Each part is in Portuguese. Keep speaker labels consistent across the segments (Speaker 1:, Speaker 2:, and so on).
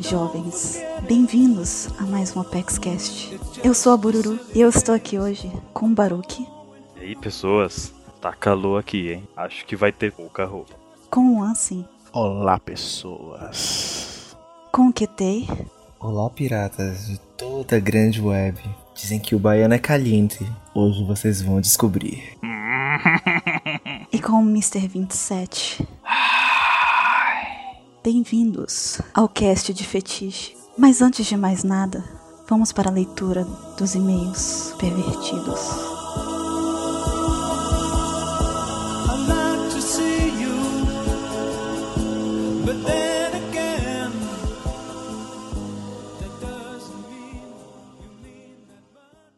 Speaker 1: jovens. Bem-vindos a mais um ApexCast. Eu sou a Bururu e eu estou aqui hoje com o Baruque,
Speaker 2: E aí, pessoas? Tá calor aqui, hein? Acho que vai ter pouca roupa.
Speaker 1: com o Ansem,
Speaker 3: Olá, pessoas.
Speaker 1: com o Ketei
Speaker 4: Olá, piratas de toda a grande web. Dizem que o baiano é caliente. Hoje vocês vão descobrir.
Speaker 1: e com o Mr. 27. Bem-vindos ao cast de fetiche. Mas antes de mais nada, vamos para a leitura dos e-mails pervertidos.
Speaker 5: I like to see you, but then again, that doesn't mean you mean that much.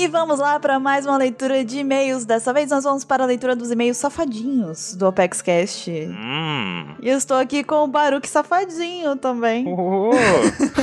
Speaker 1: E vamos lá para mais uma leitura de e-mails. Dessa vez nós vamos para a leitura dos e-mails safadinhos do ApexCast.
Speaker 2: Hum.
Speaker 1: E eu estou aqui com o Baruque Safadinho também.
Speaker 2: Oh.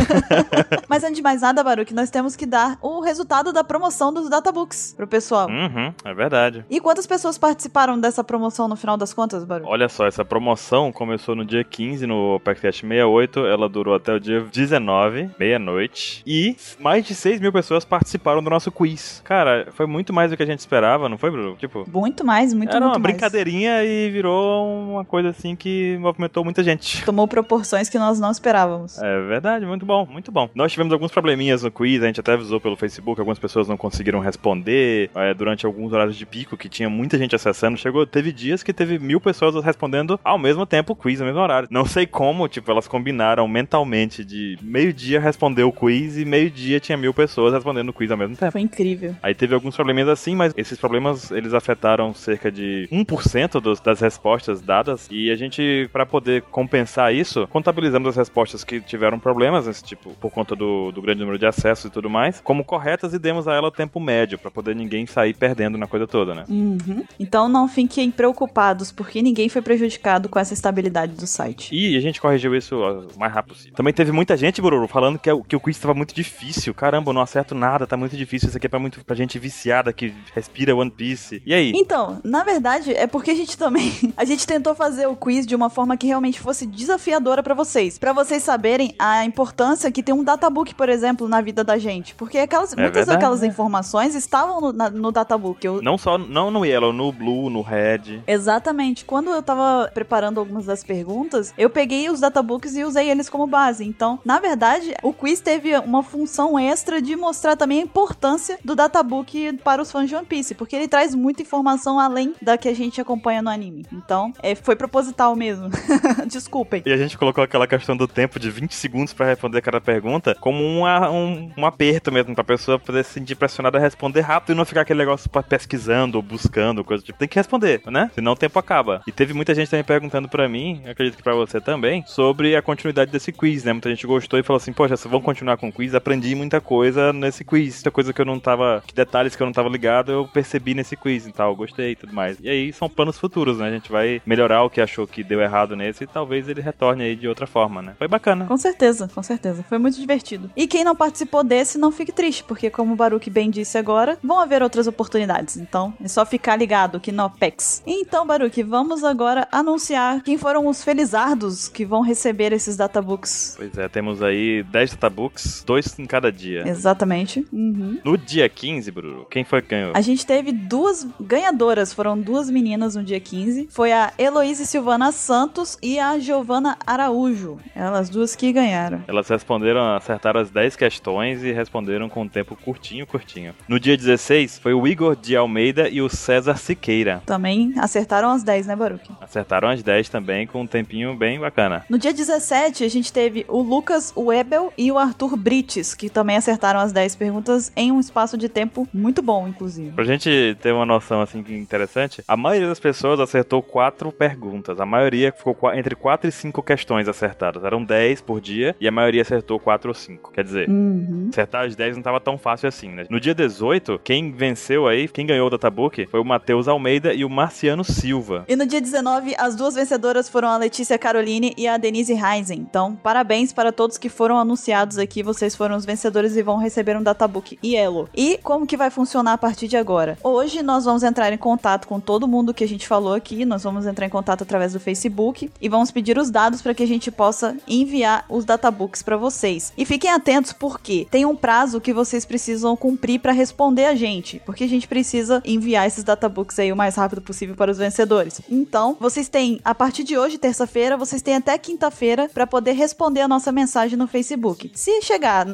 Speaker 1: Mas antes de mais nada, Baruque, nós temos que dar o resultado da promoção dos databooks pro pessoal.
Speaker 2: uhum, é verdade.
Speaker 1: E quantas pessoas participaram dessa promoção no final das contas, Baruque?
Speaker 2: Olha só, essa promoção começou no dia 15 no Packcast 68, ela durou até o dia 19, meia-noite, e mais de 6 mil pessoas participaram do nosso quiz. Cara, foi muito mais do que a gente esperava, não foi, Bruno? Tipo,
Speaker 1: Muito mais, muito,
Speaker 2: era
Speaker 1: muito
Speaker 2: uma
Speaker 1: mais.
Speaker 2: brincadeirinha e virou uma coisa assim que movimentou muita gente.
Speaker 1: Tomou proporções que nós não esperávamos.
Speaker 2: É verdade, muito bom, muito bom. Nós tivemos alguns probleminhas no quiz, a gente até avisou pelo Facebook, algumas pessoas não conseguiram responder é, durante alguns horários de pico que tinha muita gente acessando. Chegou, teve dias que teve mil pessoas respondendo ao mesmo tempo o quiz, ao mesmo horário. Não sei como, tipo, elas combinaram mentalmente de meio-dia responder o quiz e meio-dia tinha mil pessoas respondendo o quiz ao mesmo tempo.
Speaker 1: Foi incrível.
Speaker 2: Aí teve alguns probleminhas assim, mas esses problemas eles afetaram cerca de 1% dos, das respostas dadas. E a gente, pra poder compensar isso, contabilizamos as respostas que tiveram problemas, esse tipo, por conta do, do grande número de acessos e tudo mais, como corretas e demos a ela tempo médio, pra poder ninguém sair perdendo na coisa toda, né?
Speaker 1: Uhum. Então não fiquem preocupados, porque ninguém foi prejudicado com essa estabilidade do site.
Speaker 2: E a gente corrigiu isso ó, o mais rápido possível. Também teve muita gente, Bururu, falando que, o- que o quiz tava muito difícil. Caramba, eu não acerto nada, tá muito difícil. Isso aqui é pra, muito, pra gente viciada que respira One Piece. E aí?
Speaker 1: Então, na verdade, é porque a gente também. A gente tentou fazer o quiz de uma forma que realmente fosse desafiadora pra vocês. Pra vocês saberem a importância que tem um databook, por exemplo, na vida da gente. Porque aquelas, muitas
Speaker 2: verdade,
Speaker 1: daquelas
Speaker 2: né?
Speaker 1: informações estavam no, na- no databook. Eu,
Speaker 2: Não só não no Yellow, no Blue, no Red.
Speaker 1: Exatamente. Quando eu tava preparando algumas das perguntas, eu peguei os databooks e usei eles como base. Então, na verdade, o quiz teve uma função extra de mostrar também a importância do databook para os fãs de One Piece, porque ele traz muita informação além da que a gente acompanha no anime. Então, é, foi proposital mesmo. Desculpem.
Speaker 2: E a gente colocou aquela questão do tempo de 20 segundos pra responder cada pergunta como uma- um, um aperto mesmo, pra pessoa poder se sentir pressionada a responder rápido e não ficar aquele negócio pa- pesquisando ou buscando, coisa do tipo. Tem que responder, né? Senão o tempo acaba. E teve muita gente também perguntando pra mim, eu acredito que pra você também, sobre a continuidade desse quiz, né? Muita gente gostou e falou assim, poxa, vocês vão continuar com o quiz? Aprendi muita coisa nesse quiz, muita coisa que eu não tava, que detalhes que eu não tava ligado, eu percebi nesse quiz e tal, gostei e tudo mais. E aí são planos futuros, né? A gente vai melhorar o que achou que deu errado nesse e talvez ele retorne aí de outra forma, né? Foi bacana.
Speaker 1: Com certeza, com certeza. Foi muito divertido. E quem não participou desse, não fique triste, porque como o Baruque bem disse agora, vão haver outras oportunidades. Então, é só ficar ligado aqui no Apex. Então, Baruque, vamos agora anunciar quem foram os felizardos que vão receber esses databooks.
Speaker 2: Pois é, temos aí 10 databooks, dois em cada dia.
Speaker 1: Exatamente. Uhum.
Speaker 2: No dia 15, Bruno, quem foi que ganhou?
Speaker 1: A gente teve duas ganhadoras, foram duas meninas no dia 15. Foi a Heloísa Silvana Santos e a Giovana Araújo. Elas duas que ganharam.
Speaker 2: Elas responderam, acertaram as 10 questões e responderam com um tempo curtinho, curtinho. No dia 16, foi o Igor de Almeida e o César Siqueira.
Speaker 1: Também acertaram as 10, né, Baruque?
Speaker 2: Acertaram as 10 também, com um tempinho bem bacana.
Speaker 1: No dia 17, a gente teve o Lucas Webel e o Arthur Brites, que também acertaram as 10 perguntas em um espaço de tempo muito bom, inclusive.
Speaker 2: Pra gente ter uma noção, assim, que interessante, a maioria das pessoas acertou quatro perguntas. A maioria ficou qua- entre 4 e 5 questões acertadas. Eram 10 por dia e a maioria acertou 4 ou 5. Quer dizer,
Speaker 1: Uhum.
Speaker 2: Acertar as 10 não tava tão fácil assim, né? No dia 18, quem venceu aí, quem ganhou o databook, foi o Matheus Almeida e o Marciano Silva.
Speaker 1: E no dia 19, as duas vencedoras foram a Letícia Caroline e a Denise Reisen. Então, parabéns para todos que foram anunciados aqui. Vocês foram os vencedores e vão receber um databook Yellow. E aí, como que vai funcionar a partir de agora? Hoje nós vamos entrar em contato com todo mundo que a gente falou aqui, nós vamos entrar em contato através do Facebook e vamos pedir os dados para que a gente possa enviar os databooks para vocês. E fiquem atentos porque tem um prazo que vocês precisam cumprir para responder a gente, porque a gente precisa enviar esses databooks aí o mais rápido possível para os vencedores. Então, vocês têm a partir de hoje, terça-feira, vocês têm até quinta-feira para poder responder a nossa mensagem no Facebook. Se chegar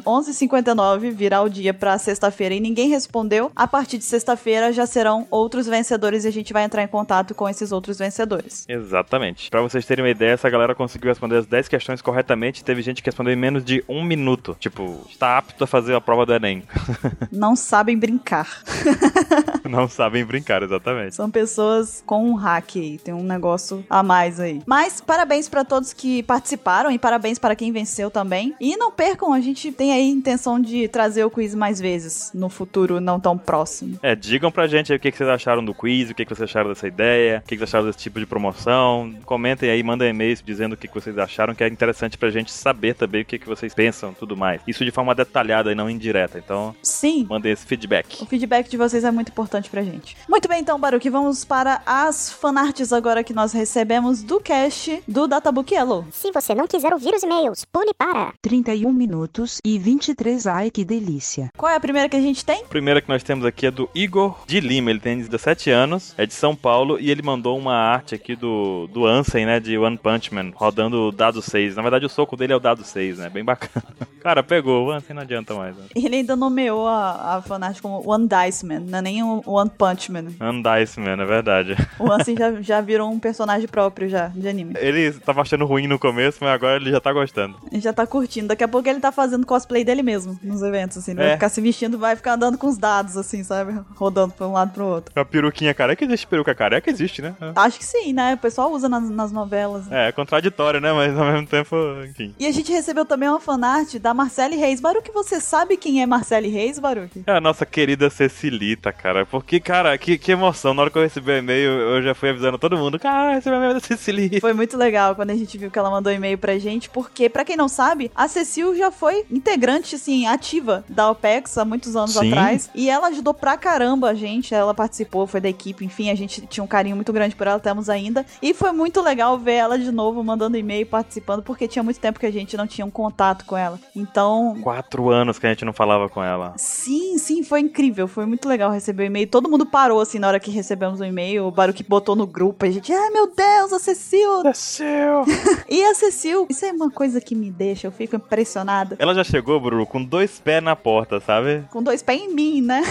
Speaker 1: 11:59 virar o dia para sexta-feira e ninguém respondeu, a partir de sexta-feira já serão outros vencedores e a gente vai entrar em contato com esses outros vencedores.
Speaker 2: Exatamente. Pra vocês terem uma ideia, essa galera conseguiu responder as 10 questões corretamente. Teve gente que respondeu em menos de um minuto. Tipo, está apto a fazer a prova do Enem.
Speaker 1: Não sabem brincar.
Speaker 2: Não sabem brincar, exatamente.
Speaker 1: São pessoas com um hack aí, tem um negócio a mais aí. Mas parabéns pra todos que participaram e parabéns para quem venceu também. E não percam, a gente tem aí intenção de trazer o quiz mais vezes no futuro não tão próximo.
Speaker 2: É, digam pra gente aí o que que vocês acharam do quiz, o que que vocês acharam dessa ideia, o que que vocês acharam desse tipo de promoção. Comentem aí, mandem e-mails dizendo o que que vocês acharam, que é interessante pra gente saber também o que que vocês pensam tudo mais. Isso de forma detalhada e não indireta. Então,
Speaker 1: Sim,
Speaker 2: mandem esse feedback.
Speaker 1: O feedback de vocês é muito importante pra gente. Muito bem, então, Baruque, vamos para as fanarts agora que nós recebemos do cast do Databook Yellow.
Speaker 6: Se você não quiser ouvir os e-mails, pule para.
Speaker 7: 31 minutos e 23. Ai, que delícia.
Speaker 1: Qual é a primeira que a gente tem?
Speaker 2: A primeira que nós temos aqui é do Igor de Lima. Ele tem 17 anos, é de São Paulo e ele mandou uma arte aqui do, do Ansem, né? De One Punch Man, rodando o dado 6. Na verdade, o soco dele é o dado 6, né? Bem bacana. Cara, pegou. O Ansem não adianta mais. Né?
Speaker 1: Ele ainda nomeou a, a fanart como One Dice Man, não é nem o One Punch Man.
Speaker 2: Undice, mano, é verdade.
Speaker 1: O Ansem já, já virou um personagem próprio já de anime.
Speaker 2: Ele tava achando ruim no começo, mas agora ele já tá gostando.
Speaker 1: Ele já tá curtindo. Daqui a pouco ele tá fazendo cosplay dele mesmo nos eventos, assim. Ele
Speaker 2: É.
Speaker 1: vai ficar se vestindo, vai ficar andando com os dados, assim, sabe? Rodando pra um lado pro outro.
Speaker 2: A É peruquinha careca existe, peruca careca existe, né?
Speaker 1: Acho que sim, né? O pessoal usa nas, nas novelas.
Speaker 2: É, é contraditório, né? Mas ao mesmo tempo, enfim.
Speaker 1: E a gente recebeu também uma fanart da Marcele Reis. Baruque, você sabe quem é Marcele Reis, Baruque?
Speaker 2: É a nossa querida Cecilita, cara. Porque, cara, que, que emoção. Na hora que eu recebi o e-mail, eu já fui avisando todo mundo. Cara, recebi o e-mail da Cecilita.
Speaker 1: Foi muito legal quando a gente viu que ela mandou e-mail pra gente, porque, pra quem não sabe, a Cecil já foi integrante, assim, ativa da OPEX há muitos anos
Speaker 2: Sim.
Speaker 1: atrás. E ela ajudou pra caramba a gente, ela participou, foi da equipe, enfim, a gente tinha um carinho muito grande por ela, temos ainda. E foi muito legal ver ela de novo mandando e-mail, participando, porque tinha muito tempo que a gente não tinha um contato com ela. Então,
Speaker 2: Quatro anos que a gente não falava com ela.
Speaker 1: Sim, sim, foi incrível. Foi muito legal receber o e-mail. Todo mundo parou, assim, na hora que recebemos o e-mail. O Baruque botou no grupo. A gente, ai meu Deus, a Cecil.
Speaker 2: Cecil!
Speaker 1: E a Cecil, isso é uma coisa que me deixa, eu fico impressionada.
Speaker 2: Ela já chegou, Bruno, com dois pés na porta, sabe?
Speaker 1: Com dois pés em mim, né?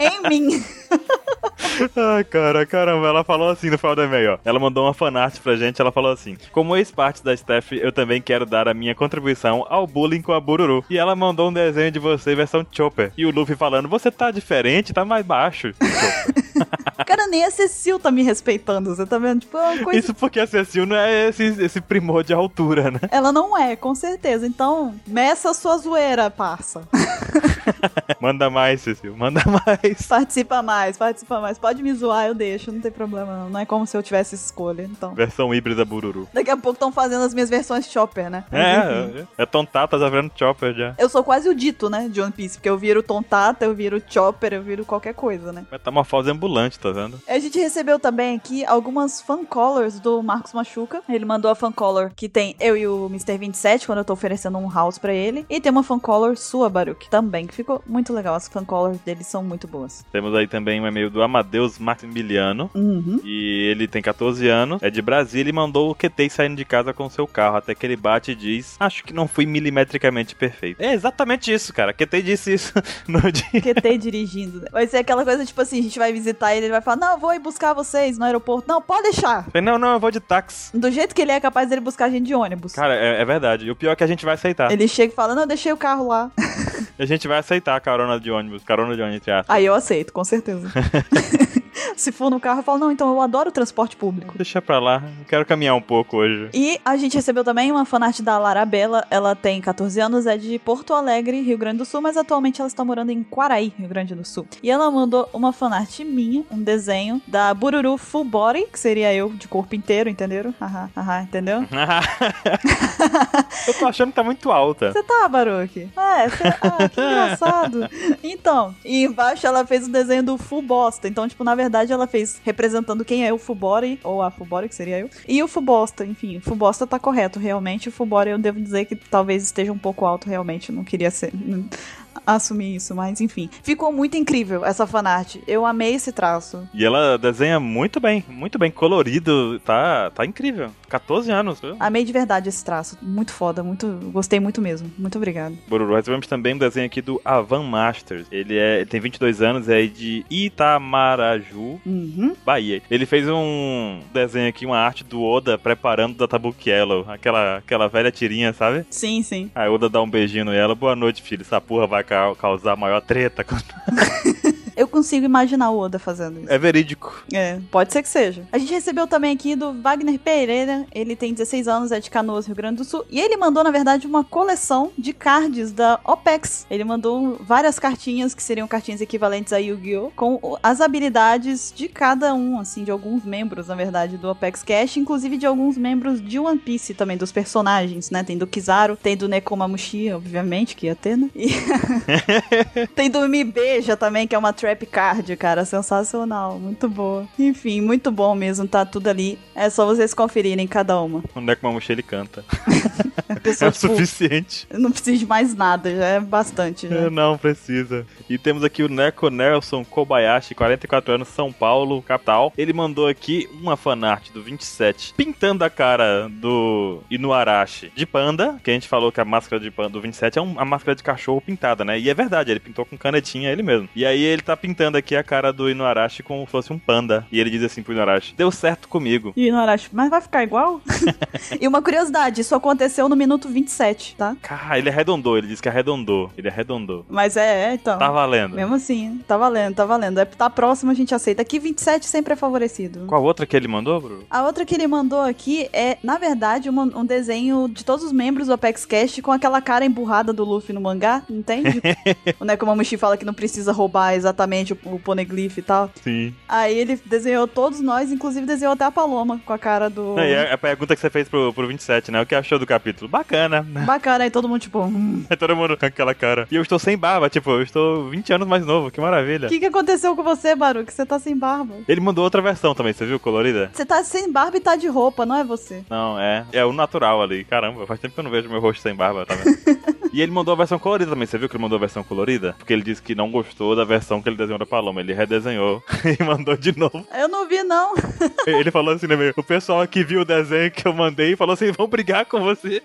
Speaker 1: em mim.
Speaker 2: Ai, cara, caramba, ela falou assim no final do e-mail, ó. Ela mandou uma fanart pra gente, ela falou assim: Como ex-parte da Steph, eu também quero dar a minha contribuição ao bullying com a Bururu. E ela mandou um desenho de você versão Chopper. E o Luffy falando: Você tá diferente, tá mais baixo.
Speaker 1: Cara, nem a Cecil tá me respeitando, você tá vendo? Tipo, é uma coisa...
Speaker 2: Isso porque a Cecil não é esse, esse primor de altura, né?
Speaker 1: Ela não é, com certeza. Então, meça a sua zoeira, parça.
Speaker 2: Manda mais, Cecil, manda mais.
Speaker 1: participa mais, participa mais. Pode me zoar, eu deixo, não tem problema não. Não é como se eu tivesse escolha, então...
Speaker 2: Versão híbrida Bururu.
Speaker 1: Daqui a pouco estão fazendo as minhas versões Chopper, né? Mas enfim.
Speaker 2: É, é Tontata já vendo Chopper já.
Speaker 1: Eu sou quase o dito, né, de One Piece, porque eu viro Tontata, eu viro Chopper, eu viro qualquer coisa, né?
Speaker 2: Metamorfose ambulante, tá vendo?
Speaker 1: A gente recebeu também aqui algumas fan colors do Marcos Machuca. Ele mandou a fan color que tem eu e o Mr. 27, quando eu tô oferecendo um house pra ele. E tem uma fan color sua, Baruch, também, que ficou muito legal. As fan colors deles são muito boas.
Speaker 2: Temos aí também um e-mail do Amadeus Maximiliano.
Speaker 1: Uhum.
Speaker 2: E ele tem 14 anos, é de Brasília e mandou o QT saindo de casa com seu carro. Até que ele bate e diz: Acho que não fui milimetricamente perfeito. É exatamente isso, cara. QT disse isso no dia.
Speaker 1: QT dirigindo. né? Vai ser aquela coisa, tipo assim, a gente vai visitar ele, ele vai falar, não, eu vou ir buscar vocês no aeroporto. Não, pode deixar.
Speaker 2: Falei, Não, não, eu vou de táxi.
Speaker 1: Do jeito que ele é capaz dele buscar a gente de ônibus.
Speaker 2: Cara, é, é verdade. E o pior é que a gente vai aceitar.
Speaker 1: Ele chega e fala, não, eu deixei o carro lá.
Speaker 2: A gente vai aceitar a carona de ônibus. Carona de ônibus, entre aspas.
Speaker 1: Aí eu aceito, com certeza. Se for no carro, eu falo, não, então eu adoro transporte público.
Speaker 2: Deixa pra lá, quero caminhar um pouco hoje.
Speaker 1: E a gente recebeu também uma fanart da Larabela. Ela tem 14 anos, é de Porto Alegre, Rio Grande do Sul, mas atualmente ela está morando em Quaraí, Rio Grande do Sul. E ela mandou uma fanart minha, um desenho da Bururu Full Body, que seria eu de corpo inteiro, entenderam? Aham, aham, entendeu?
Speaker 2: eu tô achando que tá muito alta.
Speaker 1: Você tá, Baruque? É, você... ah, que engraçado. Então, e embaixo ela fez o desenho do Fubosta. Então, tipo, na verdade ela fez representando quem é o Fubori, ou a Fubori, que seria eu, e o Fubosta. Enfim, o Fubosta tá correto, realmente. O Fubori eu devo dizer que talvez esteja um pouco alto, realmente. Não queria ser. Assumir isso, mas enfim. Ficou muito incrível essa fanart. Eu amei esse traço.
Speaker 2: E ela desenha muito bem, muito bem colorido, tá, tá incrível. 14 anos, viu?
Speaker 1: Amei de verdade esse traço. Muito foda, muito. Gostei muito mesmo. Muito obrigado.
Speaker 2: Bururu, recebemos também um desenho aqui do Avan Masters. Ele, é, ele tem 22 anos, é de Itamaraju,
Speaker 1: Uhum.
Speaker 2: Bahia. Ele fez um desenho aqui, uma arte do Oda preparando o Databook Yellow, aquela, aquela velha tirinha, sabe?
Speaker 1: Sim, sim.
Speaker 2: Aí Oda dá um beijinho nela, boa noite, filho. Essa porra vai ca- causar maior treta.
Speaker 1: Eu consigo imaginar o Oda fazendo isso.
Speaker 2: É verídico.
Speaker 1: É, pode ser que seja. A gente recebeu também aqui do Wagner Pereira, ele tem 16 anos, é de Canoas, Rio Grande do Sul, e ele mandou, na verdade, uma coleção de cards da OPEX. Ele mandou um, várias cartinhas, que seriam cartinhas equivalentes a Yu-Gi-Oh!, com o- as habilidades de cada um, assim, de alguns membros, na verdade, do OPEX Cash, inclusive de alguns membros de One Piece também, dos personagens, né? Tem do Kizaru, tem do Nekomamushi, obviamente, que ia ter, né? E- tem do Me Beija também, que é uma trap card, cara. Sensacional. Muito boa. Enfim, muito bom mesmo. Tá tudo ali. É só vocês conferirem cada uma.
Speaker 2: O Nekomamushi ele canta.
Speaker 1: A
Speaker 2: É
Speaker 1: pessoa,
Speaker 2: o
Speaker 1: tipo,
Speaker 2: suficiente.
Speaker 1: não precisa de mais nada. Já é bastante, já.
Speaker 2: É, Não precisa. E temos aqui o Neco Nelson Kobayashi, 44 anos, São Paulo, capital. Ele mandou aqui uma fanart do 27, pintando a cara do Inuarashi de panda, que a gente falou que a máscara de panda do 27 é um- a máscara de cachorro pintada, né? E é verdade, ele pintou com canetinha ele mesmo. E aí ele tá pintando aqui a cara do Inuarashi como se fosse um panda. E ele diz assim pro Inuarashi: Deu certo comigo.
Speaker 1: E não acho, mas vai ficar igual? e uma curiosidade, isso aconteceu no minuto 27, tá?
Speaker 2: Cara, ele arredondou, ele disse que arredondou. Ele arredondou.
Speaker 1: Mas é, é então.
Speaker 2: Tá valendo.
Speaker 1: Mesmo assim, tá valendo, tá valendo. É, tá próximo, a gente aceita. Aqui 27 sempre é favorecido.
Speaker 2: Qual outra que ele mandou, Bruno?
Speaker 1: A outra que ele mandou aqui é, na verdade, uma- um desenho de todos os membros do Apex Cash com aquela cara emburrada do Luffy no mangá, entende? o Nekomamushi fala que não precisa roubar exatamente o, o poneglyph e tal.
Speaker 2: Sim.
Speaker 1: Aí ele desenhou todos nós, inclusive desenhou até a Paloma com a cara do.
Speaker 2: Aí, é a, a pergunta que você fez pro, pro 27, né? O que achou do capítulo? Bacana.
Speaker 1: Bacana, aí todo mundo tipo, hum,
Speaker 2: É todo mundo com aquela cara. E eu estou sem barba, tipo, eu estou 20 anos mais novo, que maravilha.
Speaker 1: o que, que aconteceu com você, Baruque? Você tá sem barba.
Speaker 2: Ele mandou outra versão também, você viu, colorida?
Speaker 1: Você tá sem barba e tá de roupa, não é você?
Speaker 2: Não, é. É o natural ali. Caramba, faz tempo que eu não vejo meu rosto sem barba, tá vendo? e ele mandou a versão colorida também, você viu que ele mandou a versão colorida? Porque ele disse que não gostou da versão que ele desenhou da Paloma. Ele redesenhou e mandou de novo.
Speaker 1: Eu não vi, não.
Speaker 2: Ele falou assim, né, meu? O pessoal aqui viu o desenho que eu mandei e falou assim: vão brigar com você.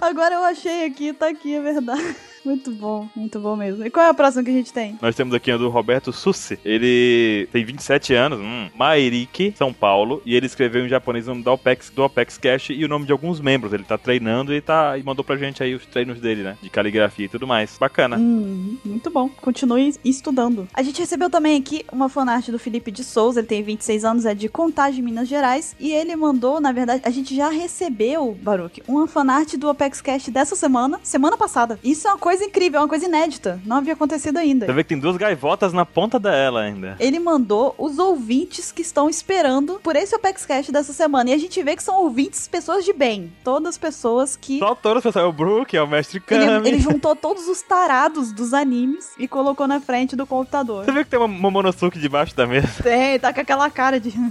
Speaker 1: Agora eu achei aqui, tá aqui, é verdade. Muito bom, muito bom mesmo. E qual é a próxima que a gente tem?
Speaker 2: Nós temos aqui a do Roberto Sussi. Ele tem 27 anos, hum, Mairiki, São Paulo, e ele escreveu em japonês o nome do Apex, do Apex Cash e o nome de alguns membros. Ele tá treinando e tá e mandou pra gente aí os treinos dele, né? De caligrafia e tudo mais. Bacana.
Speaker 1: Hum, muito bom. Continue estudando. A gente recebeu também aqui uma fanart do Felipe de Souza. Ele tem 26 anos, é de Contagem, Minas Gerais. E ele mandou, na verdade, a gente já recebeu, Baruque, uma fanart do Apex Cash dessa semana, semana passada. Isso é uma coisa incrível, é uma coisa inédita. Não havia acontecido ainda.
Speaker 2: Você vê que tem duas gaivotas na ponta dela ainda.
Speaker 1: Ele mandou os ouvintes que estão esperando por esse Apex Cash dessa semana. E a gente vê que são ouvintes, pessoas de bem. Todas pessoas que.
Speaker 2: Só todas pessoal, é o Brook, é o mestre Kami.
Speaker 1: Ele, ele juntou todos os tarados dos animes e colocou na frente do computador.
Speaker 2: Você vê que tem uma Momonosuke debaixo da mesa?
Speaker 1: Tem, tá com aquela cara de.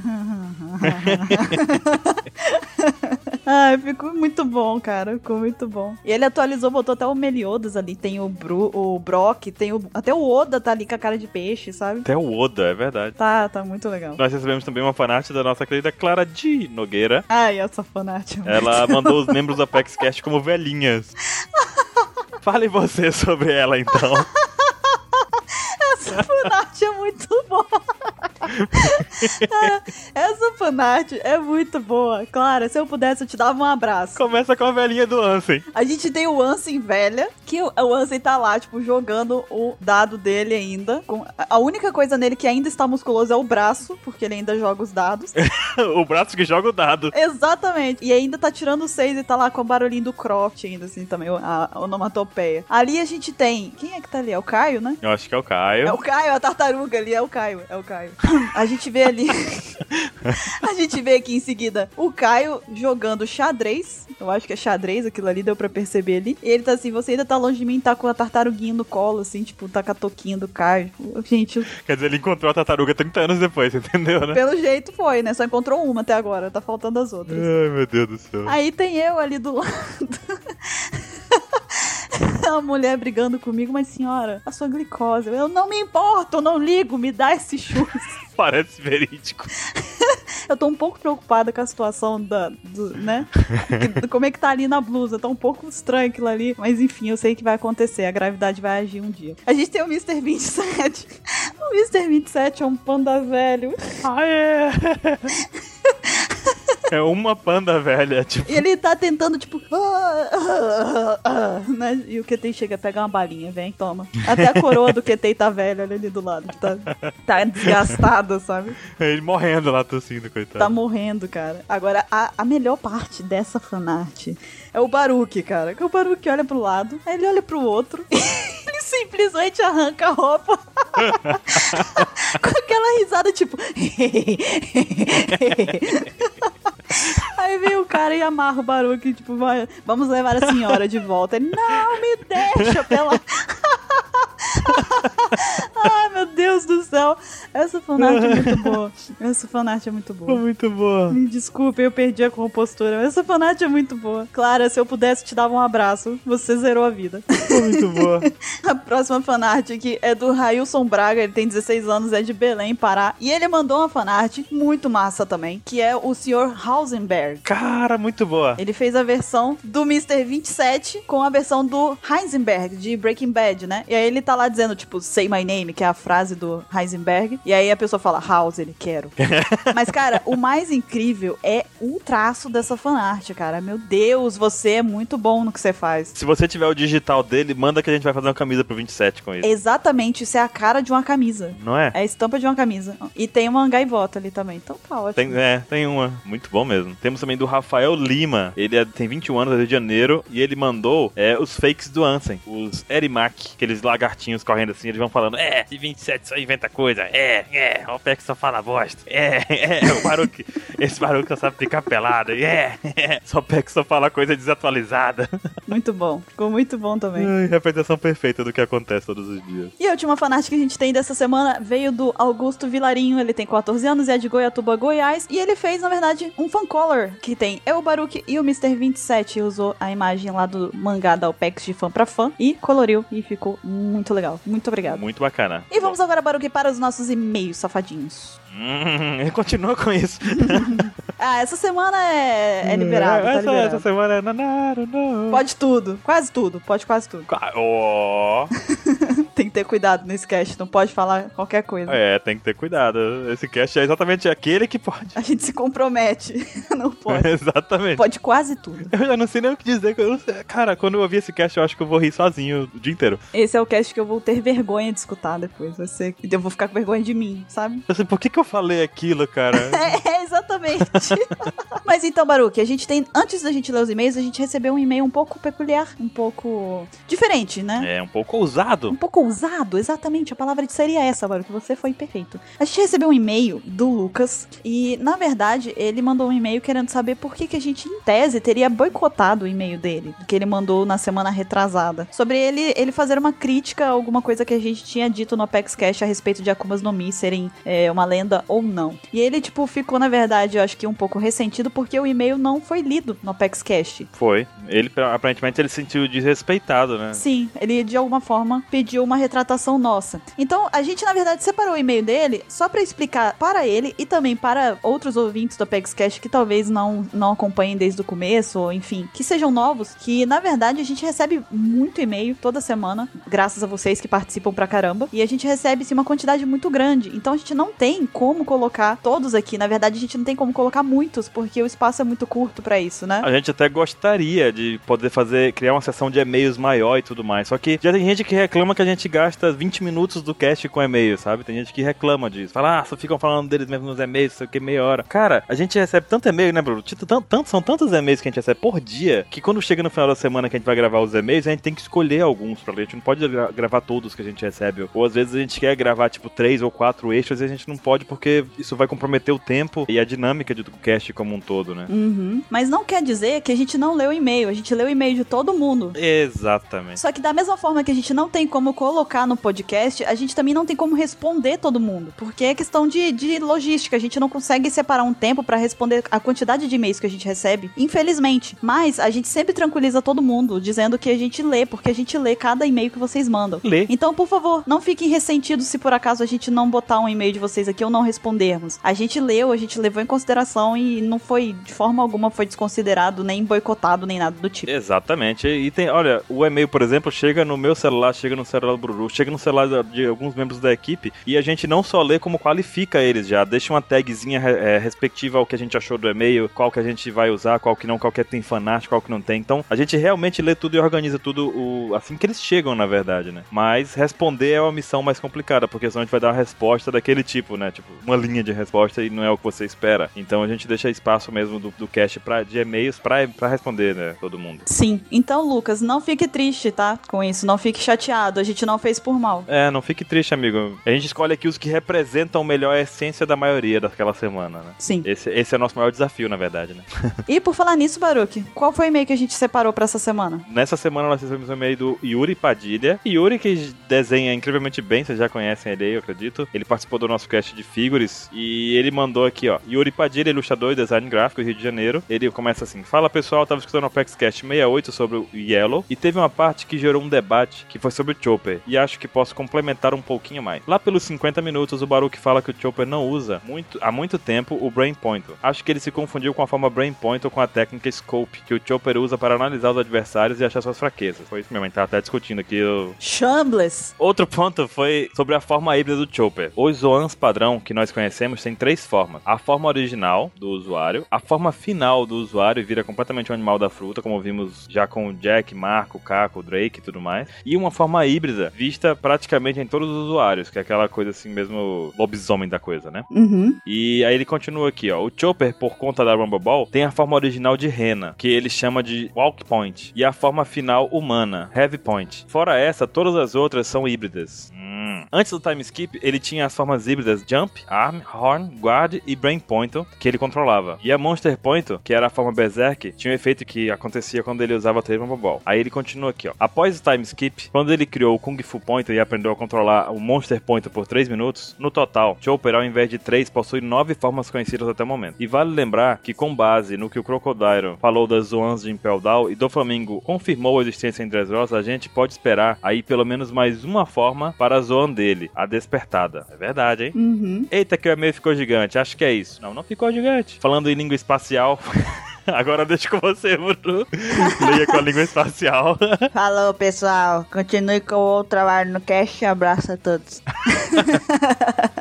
Speaker 1: Ai, ficou muito bom, cara. Ficou muito bom. E ele atualizou, botou até o Meliodas ali. Tem o, Bru, o Brock, tem o. Até o Oda tá ali com a cara de peixe, sabe?
Speaker 2: Até o Oda, é verdade.
Speaker 1: Tá, tá muito legal.
Speaker 2: Nós recebemos também uma fanart da nossa querida Clara de Nogueira.
Speaker 1: Ai, essa fanática.
Speaker 2: Ela mandou os membros do ApexCast como velhinhas. Fale você sobre ela, então.
Speaker 1: Essa fanática é muito boa. Essa fanart é muito boa. Clara, se eu pudesse, eu te dava um abraço.
Speaker 2: Começa com a velhinha do Ansem.
Speaker 1: A gente tem o Ansem velha, que o o Ansem tá lá, tipo, jogando o dado dele ainda. com- a- A única coisa nele que ainda está musculoso é o braço, porque ele ainda joga os dados.
Speaker 2: o braço que joga o dado.
Speaker 1: Exatamente. E ainda tá tirando seis e tá lá com o barulhinho do Croft ainda, assim, também, a a onomatopeia. Ali a gente tem... Quem é que tá ali? É o Caio, né?
Speaker 2: Eu acho que é o Caio.
Speaker 1: É o Caio, a tartaruga ali, é o Caio, é o Caio. A gente vê ali. a gente vê aqui em seguida o Caio jogando xadrez. Eu acho que é xadrez, aquilo ali deu pra perceber ali. E ele tá assim, você ainda tá longe de mim, tá com a tartaruguinha no colo, assim, tipo, tá com a toquinha do Caio. Tipo, Gente,
Speaker 2: Quer dizer, ele encontrou a tartaruga 30 anos depois, entendeu, né?
Speaker 1: pelo jeito foi, né? Só encontrou uma até agora, tá faltando as outras.
Speaker 2: Ai, meu Deus do céu.
Speaker 1: Aí tem eu ali do lado. A mulher brigando comigo, mas senhora, a sua glicose. Eu não me importo, eu não ligo, me dá esse chute.
Speaker 2: Parece verídico.
Speaker 1: Eu tô um pouco preocupada com a situação da. do- né? Que- Como é que tá ali na blusa? Tá um pouco estranho aquilo ali. Mas enfim, eu sei que vai acontecer. A gravidade vai agir um dia. A gente tem o Mr. 27. O Mr. 27 é um panda velho.
Speaker 2: Ah, é! É uma panda velha, tipo.
Speaker 1: E ele tá tentando, tipo. "Ah, ah, ah", né? E o QT chega, pega uma balinha, vem, toma. Até a coroa do QT tá velha, olha ali do lado. que Tá, tá desgastada, sabe?
Speaker 2: Ele morrendo lá tossindo, coitado.
Speaker 1: Tá morrendo, cara. Agora, a, a melhor parte dessa fanart é o Baruque, cara. Que o Baruque olha pro lado, aí ele olha pro outro, ele simplesmente arranca a roupa. com aquela risada, tipo. aí vem o cara e amarra o Baruque, tipo, vai, vamos levar a senhora de volta. Ele, não, me deixa, pela. Ai, meu Deus do céu. Essa fanart é muito boa. Essa fanart é muito boa.
Speaker 2: Muito boa.
Speaker 1: Me desculpe, eu perdi a compostura. Mas essa fanart é muito boa. Clara, se eu pudesse te dar um abraço, você zerou a vida.
Speaker 2: Muito boa.
Speaker 1: A próxima fanart aqui é do Railson Braga, ele tem 16 anos, é de Belém, Pará. E ele mandou uma fanart muito massa também, que é o Sr. Hausenberg.
Speaker 2: Cara, muito boa.
Speaker 1: Ele fez a versão do Mr. 27 com a versão do Heisenberg, de Breaking Bad, né? E aí ele tá lá dizendo, tipo, say my name, que é a frase do Heisenberg. E aí a pessoa fala, House, ele quero. Mas, cara, o mais incrível é o traço dessa fanart, cara. Meu Deus, você é muito bom no que você faz.
Speaker 2: Se você tiver o digital dele, manda que a gente vai fazer uma camisa pro 27 com ele.
Speaker 1: Exatamente, isso é a cara de uma camisa.
Speaker 2: Não é?
Speaker 1: É a estampa de uma camisa. E tem uma gaivota ali também. Então tá ótimo.
Speaker 2: Tem, é, tem uma. Muito bom mesmo. Temos também do Rafael Lima. Ele é- tem 21 anos, é do Rio de Janeiro. E ele mandou é, os fakes do Ansem. Os Erimac, aqueles lagartinhos correndo assim. Eles vão falando: É, e 27 só inventa coisa. É, é, o Peck só fala bosta. É, é, o Baruque. esse Baruque só sabe ficar pelado. É, é, só o Peck só fala coisa desatualizada.
Speaker 1: Muito bom. Ficou muito bom também.
Speaker 2: Ai, representação perfeita do que acontece todos os dias.
Speaker 1: E a última fanart que a gente tem dessa semana veio do Augusto Vilarinho, ele tem 14 anos e é de Goiatuba, Goiás, e ele fez, na verdade, um fancolor que tem eu, Baruque e o Mr. 27, e usou a imagem lá do mangá da OPEX de fã pra fã, e coloriu, e ficou muito legal. Muito obrigado.
Speaker 2: Muito bacana.
Speaker 1: E vamos agora, Baruque, para os nossos e-mails safadinhos.
Speaker 2: Hum, continua com isso.
Speaker 1: Ah, essa semana é, é liberado, tá
Speaker 2: Hum, essa,
Speaker 1: liberado.
Speaker 2: essa semana é Nanaro, não.
Speaker 1: Pode tudo, quase tudo, pode quase tudo.
Speaker 2: Ca- Ó.
Speaker 1: Tem que ter cuidado nesse cast, não pode falar qualquer coisa.
Speaker 2: É, tem que ter cuidado. Esse cast é exatamente aquele que pode.
Speaker 1: A gente se compromete, não pode.
Speaker 2: exatamente.
Speaker 1: Pode quase tudo.
Speaker 2: Eu já não sei nem o que dizer. eu não sei- Cara, quando eu ouvir esse cast, eu acho que eu vou rir sozinho o dia inteiro.
Speaker 1: Esse é o cast que eu vou ter vergonha de escutar depois. Vai ser... Eu vou ficar com vergonha de mim, sabe?
Speaker 2: Eu sei, por que, que eu falei aquilo, cara?
Speaker 1: É, exatamente. Mas então, Baruque, a gente tem. Antes da gente ler os e-mails, a gente recebeu um e-mail um pouco peculiar, um pouco diferente, né?
Speaker 2: é um pouco ousado.
Speaker 1: Um pouco ousado, exatamente. A palavra seria essa, Baruque. Você foi perfeito. A gente recebeu um e-mail do Lucas e, na verdade, ele mandou um e-mail querendo saber por que, que a gente, em tese, teria boicotado o e-mail dele, que ele mandou na semana retrasada, sobre ele, ele fazer uma crítica a alguma coisa que a gente tinha dito no Apex Cash a respeito de Akumas no Mi serem é, uma lenda ou não. E ele, tipo, ficou, na verdade, verdade, eu acho que um pouco ressentido porque o e-mail não foi lido no Apex Cash.
Speaker 2: Foi. Ele, aparentemente, ele se sentiu desrespeitado, né?
Speaker 1: Sim, ele de alguma forma pediu uma retratação nossa. Então, a gente na verdade separou o e-mail dele só pra explicar para ele e também para outros ouvintes do Apex Cash que talvez não, não acompanhem desde o começo, ou enfim, que sejam novos, que na verdade a gente recebe muito e-mail toda semana, graças a vocês que participam pra caramba, e a gente recebe sim, uma quantidade muito grande. Então a gente não tem como colocar todos aqui, na verdade a gente não tem como colocar muitos, porque o espaço é muito curto pra isso, né?
Speaker 2: A gente até gostaria de poder fazer, criar uma sessão de e-mails maior e tudo mais. Só que já tem gente que reclama que a gente gasta 20 minutos do cast com e-mail, sabe? Tem gente que reclama disso. Fala, ah, só ficam falando deles mesmo nos e-mails, sei o que, meia hora. Cara, a gente recebe tanto e-mail, né, Bruno? Tito, tan- tanto- são tantos e-mails que a gente recebe por dia que quando chega no final da semana que a gente vai gravar os e-mails, a gente tem que escolher alguns pra ler. A gente não pode gra- gravar todos que a gente recebe. Ou às vezes a gente quer gravar, tipo, três ou quatro extras e a gente não pode porque isso vai comprometer o tempo e a dinâmica do cast como um todo, né?
Speaker 1: Uhum. Mas não quer dizer que a gente não leu o e-mail, a gente leu o e-mail de todo mundo.
Speaker 2: Exatamente.
Speaker 1: Só que da mesma forma que a gente não tem como colocar no podcast, a gente também não tem como responder todo mundo. Porque é questão de, de logística. A gente não consegue separar um tempo pra responder a quantidade de e-mails que a gente recebe, infelizmente. Mas a gente sempre tranquiliza todo mundo, dizendo que a gente lê, porque a gente lê cada e-mail que vocês mandam.
Speaker 2: Lê.
Speaker 1: Então, por favor, não fiquem ressentidos se por acaso a gente não botar um e-mail de vocês aqui ou não respondermos. A gente leu, a gente levou em consideração e não foi, de forma alguma, foi desconsiderado, nem boicotado, nem nada do tipo.
Speaker 2: Exatamente. E tem, olha, o e-mail, por exemplo, chega no meu celular, chega no celular do Bruru, chega no celular da- de alguns membros da equipe e a gente não só lê como qualifica eles já, deixa uma tagzinha eh, respectiva ao que a gente achou do e-mail, qual que a gente vai usar, qual que não, qual que tem fanático, qual que não tem. Então, a gente realmente lê tudo e organiza tudo o- assim que eles chegam, na verdade, né? Mas responder é uma missão mais complicada, porque senão a gente vai dar uma resposta daquele tipo, né? Tipo, uma linha de resposta e não é o que você espera. Então, a gente deixa espaço mesmo do, do cast pra, de e-mails pra, pra responder, né? Todo mundo.
Speaker 1: Sim. Então, Lucas, não fique triste, tá? Com isso, não fique chateado. A gente não fez por mal.
Speaker 2: É, não fique triste, amigo. A gente escolhe aqui os que representam melhor a essência da maioria daquela semana, né?
Speaker 1: Sim.
Speaker 2: Esse, esse é o nosso maior desafio, na verdade, né?
Speaker 1: E por falar nisso, Baruque, qual foi o e-mail que a gente separou pra essa semana?
Speaker 2: Nessa semana nós recebemos um e-mail do Yuri Padilha. Yuri, que desenha incrivelmente bem, vocês já conhecem ele aí, eu acredito. Ele participou do nosso cast de figures e ele mandou aqui, ó. Yuri Padilha, ilustrador e design gráfico, Rio de Janeiro. Ele começa assim: Fala pessoal, tava escutando o Apex Cast 68 sobre o Yellow e teve uma parte que gerou um debate que foi sobre o Chopper. E acho que posso complementar um pouquinho mais. Lá pelos 50 minutos, o Baruch fala que o Chopper não usa muito, há muito tempo o Brain Pointer. Acho que ele se confundiu com a forma Brain Pointer com a técnica Scope, que o Chopper usa para analisar os adversários e achar suas fraquezas. Foi isso mesmo, a gente tava até discutindo aqui o,
Speaker 1: Shambles.
Speaker 2: Outro ponto foi sobre a forma híbrida do Chopper. Os Zoans padrão que nós conhecemos tem três formas: a forma original do usuário, a forma final do usuário e vira completamente um animal da fruta, como vimos já com o Jack, Marco, Caco, Drake e tudo mais, e uma forma híbrida vista praticamente em todos os usuários, que é aquela coisa assim mesmo lobisomem da coisa, né?
Speaker 1: Uhum.
Speaker 2: E aí ele continua aqui, ó. O Chopper, por conta da Rumble Ball, tem a forma original de rena, que ele chama de Walk Point, e a forma final humana, Heavy Point. Fora essa, todas as outras são híbridas. Hum. Antes do time skip, ele tinha as formas híbridas Jump, Arm, Horn, Guard e Brain Pointer, que ele controlava. E a Monster Pointer, que era a forma Berserk, tinha um efeito que acontecia quando ele usava três Rumble Ball. Aí ele continua aqui, ó. Após o time skip, quando ele criou o Kung Fu Pointer e aprendeu a controlar o Monster Pointer por 3 minutos, no total, Chopper, ao invés de 3, possui 9 formas conhecidas até o momento. E vale lembrar que, com base no que o Crocodile falou das Zoans de Impel Down e do Flamingo confirmou a existência em Dressrosa, a gente pode esperar aí pelo menos mais uma forma para a Zoan dele, a Despertada. É verdade, hein?
Speaker 1: Uhum.
Speaker 2: Eita, que o e-mail ficou gigante. Acho que é isso. Não, não ficou gigante. Falando em língua espacial. Agora deixa com você, Bruno. Leia com a língua espacial.
Speaker 1: Falou, pessoal. Continue com o trabalho no cast. Abraço a todos.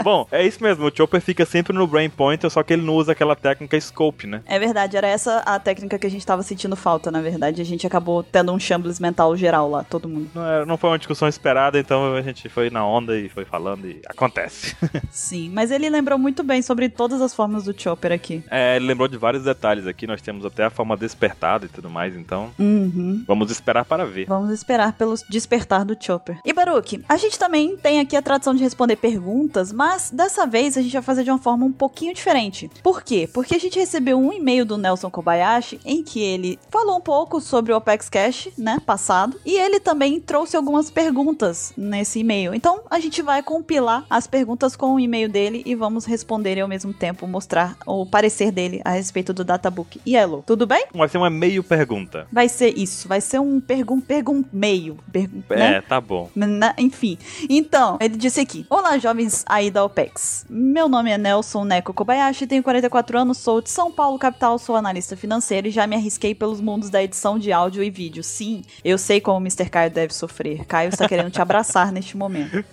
Speaker 2: Bom, é isso mesmo. O Chopper fica sempre no Brain Pointer, só que ele não usa aquela técnica Scope, né?
Speaker 1: É verdade, era essa a técnica que a gente tava sentindo falta, na verdade. A gente acabou tendo um shambles mental geral lá, todo mundo.
Speaker 2: Não, era- não foi uma discussão esperada, então a gente foi na onda e foi falando e acontece.
Speaker 1: Sim, mas ele lembrou muito bem sobre todas as formas do Chopper aqui.
Speaker 2: É, ele lembrou de vários detalhes aqui. Nós temos temos até a forma despertada e tudo mais, então
Speaker 1: Uhum.
Speaker 2: vamos esperar para ver.
Speaker 1: Vamos esperar pelo despertar do Chopper. E Baruque, a gente também tem aqui a tradição de responder perguntas, mas dessa vez a gente vai fazer de uma forma um pouquinho diferente. Por quê? Porque a gente recebeu um e-mail do Nelson Kobayashi em que ele falou um pouco sobre o Opex Cash, né, passado, e ele também trouxe algumas perguntas nesse e-mail. Então a gente vai compilar as perguntas com o e-mail dele e vamos responder e ao mesmo tempo mostrar o parecer dele a respeito do Databook Yellow. Tudo bem?
Speaker 2: Vai ser uma meio pergunta.
Speaker 1: Vai ser isso, vai ser um pergun pergun meio, pergun né?
Speaker 2: É, tá bom.
Speaker 1: Na- enfim, então, ele disse aqui: Olá, jovens aí da OPEX. Meu nome é Nelson Neko Kobayashi, tenho 44 anos, sou de São Paulo, capital, sou analista financeiro e já me arrisquei pelos mundos da edição de áudio e vídeo. Sim, eu sei como o Mr. Caio deve sofrer. Caio está querendo te abraçar neste momento.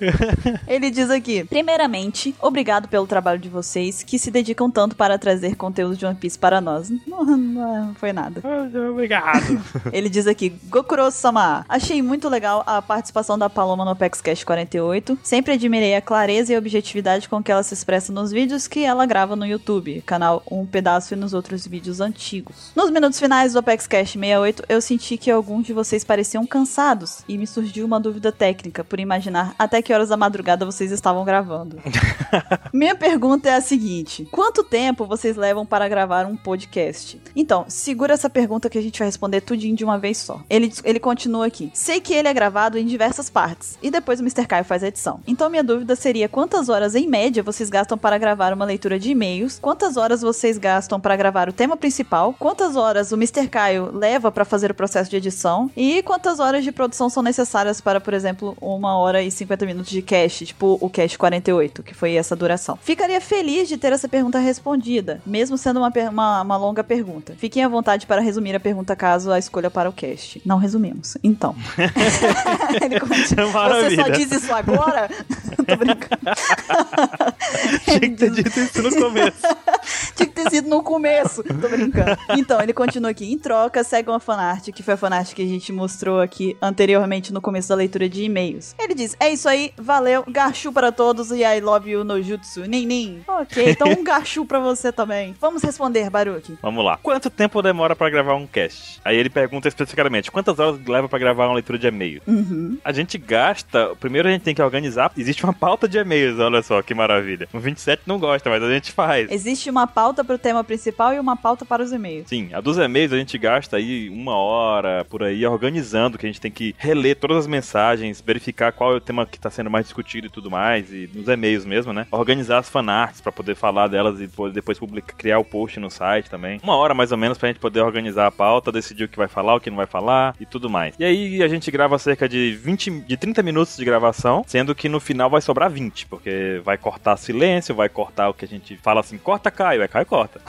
Speaker 1: Ele diz aqui: Primeiramente, obrigado pelo trabalho de vocês que se dedicam tanto para trazer conteúdo de One Piece para nós. Não, não foi nada.
Speaker 2: Obrigado.
Speaker 1: Ele diz aqui, Gokuro-sama, achei muito legal a participação da Paloma no Apex Cash 48. Sempre admirei a clareza e objetividade com que ela se expressa nos vídeos que ela grava no YouTube, canal Um Pedaço e nos outros vídeos antigos. Nos minutos finais do Apex Cash 68, eu senti que alguns de vocês pareciam cansados e me surgiu uma dúvida técnica por imaginar até que horas da madrugada vocês estavam gravando. Minha pergunta é a seguinte: quanto tempo vocês levam para gravar um podcast? Então, segura essa pergunta que a gente vai responder tudinho de uma vez só. Ele, ele continua aqui. Sei que ele é gravado em diversas partes e depois o Mr. Caio faz a edição. Então, minha dúvida seria quantas horas em média vocês gastam para gravar uma leitura de e-mails? Quantas horas vocês gastam para gravar o tema principal? Quantas horas o Mr. Caio leva para fazer o processo de edição? E quantas horas de produção são necessárias para, por exemplo, uma hora e 50 minutos de cast, tipo o cast 48, que foi essa duração? Ficaria feliz de ter essa pergunta respondida, mesmo sendo uma, per- uma, uma longa pergunta. Fiquem à vontade para resumir a pergunta caso a escolha para o cast. Não resumimos. Então. Ele continua. Você só
Speaker 2: Maravilha.
Speaker 1: diz isso agora? Tô brincando.
Speaker 2: Tinha que ter dito isso no começo.
Speaker 1: Tinha que ter sido no começo. Tô brincando. Então, ele continua aqui. Em troca, segue uma fanart, que foi a fanart que a gente mostrou aqui anteriormente no começo da leitura de e-mails. Ele diz: É isso aí, valeu, garchu para todos e I love you no jutsu. Nin, nin. Ok, então um garchu pra você também. Vamos responder, Baruki.
Speaker 2: Vamos lá. Quanto tempo demora pra gravar um cast? Aí ele pergunta especificamente, quantas horas leva pra gravar uma leitura de e-mail?
Speaker 1: Uhum.
Speaker 2: A gente gasta, primeiro a gente tem que organizar, existe uma pauta de e-mails, olha só que maravilha. Um O 27 não gosta, mas a gente faz.
Speaker 1: Existe uma pauta pro tema principal e uma pauta para os e-mails.
Speaker 2: Sim, a dos e-mails a gente gasta aí uma hora por aí organizando, que a gente tem que reler todas as mensagens, verificar qual é o tema que tá sendo mais discutido e tudo mais, e nos e-mails mesmo, né? Organizar as fanarts pra poder falar delas e pô- depois publicar, criar o post no site também. Uma hora mais ou menos pra gente poder organizar a pauta, decidir o que vai falar, o que não vai falar e tudo mais. E aí a gente grava cerca de 20, de 30 minutos de gravação, sendo que no final vai sobrar 20, porque vai cortar silêncio, vai cortar o que a gente fala assim, corta Caio, é Caio corta.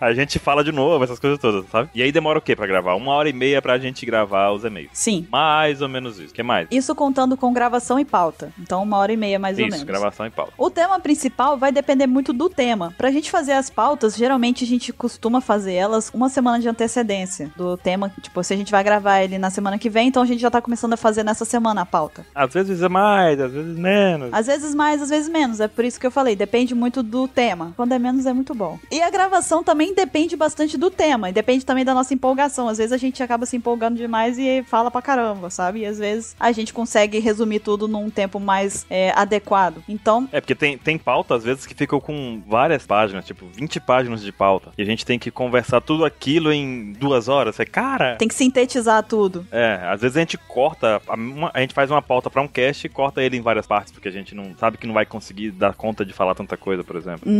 Speaker 2: A gente fala de novo, essas coisas todas, sabe? E aí demora o quê pra gravar? Uma hora e meia pra gente gravar os e-mails.
Speaker 1: Sim.
Speaker 2: Mais ou menos isso. O que mais?
Speaker 1: Isso contando com gravação e pauta. Então, uma hora e meia mais ou
Speaker 2: isso,
Speaker 1: menos.
Speaker 2: gravação e pauta.
Speaker 1: O tema principal vai depender muito do tema. Pra gente fazer as pautas, geralmente a gente costuma fazer elas uma semana de antecedência do tema. Tipo, se a gente vai gravar ele na semana que vem, então a gente já tá começando a fazer nessa semana a pauta.
Speaker 2: Às vezes é mais, às vezes menos.
Speaker 1: Às vezes mais, às vezes menos. É por isso que eu falei, depende muito do tema. Quando é menos, é muito bom. E a gravação também depende bastante do tema. E depende também da nossa empolgação. Às vezes a gente acaba se empolgando demais e fala pra caramba, sabe? E às vezes a gente consegue resumir tudo num tempo mais é, adequado. Então,
Speaker 2: É, porque tem, tem pauta, às vezes, que ficam com várias páginas, tipo, 20 páginas de pauta. E a gente tem que conversar tudo aquilo em duas horas. É, cara.
Speaker 1: tem que sintetizar tudo.
Speaker 2: É, às vezes a gente corta, a, uma- a gente faz uma pauta pra um cast e corta ele em várias partes, porque a gente não sabe que não vai conseguir dar conta de falar tanta coisa, por exemplo.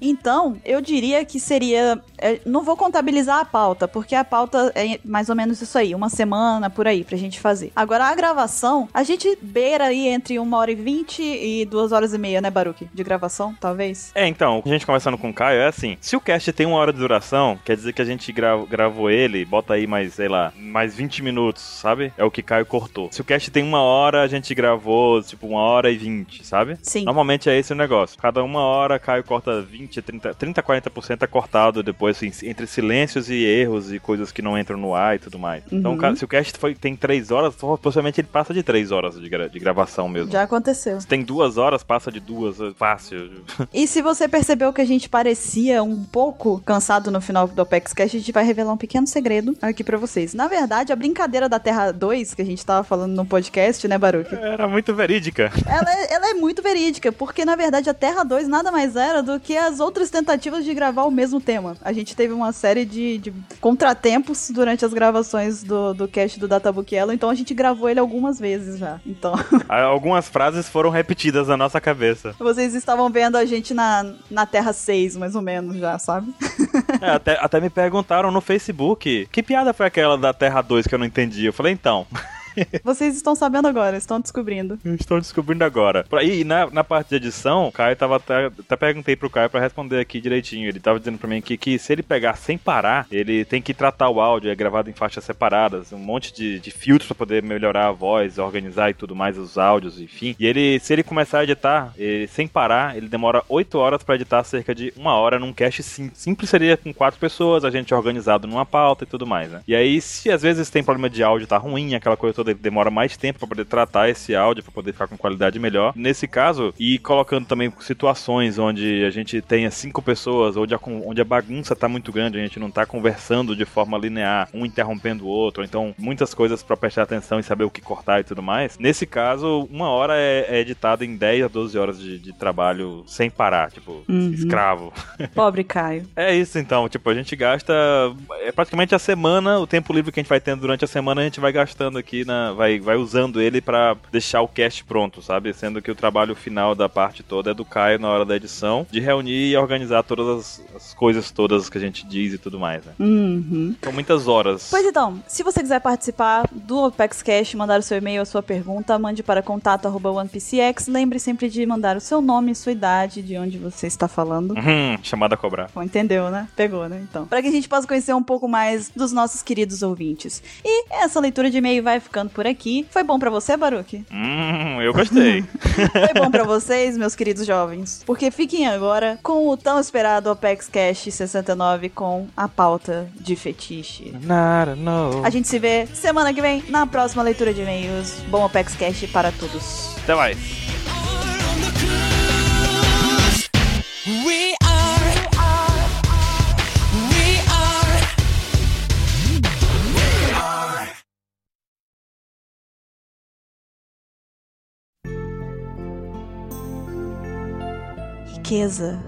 Speaker 1: Então, eu diria que seria. é, não vou contabilizar a pauta, porque a pauta é mais ou menos isso aí, uma semana por aí pra gente fazer. Agora, a gravação, a gente beira aí entre uma hora e vinte e duas horas e meia, né, Baruque? De gravação, talvez?
Speaker 2: É, então, a gente conversando com o Caio é assim: se o cast tem uma hora de duração, quer dizer que a gente gra- gravou ele, bota aí mais, sei lá, mais 20 minutos, sabe? É o que Caio cortou. Se o cast tem uma hora, a gente gravou, tipo, uma hora e 20, sabe?
Speaker 1: Sim.
Speaker 2: Normalmente é esse o negócio. Cada uma hora, Caio corta 20, 30, 30, 40 40% é cortado depois, assim, entre silêncios e erros e coisas que não entram no ar e tudo mais. Então,
Speaker 1: Uhum.
Speaker 2: cara, se o cast foi- tem 3 horas, possivelmente ele passa de 3 horas de, gra- de gravação mesmo.
Speaker 1: Já aconteceu.
Speaker 2: Se tem duas horas, passa de duas, é fácil.
Speaker 1: E se você percebeu que a gente parecia um pouco cansado no final do Apex Cash, a gente vai revelar um pequeno segredo aqui pra vocês. Na verdade, a brincadeira da Terra 2, que a gente tava falando no podcast, né, Baruque?
Speaker 2: Era muito verídica.
Speaker 1: Ela, é- ela é muito verídica, porque na verdade a Terra 2 nada mais era do que as outras tentativas de gravar o mesmo tema. A gente teve uma série de, de contratempos durante as gravações do, do cast do Databook Yellow, então a gente gravou ele algumas vezes já. Então,
Speaker 2: Algumas frases foram repetidas na nossa cabeça.
Speaker 1: vocês estavam vendo a gente na, na Terra 6, mais ou menos, já, sabe?
Speaker 2: É, até, até me perguntaram no Facebook que piada foi aquela da Terra 2 que eu não entendi. Eu falei, então,
Speaker 1: Vocês estão sabendo agora, estão descobrindo.
Speaker 2: eu estou descobrindo agora. Por aí, E na, na parte de edição, o Caio tava até, até perguntei pro Caio pra responder aqui direitinho. Ele tava dizendo pra mim aqui que se ele pegar sem parar, ele tem que tratar o áudio, é gravado em faixas separadas, um monte de, de filtros pra poder melhorar a voz, organizar e tudo mais, os áudios, enfim. E ele, se ele começar a editar eh, sem parar, ele demora 8 horas pra editar cerca de uma hora num cast sim- simples seria com quatro pessoas, a gente organizado numa pauta e tudo mais, né? E aí, se às vezes tem problema de áudio, tá ruim, aquela coisa toda, ele demora mais tempo pra poder tratar esse áudio, pra poder ficar com qualidade melhor. Nesse caso, e colocando também situações onde a gente tenha cinco pessoas, onde a, con- onde a bagunça tá muito grande, a gente não tá conversando de forma linear, um interrompendo o outro, ou então muitas coisas pra prestar atenção e saber o que cortar e tudo mais. Nesse caso, uma hora é, é editada em 10 a 12 horas de, de trabalho sem parar, tipo,
Speaker 1: Uhum.
Speaker 2: escravo.
Speaker 1: Pobre Caio.
Speaker 2: É isso então, tipo, a gente gasta é praticamente a semana, o tempo livre que a gente vai tendo durante a semana, a gente vai gastando aqui na vai vai usando ele pra deixar o cast pronto, sabe? Sendo que o trabalho final da parte toda é do Caio na hora da edição, de reunir e organizar todas as, as coisas todas que a gente diz e tudo mais, né?
Speaker 1: Uhum.
Speaker 2: São muitas horas.
Speaker 1: Pois então, se você quiser participar do Apex Cash, mandar o seu e-mail, a sua pergunta, mande para contato arroba OnePCX. Lembre sempre de mandar o seu nome, sua idade, de onde você está falando.
Speaker 2: Uhum, chamada a cobrar.
Speaker 1: Bom, entendeu, né? Pegou, né? Então. Para que a gente possa conhecer um pouco mais dos nossos queridos ouvintes. E essa leitura de e-mail vai ficando por aqui. Foi bom pra você, Baruque?
Speaker 2: Hum, eu gostei.
Speaker 1: Foi bom pra vocês, meus queridos jovens. Porque fiquem agora com o tão esperado Apex Cash 69 com a pauta de fetiche.
Speaker 2: Nada, não.
Speaker 1: A gente se vê semana que vem na próxima leitura de e-mails. Bom Apex Cash para todos.
Speaker 2: Até mais.
Speaker 5: We are. We are.
Speaker 1: Riqueza,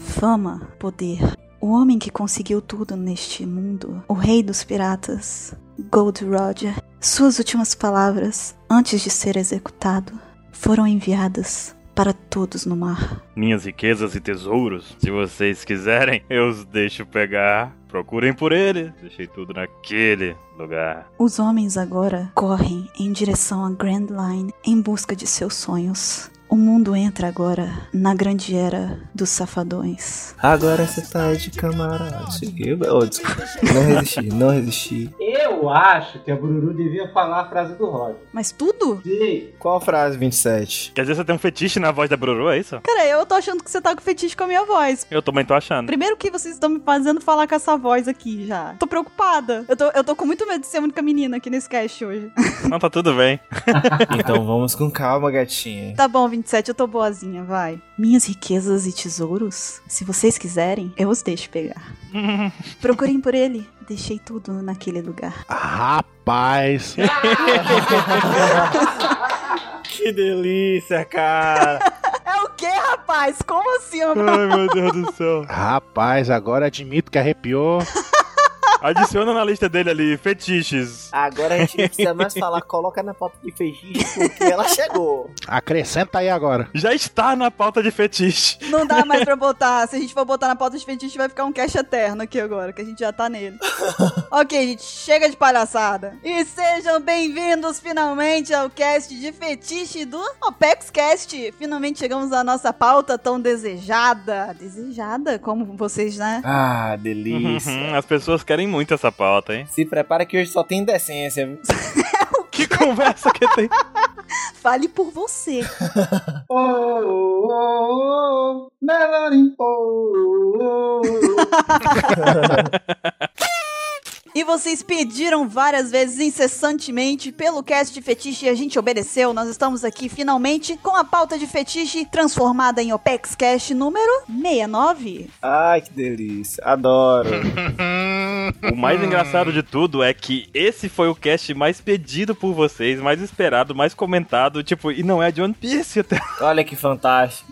Speaker 1: fama, poder. O homem que conseguiu tudo neste mundo. O rei dos piratas. Gold Roger. Suas últimas palavras, antes de ser executado, foram enviadas para todos no mar.
Speaker 2: minhas riquezas e tesouros. Se vocês quiserem, eu os deixo pegar. Procurem por ele. Deixei tudo naquele lugar.
Speaker 1: Os homens agora correm em direção à Grand Line em busca de seus sonhos. O mundo entra agora na grande era dos safadões.
Speaker 4: Agora você tá de camarote. Eu, oh, desculpa. Não resisti, não resisti.
Speaker 8: Eu acho que a Bururu devia falar a frase do Roger.
Speaker 1: Mas tudo?
Speaker 8: Sim.
Speaker 4: Qual a frase 27?
Speaker 2: Quer dizer, você tem um fetiche na voz da Bruru, é isso?
Speaker 1: Cara, eu tô achando que você tá com fetiche com a minha voz.
Speaker 2: Eu também tô achando.
Speaker 1: Primeiro que vocês estão me fazendo falar com essa voz aqui já. Tô preocupada. Eu tô, eu tô com muito medo de ser a única menina aqui nesse cast hoje.
Speaker 2: Não, tá tudo bem.
Speaker 4: Então vamos com calma, gatinha.
Speaker 1: Tá bom, 27, eu tô boazinha, vai. Minhas riquezas e tesouros, se vocês quiserem, eu os deixo pegar. Procurem por ele. Deixei tudo naquele lugar.
Speaker 3: Rapaz!
Speaker 4: Que delícia, cara.
Speaker 1: É o quê, rapaz? Como assim?
Speaker 2: Ai, meu Deus do céu.
Speaker 3: Rapaz, agora admito que arrepiou.
Speaker 2: Adiciona na lista dele ali, fetiches.
Speaker 9: Agora a gente não precisa mais falar, coloca na pauta de feijinho porque ela chegou.
Speaker 3: Acrescenta aí agora.
Speaker 2: Já está na pauta de fetiche.
Speaker 1: Não dá mais pra botar. Se a gente for botar na pauta de fetiche, vai ficar um cash eterno aqui agora, que a gente já tá nele. ok, gente, chega de palhaçada. E sejam bem-vindos finalmente ao cast de fetiche do Opex Cast. Finalmente chegamos à nossa pauta tão desejada. Desejada, como vocês, né?
Speaker 4: Ah, delícia.
Speaker 2: Uhum, as pessoas querem muito essa pauta, hein?
Speaker 9: Se prepara que hoje só tem decência, viu?
Speaker 2: Que conversa que tem.
Speaker 1: Fale por você.
Speaker 9: Oh, oh, oh, oh, melody, oh, oh, oh.
Speaker 1: E vocês pediram várias vezes, incessantemente, pelo cast fetiche e a gente obedeceu. Nós estamos aqui finalmente com a pauta de fetiche transformada em OPEX Cast número 69.
Speaker 9: Ai, que delícia. Adoro.
Speaker 2: O mais engraçado de tudo é que esse foi o cast mais pedido por vocês, mais esperado, mais comentado, tipo, e não é de One Piece até.
Speaker 9: Olha que fantástico.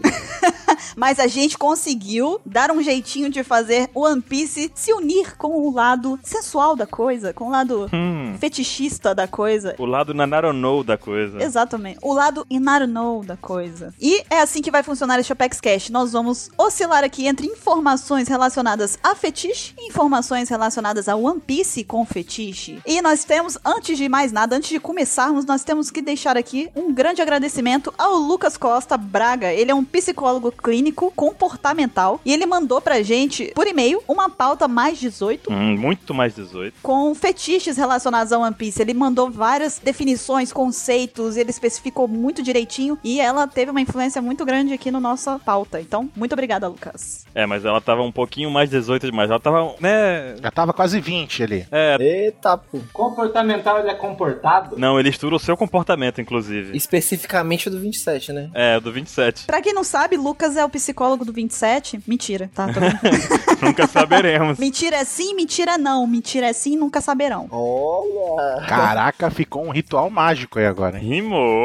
Speaker 1: Mas a gente conseguiu dar um jeitinho de fazer o One Piece se unir com o lado sensual da coisa, com o lado
Speaker 2: Hum,
Speaker 1: fetichista da coisa.
Speaker 2: o lado Nanaronou da coisa.
Speaker 1: Exatamente. O lado inarunou da coisa. E é assim que vai funcionar este Opex Cash. Nós vamos oscilar aqui entre informações relacionadas a fetiche e informações relacionadas a One Piece com fetiche. E nós temos, antes de mais nada, antes de começarmos, nós temos que deixar aqui um grande agradecimento ao Lucas Costa Braga. Ele é um psicólogo clínico comportamental e ele mandou pra gente, por e-mail, uma pauta mais 18
Speaker 2: Hum, muito mais 18.
Speaker 1: com fetiches relacionados a One Piece. Ele mandou várias definições, conceitos, ele especificou muito direitinho e ela teve uma influência muito grande aqui na nossa pauta. Então, muito obrigada, Lucas.
Speaker 2: É, mas ela tava um pouquinho mais 18 demais. Ela tava, né?
Speaker 3: Já tava quase 20 ali.
Speaker 2: É.
Speaker 9: Eita, pô.
Speaker 8: Comportamental ele é comportado?
Speaker 2: Não, ele estuda o seu comportamento, inclusive.
Speaker 9: Especificamente o do 27, né?
Speaker 2: É, do 27.
Speaker 1: Pra quem não sabe, Lucas é o psicólogo do 27. Mentira, tá? Tô brincando.
Speaker 2: Nunca saberemos.
Speaker 1: mentira é sim, mentira é não. Mentira é sim, nunca saberão.
Speaker 9: Olha.
Speaker 3: Caraca, ficou um ritual mágico aí agora, hein?
Speaker 2: Rimou.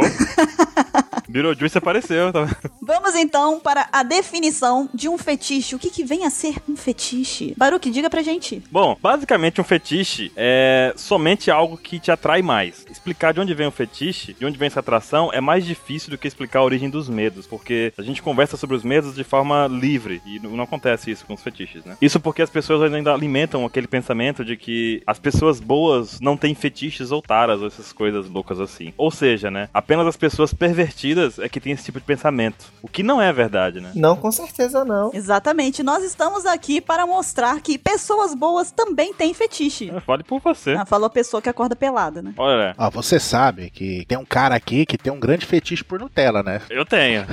Speaker 2: Beetlejuice apareceu. Tá?
Speaker 1: Vamos então para a definição de um fetiche. O que, que vem a ser um fetiche? Baruque, diga pra gente.
Speaker 2: Bom, basicamente um fetiche é somente algo que te atrai mais. Explicar de onde vem o fetiche, de onde vem essa atração, é mais difícil do que explicar a origem dos medos, porque a gente conversa sobre os medos de forma livre e não não acontece isso com os fetiches, né? Isso porque as pessoas ainda alimentam aquele pensamento de que as pessoas boas não têm fetiches ou taras ou essas coisas loucas assim. Ou seja, né? Apenas as pessoas pervertidas é que têm esse tipo de pensamento, o que não é verdade, né?
Speaker 9: Não, com certeza não.
Speaker 1: Exatamente, nós estamos aqui para mostrar que pessoas boas também têm fetiche.
Speaker 2: Fale É por você.
Speaker 1: Ah, falou a pessoa que acorda pelada, né?
Speaker 2: Olha,
Speaker 3: Ó, você sabe que tem um cara aqui que tem um grande fetiche por Nutella, né?
Speaker 2: eu tenho.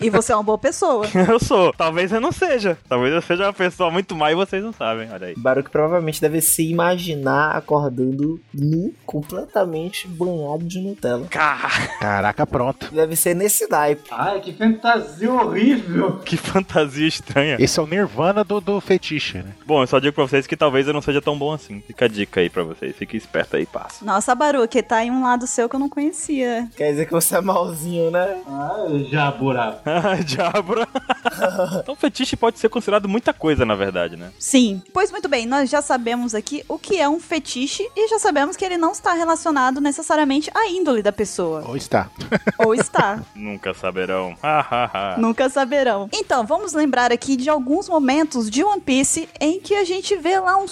Speaker 1: E você é uma boa pessoa.
Speaker 2: Eu sou. Talvez eu não seja. Talvez eu seja uma pessoa muito má e vocês não sabem. Olha aí.
Speaker 9: Baruque provavelmente deve se imaginar acordando nu, completamente banhado de Nutella.
Speaker 2: Cara,
Speaker 3: Caraca, pronto.
Speaker 9: Deve ser nesse naipe.
Speaker 8: Ai, que fantasia horrível.
Speaker 2: que fantasia estranha.
Speaker 3: Esse é o nirvana do, do fetiche, né?
Speaker 2: Bom, eu só digo pra vocês que talvez eu não seja tão bom assim. Fica a dica aí pra vocês. Fique esperto aí, passa.
Speaker 1: Nossa, Baruque, tá em um lado seu que eu não conhecia.
Speaker 9: Quer dizer que você é malzinho, né?
Speaker 8: Ai, jabura.
Speaker 2: Ah, diabo. então, fetiche pode ser considerado muita coisa, na verdade, né?
Speaker 1: Sim. Pois muito bem, nós já sabemos aqui o que é um fetiche e já sabemos que ele não está relacionado necessariamente à índole da pessoa.
Speaker 3: Ou está.
Speaker 1: Ou está.
Speaker 2: Nunca saberão. Ha, ha, ha.
Speaker 1: Nunca saberão. Então, vamos lembrar aqui de alguns momentos de One Piece em que a gente vê lá um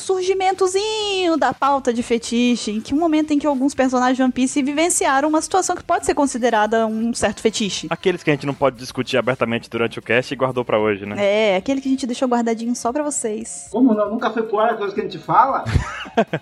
Speaker 1: surgimentozinho da pauta de fetiche, em que um momento em que alguns personagens de One Piece vivenciaram uma situação que pode ser considerada um certo fetiche.
Speaker 2: Aqueles que a gente não pode discutir abertamente durante o cast e guardou pra hoje, né?
Speaker 1: É, aquele que a gente deixou guardadinho só pra vocês.
Speaker 8: Como não? Nunca foi pro ar a coisa que a gente fala?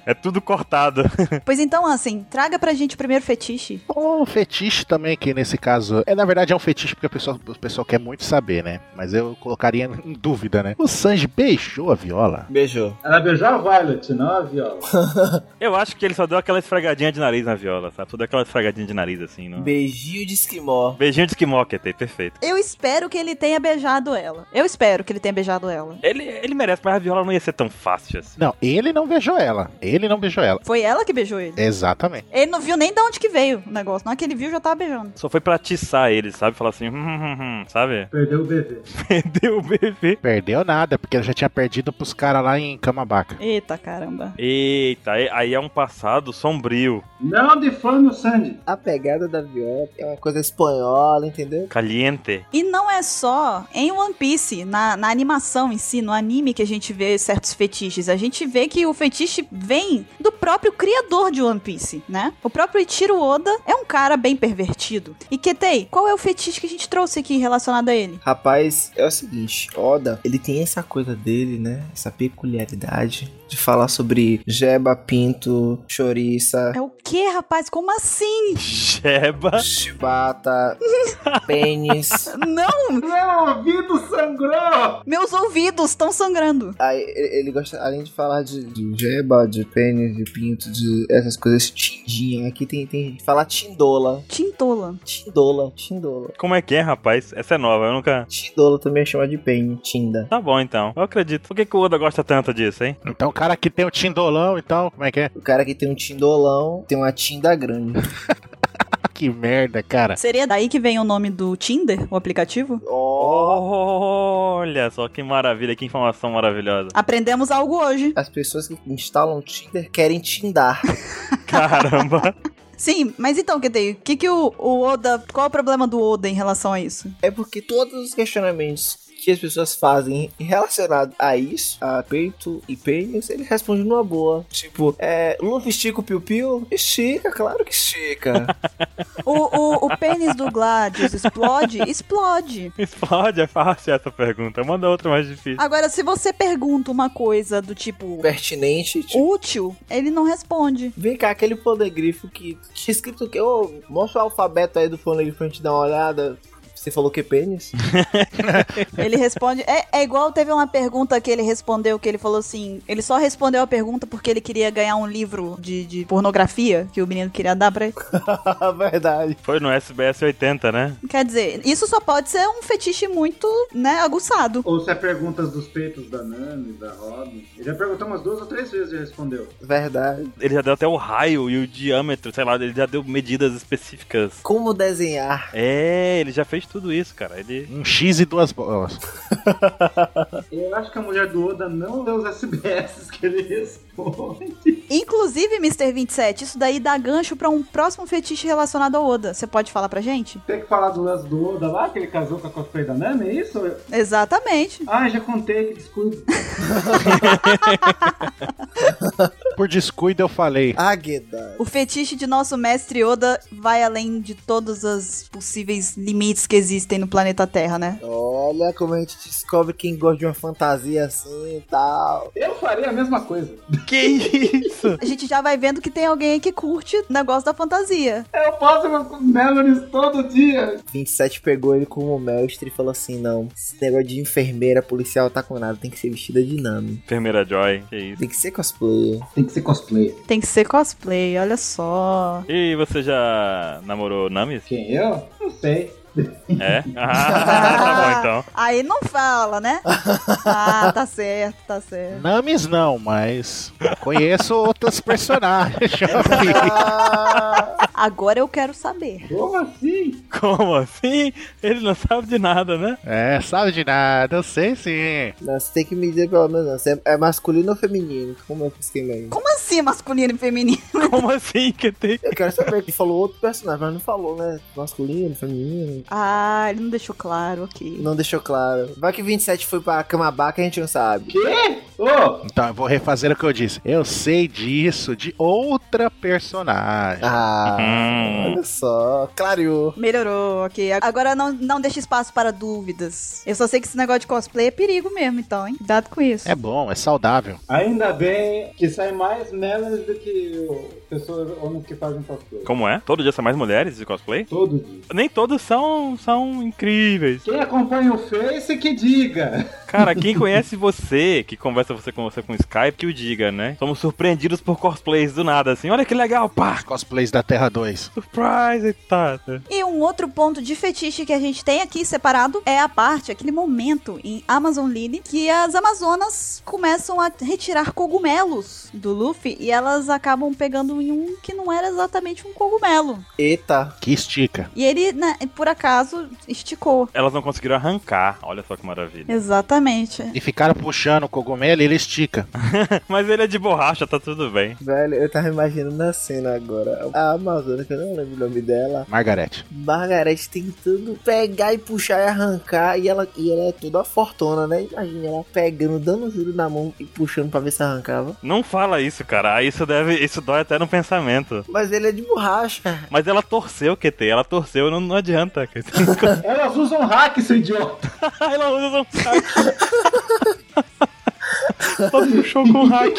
Speaker 2: É tudo cortado.
Speaker 1: Pois então, assim, traga pra gente o primeiro fetiche.
Speaker 3: Um fetiche também, que nesse caso. É, na verdade, é um fetiche porque o pessoal, o pessoal quer muito saber, né? Mas eu colocaria em dúvida, né? O Sanji beijou a viola.
Speaker 9: Beijou.
Speaker 8: Ela beijou a Violet, não a Viola.
Speaker 2: Eu acho que ele só deu aquela esfregadinha de nariz na viola, sabe? Tudo aquela esfregadinha de nariz assim,
Speaker 9: Ah.
Speaker 2: não?
Speaker 9: Beijinho de esquimó.
Speaker 2: Beijinho de esquimó, Ketei, perfeito.
Speaker 1: Eu espero que ele tenha beijado ela. Eu espero que ele tenha beijado ela.
Speaker 2: Ele, ele merece, mas a viola não ia ser tão fácil assim.
Speaker 3: Não, ele não beijou ela. Ele não beijou ela.
Speaker 1: Foi ela que beijou
Speaker 3: É.
Speaker 1: ele.
Speaker 3: Exatamente.
Speaker 1: Ele não viu nem de onde que veio o negócio. Na hora que ele viu, já tava beijando.
Speaker 2: Só foi pra atiçar ele, sabe? Falar assim, hum, hum, hum, sabe?
Speaker 8: Perdeu o bebê.
Speaker 2: Perdeu o bebê.
Speaker 3: Perdeu nada, porque ele já tinha perdido pros caras lá em Camabaca.
Speaker 1: Eita caramba.
Speaker 2: Eita, aí- aí é um passado sombrio,
Speaker 8: Não defame o Sandy.
Speaker 9: A pegada da viola é uma coisa espanhola, entendeu?
Speaker 2: caliente.
Speaker 1: E não é só em One Piece, na, na animação em si, no anime que a gente vê certos fetiches. A gente vê que o fetiche vem do próprio criador de One Piece, né? O próprio Ichiro Oda é um cara bem pervertido. E Ketei, qual é o fetiche que a gente trouxe aqui relacionado a ele?
Speaker 9: Rapaz, é o seguinte, Oda, ele tem essa coisa dele, né? Essa peculiaridade de falar sobre jeba, pinto, chouriça,
Speaker 1: É o que, rapaz? Como assim?
Speaker 2: Jeba.
Speaker 9: chibata, pênis.
Speaker 1: Não,
Speaker 8: Meu ouvido sangrou!
Speaker 1: meus ouvidos estão sangrando.
Speaker 9: Aí ele ele gosta, além de falar de, de jeba, de pênis, de pinto, de essas coisas, tindinha. Aqui tem, tem gente que fala tindola.
Speaker 1: Tintola.
Speaker 9: Tindola, tindola.
Speaker 2: Como é que é, rapaz? Essa é nova, eu nunca.
Speaker 9: Tindola também é chamada de pênis, tinda.
Speaker 2: Tá bom então, eu acredito. Por que, que o Oda gosta tanto disso, hein?
Speaker 3: Então, o cara que tem o tindolão, então, como é que é?
Speaker 9: O cara que tem um tindolão tem uma tinda grande.
Speaker 3: Ah, Que merda, cara.
Speaker 1: Seria daí que vem o nome do Tinder, o aplicativo?
Speaker 9: Ó,
Speaker 2: Olha só que maravilha, que informação maravilhosa.
Speaker 1: Aprendemos algo hoje.
Speaker 9: As pessoas que instalam Tinder querem tindar.
Speaker 2: Caramba.
Speaker 1: Sim, mas então, Ketei, o que, que o, o Oda. Qual é o problema do Oda em relação a isso?
Speaker 9: É porque todos os questionamentos que as pessoas fazem relacionado a isso, a peito e pênis, ele responde numa boa. Tipo, é, Luffy estica o piu-piu? Estica, claro que estica.
Speaker 1: O, o, o pênis do Gladius explode? Explode.
Speaker 2: Explode, é fácil essa pergunta. Manda outra mais difícil.
Speaker 1: Agora, se você pergunta uma coisa do tipo
Speaker 9: Pertinente. Tipo,
Speaker 1: útil, ele não responde.
Speaker 9: Vem cá, aquele ponegrifo que tinha escrito que... Ô, mostra o alfabeto aí do ponegrifo pra gente dar uma olhada. Você falou que é pênis?
Speaker 1: Ele responde. É, é igual teve uma pergunta que ele respondeu, que ele falou assim. Ele só respondeu a pergunta porque ele queria ganhar um livro de, de pornografia que o menino queria dar pra ele.
Speaker 9: Verdade.
Speaker 2: Foi no SBS 80, né?
Speaker 1: Quer dizer, isso só pode ser um fetiche muito, né, aguçado.
Speaker 8: Ou se é perguntas dos peitos da Nami, da Robin. Ele já perguntou umas duas ou três vezes e já respondeu.
Speaker 9: Verdade.
Speaker 2: Ele já deu até o raio e o diâmetro, sei lá, ele já deu medidas específicas.
Speaker 9: Como desenhar?
Speaker 2: É, ele já fez tudo isso, cara. Ele.
Speaker 3: Um X e duas bolas.
Speaker 8: Eu acho que a mulher do Oda não lê os SBS que ele responde.
Speaker 1: Inclusive, Mr. 27, isso daí dá gancho pra um próximo fetiche relacionado ao Oda. Você pode falar pra gente?
Speaker 8: Tem que falar do lance do Oda lá, que ele casou com a cosplay da Nami, é isso?
Speaker 1: Exatamente.
Speaker 8: Ah, já contei, que descuido.
Speaker 3: Por descuido eu falei.
Speaker 9: Águeda.
Speaker 1: O fetiche de nosso mestre Oda vai além de todos os possíveis limites que existem no planeta Terra, né?
Speaker 9: Olha como a gente descobre quem gosta de uma fantasia assim e tal.
Speaker 8: Eu faria a mesma coisa.
Speaker 2: Que isso?
Speaker 1: A gente já vai vendo que tem alguém aí que curte o negócio da fantasia.
Speaker 8: Eu posso meus memories todo dia.
Speaker 9: 27 pegou ele como mestre e falou assim: não, esse negócio de enfermeira policial tá com nada, tem que ser vestida de Nami.
Speaker 2: Enfermeira Joy, que isso.
Speaker 9: Tem que ser cosplayer.
Speaker 8: Tem que ser cosplay.
Speaker 1: Tem que ser cosplay, olha só.
Speaker 2: E você já namorou Namis?
Speaker 8: Quem eu? Não sei.
Speaker 2: É? Ah, tá bom então.
Speaker 1: Aí não fala, né? Ah, tá certo, tá certo.
Speaker 3: Names não, mas conheço outros personagens.
Speaker 9: Ah,
Speaker 1: Agora eu quero saber.
Speaker 8: Como assim?
Speaker 2: Como assim? Ele não sabe de nada, né?
Speaker 3: é, sabe de nada, eu sei sim.
Speaker 9: não, você tem que me dizer pelo menos, não, você é masculino ou feminino? Como é que você aí?
Speaker 1: Como assim masculino e feminino?
Speaker 2: Como assim que tem?
Speaker 9: Eu quero saber, ele falou outro personagem, mas não falou, né? Masculino, feminino.
Speaker 1: Ah, ele não deixou claro aqui.
Speaker 9: Não deixou claro. Vai que 27 foi pra Camabá que a gente não sabe.
Speaker 8: Quê? Ô,
Speaker 3: Então, eu vou refazer o que eu disse. Eu sei disso de outra personagem.
Speaker 9: Ah,
Speaker 2: Hum.
Speaker 9: olha só, clareou.
Speaker 1: Melhorou, ok. Agora não, não deixa espaço para dúvidas. Eu só sei que esse negócio de cosplay é perigo mesmo, então, hein? Cuidado com isso.
Speaker 3: É bom, é saudável.
Speaker 8: ainda bem que saem mais memories do que o- pessoas, homens que fazem cosplay.
Speaker 2: Como é? Todo dia são mais mulheres de cosplay?
Speaker 8: Todo dia.
Speaker 2: Nem todos são, são incríveis.
Speaker 8: Quem acompanha o Face que diga.
Speaker 2: Cara, quem conhece você, que conversa você com você com Skype, que o diga, né? Somos surpreendidos por cosplays do nada, assim. Olha que legal, pá!
Speaker 3: Cosplays da Terra 2.
Speaker 2: Surprise e tá.
Speaker 1: E um outro ponto de fetiche que a gente tem aqui separado é a parte, aquele momento em Amazon Lily, que as Amazonas começam a retirar cogumelos do Luffy e elas acabam pegando em um que não era exatamente um cogumelo.
Speaker 9: Eita,
Speaker 3: Que estica.
Speaker 1: E ele, né, por ac- acaso esticou.
Speaker 2: Elas não conseguiram arrancar. Olha só que maravilha.
Speaker 1: Exatamente.
Speaker 3: E ficaram puxando o cogumelo e ele estica.
Speaker 2: Mas ele é de borracha, tá tudo bem.
Speaker 9: Velho, eu tava imaginando a cena agora. A Amazônia, que eu não lembro o nome dela.
Speaker 3: Margarete.
Speaker 9: Margarete tentando pegar e puxar e arrancar. E ela, e ela é toda fortona, né? Imagina ela pegando, dando um juro na mão e puxando pra ver se arrancava.
Speaker 2: Não fala isso, cara. Ah, Isso deve. Isso dói até no pensamento.
Speaker 9: Mas ele é de borracha.
Speaker 2: Mas ela torceu, QT. Ela torceu, não, não adianta. QT.
Speaker 8: Elas usam hack, seu idiota.
Speaker 2: ela usa um hack. Ela puxou com um hack.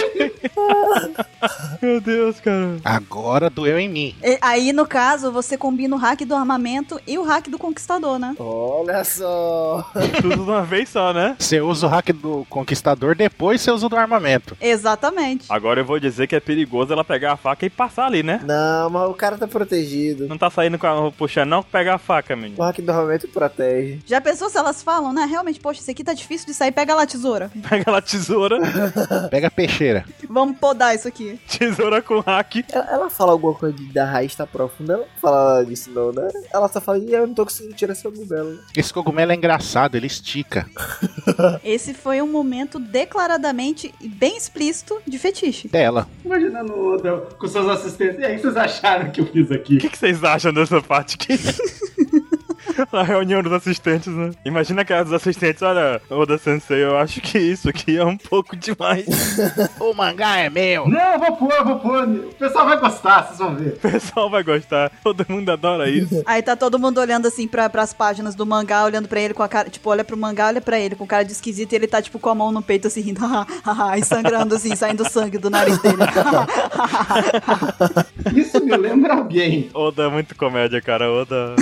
Speaker 2: Meu Deus, cara.
Speaker 3: Agora doeu em mim.
Speaker 1: E aí, no caso, você combina o hack do armamento e o hack do conquistador, né?
Speaker 9: Olha só.
Speaker 2: Tudo de uma vez só, né?
Speaker 3: Você usa o hack do conquistador, depois você usa o do armamento.
Speaker 1: Exatamente.
Speaker 2: Agora eu vou dizer que é perigoso ela pegar a faca e passar ali, né?
Speaker 9: Não, mas o cara tá protegido.
Speaker 2: Não tá saindo com a puxando, não? Pega a faca, menino.
Speaker 9: O hack do armamento protege.
Speaker 1: Já pensou se elas falam, né? Realmente, poxa, isso aqui tá difícil de sair, pega lá a tesoura.
Speaker 2: Pega lá a tesoura.
Speaker 3: Pega a peixeira.
Speaker 1: Vamos podar isso aqui.
Speaker 2: Tesoura com hack.
Speaker 9: Ela, ela fala alguma coisa de, da raiz tá profunda, ela não fala disso não, né? Ela só fala, Ih, eu não tô conseguindo tirar esse cogumelo.
Speaker 3: Esse cogumelo é engraçado, ele estica.
Speaker 1: Esse foi um momento declaradamente e bem explícito de fetiche.
Speaker 3: Dela.
Speaker 8: Imaginando outra com seus assistentes. E aí, o que vocês acharam que eu fiz aqui?
Speaker 2: O que, que vocês acham dessa parte aqui? Na reunião dos assistentes, né? Imagina aquela dos assistentes, olha, Oda Sensei, eu acho que isso aqui é um pouco demais.
Speaker 3: O mangá é meu.
Speaker 8: Não, eu vou pôr, eu vou pôr. O pessoal vai gostar, vocês vão ver.
Speaker 2: O pessoal vai gostar, todo mundo adora isso.
Speaker 1: Aí tá todo mundo olhando assim pra, pras páginas do mangá, olhando pra ele com a cara. Tipo, olha pro mangá, olha pra ele com cara de esquisito e ele tá, tipo, com a mão no peito, assim, rindo, e sangrando, assim, saindo sangue do nariz dele.
Speaker 8: Isso me lembra alguém.
Speaker 2: Oda é muito comédia, cara. Oda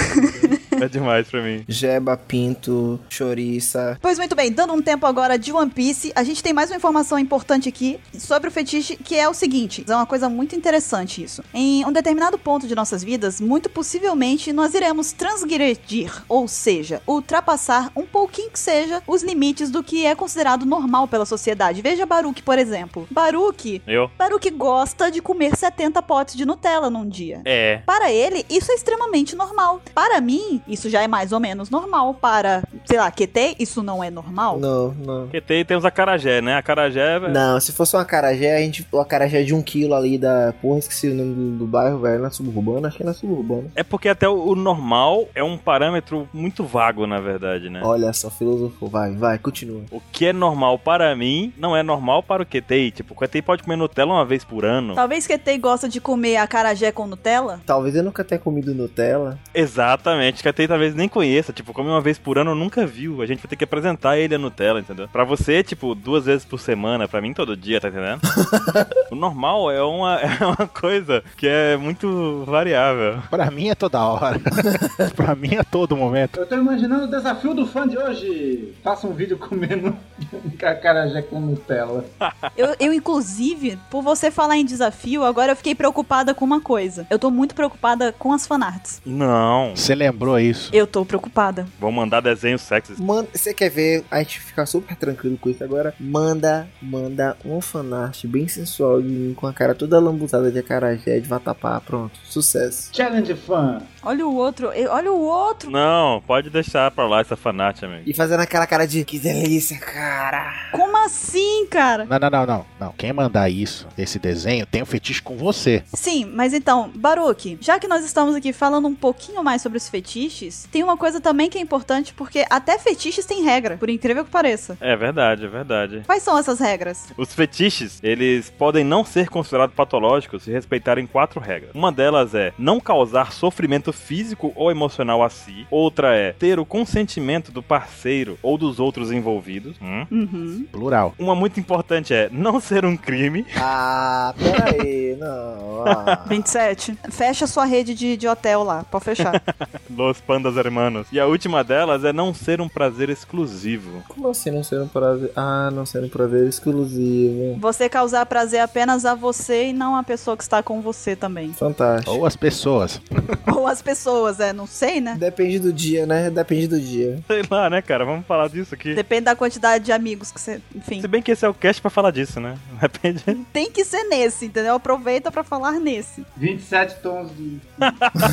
Speaker 2: é demais pra mim.
Speaker 9: Jeba, Pinto, Chouriça.
Speaker 1: Pois muito bem, dando um tempo agora de One Piece, a gente tem mais uma informação importante aqui sobre o fetiche, que é o seguinte: é uma coisa muito interessante isso. Em um determinado ponto de nossas vidas, muito possivelmente nós iremos transgredir, ou seja, ultrapassar um pouquinho que seja os limites do que é considerado normal pela sociedade. Veja Baruque, por exemplo. Baruque,
Speaker 2: Eu?
Speaker 1: Baruque gosta de comer 70 potes de Nutella num dia.
Speaker 2: É.
Speaker 1: Para ele, isso é extremamente normal. Para mim, isso já é mais ou menos normal. Para, sei lá, QT, isso não é normal.
Speaker 9: Não, não.
Speaker 2: QT tem os acarajé, né? Acarajé
Speaker 9: Não, se fosse um acarajé, a gente. O acarajé de um quilo ali da. Porra, esqueci o nome do, do bairro, velho. Na suburbana? Acho que é na suburbana.
Speaker 2: é porque até o o normal é um parâmetro muito vago, na verdade, né?
Speaker 9: Olha só, filósofo. Vai, vai, continua.
Speaker 2: O que é normal para mim não é normal para o QT. Tipo, o QT pode comer Nutella uma vez por ano.
Speaker 1: Talvez QT gosta de comer acarajé com Nutella.
Speaker 9: Talvez eu nunca tenha comido Nutella.
Speaker 2: Exatamente, que até talvez nem conheça, tipo, come uma vez por ano, nunca viu. A gente vai ter que apresentar ele a Nutella, entendeu? Pra você, tipo, duas vezes por semana, pra mim todo dia, tá entendendo? o normal é uma, é uma coisa que é muito variável.
Speaker 3: Pra mim é toda hora. pra mim é todo momento.
Speaker 8: Eu tô imaginando o desafio do fã de hoje. Faça um vídeo comendo cacarajé com Nutella.
Speaker 1: Eu, eu, inclusive, por você falar em desafio, agora eu fiquei preocupada com uma coisa. Eu tô muito preocupada com as fanarts.
Speaker 2: Não,
Speaker 3: Você lembrou isso?
Speaker 1: Eu tô preocupada.
Speaker 2: vão mandar desenhos sexys.
Speaker 9: Manda, você quer ver a gente ficar super tranquilo com isso agora? Manda, manda um fanart bem sensual de mim com a cara toda lambuzada de acarajé de vatapá. Pronto, sucesso.
Speaker 8: Challenge fã.
Speaker 1: Olha o outro, eu- olha o outro.
Speaker 2: Não, pode deixar pra lá essa fanart, amigo.
Speaker 9: E fazendo aquela cara de que delícia, cara.
Speaker 1: Como assim, cara?
Speaker 3: Não, não, não, não, não. Quem mandar isso, esse desenho, tem um fetiche com você.
Speaker 1: Sim, mas então, Baruque, já que nós estamos aqui falando um pouquinho mais sobre os fetiches, tem uma coisa também que é importante, porque até fetiches têm regra, por incrível que pareça.
Speaker 2: É verdade, é verdade.
Speaker 1: Quais são essas regras?
Speaker 2: Os fetiches, eles podem não ser considerados patológicos se respeitarem quatro regras. Uma delas é não causar sofrimento físico ou emocional a si. Outra é ter o consentimento do parceiro ou dos outros envolvidos. Hum.
Speaker 1: Uhum.
Speaker 3: Plural.
Speaker 2: Uma muito importante é não ser um crime.
Speaker 9: Ah, pera aí, não. ah.
Speaker 1: 27. Fecha sua rede de, de hotel lá, pode fechar.
Speaker 2: Los pandas hermanos. E a última delas é não ser um prazer exclusivo.
Speaker 9: Como assim não ser um prazer? Ah, não ser um prazer exclusivo.
Speaker 1: você causar prazer apenas a você e não à pessoa que está com você também.
Speaker 9: Fantástico.
Speaker 3: Ou as pessoas.
Speaker 1: Ou as pessoas, é, não sei, né?
Speaker 9: Depende do dia, né? Depende do dia.
Speaker 2: Sei lá, né, cara? Vamos falar disso aqui.
Speaker 1: Depende da quantidade de amigos que você. Enfim.
Speaker 2: Se bem que esse é o cast pra falar disso, né? Depende.
Speaker 1: Tem que ser nesse, entendeu? Aproveita pra falar nesse.
Speaker 8: 27 tons de.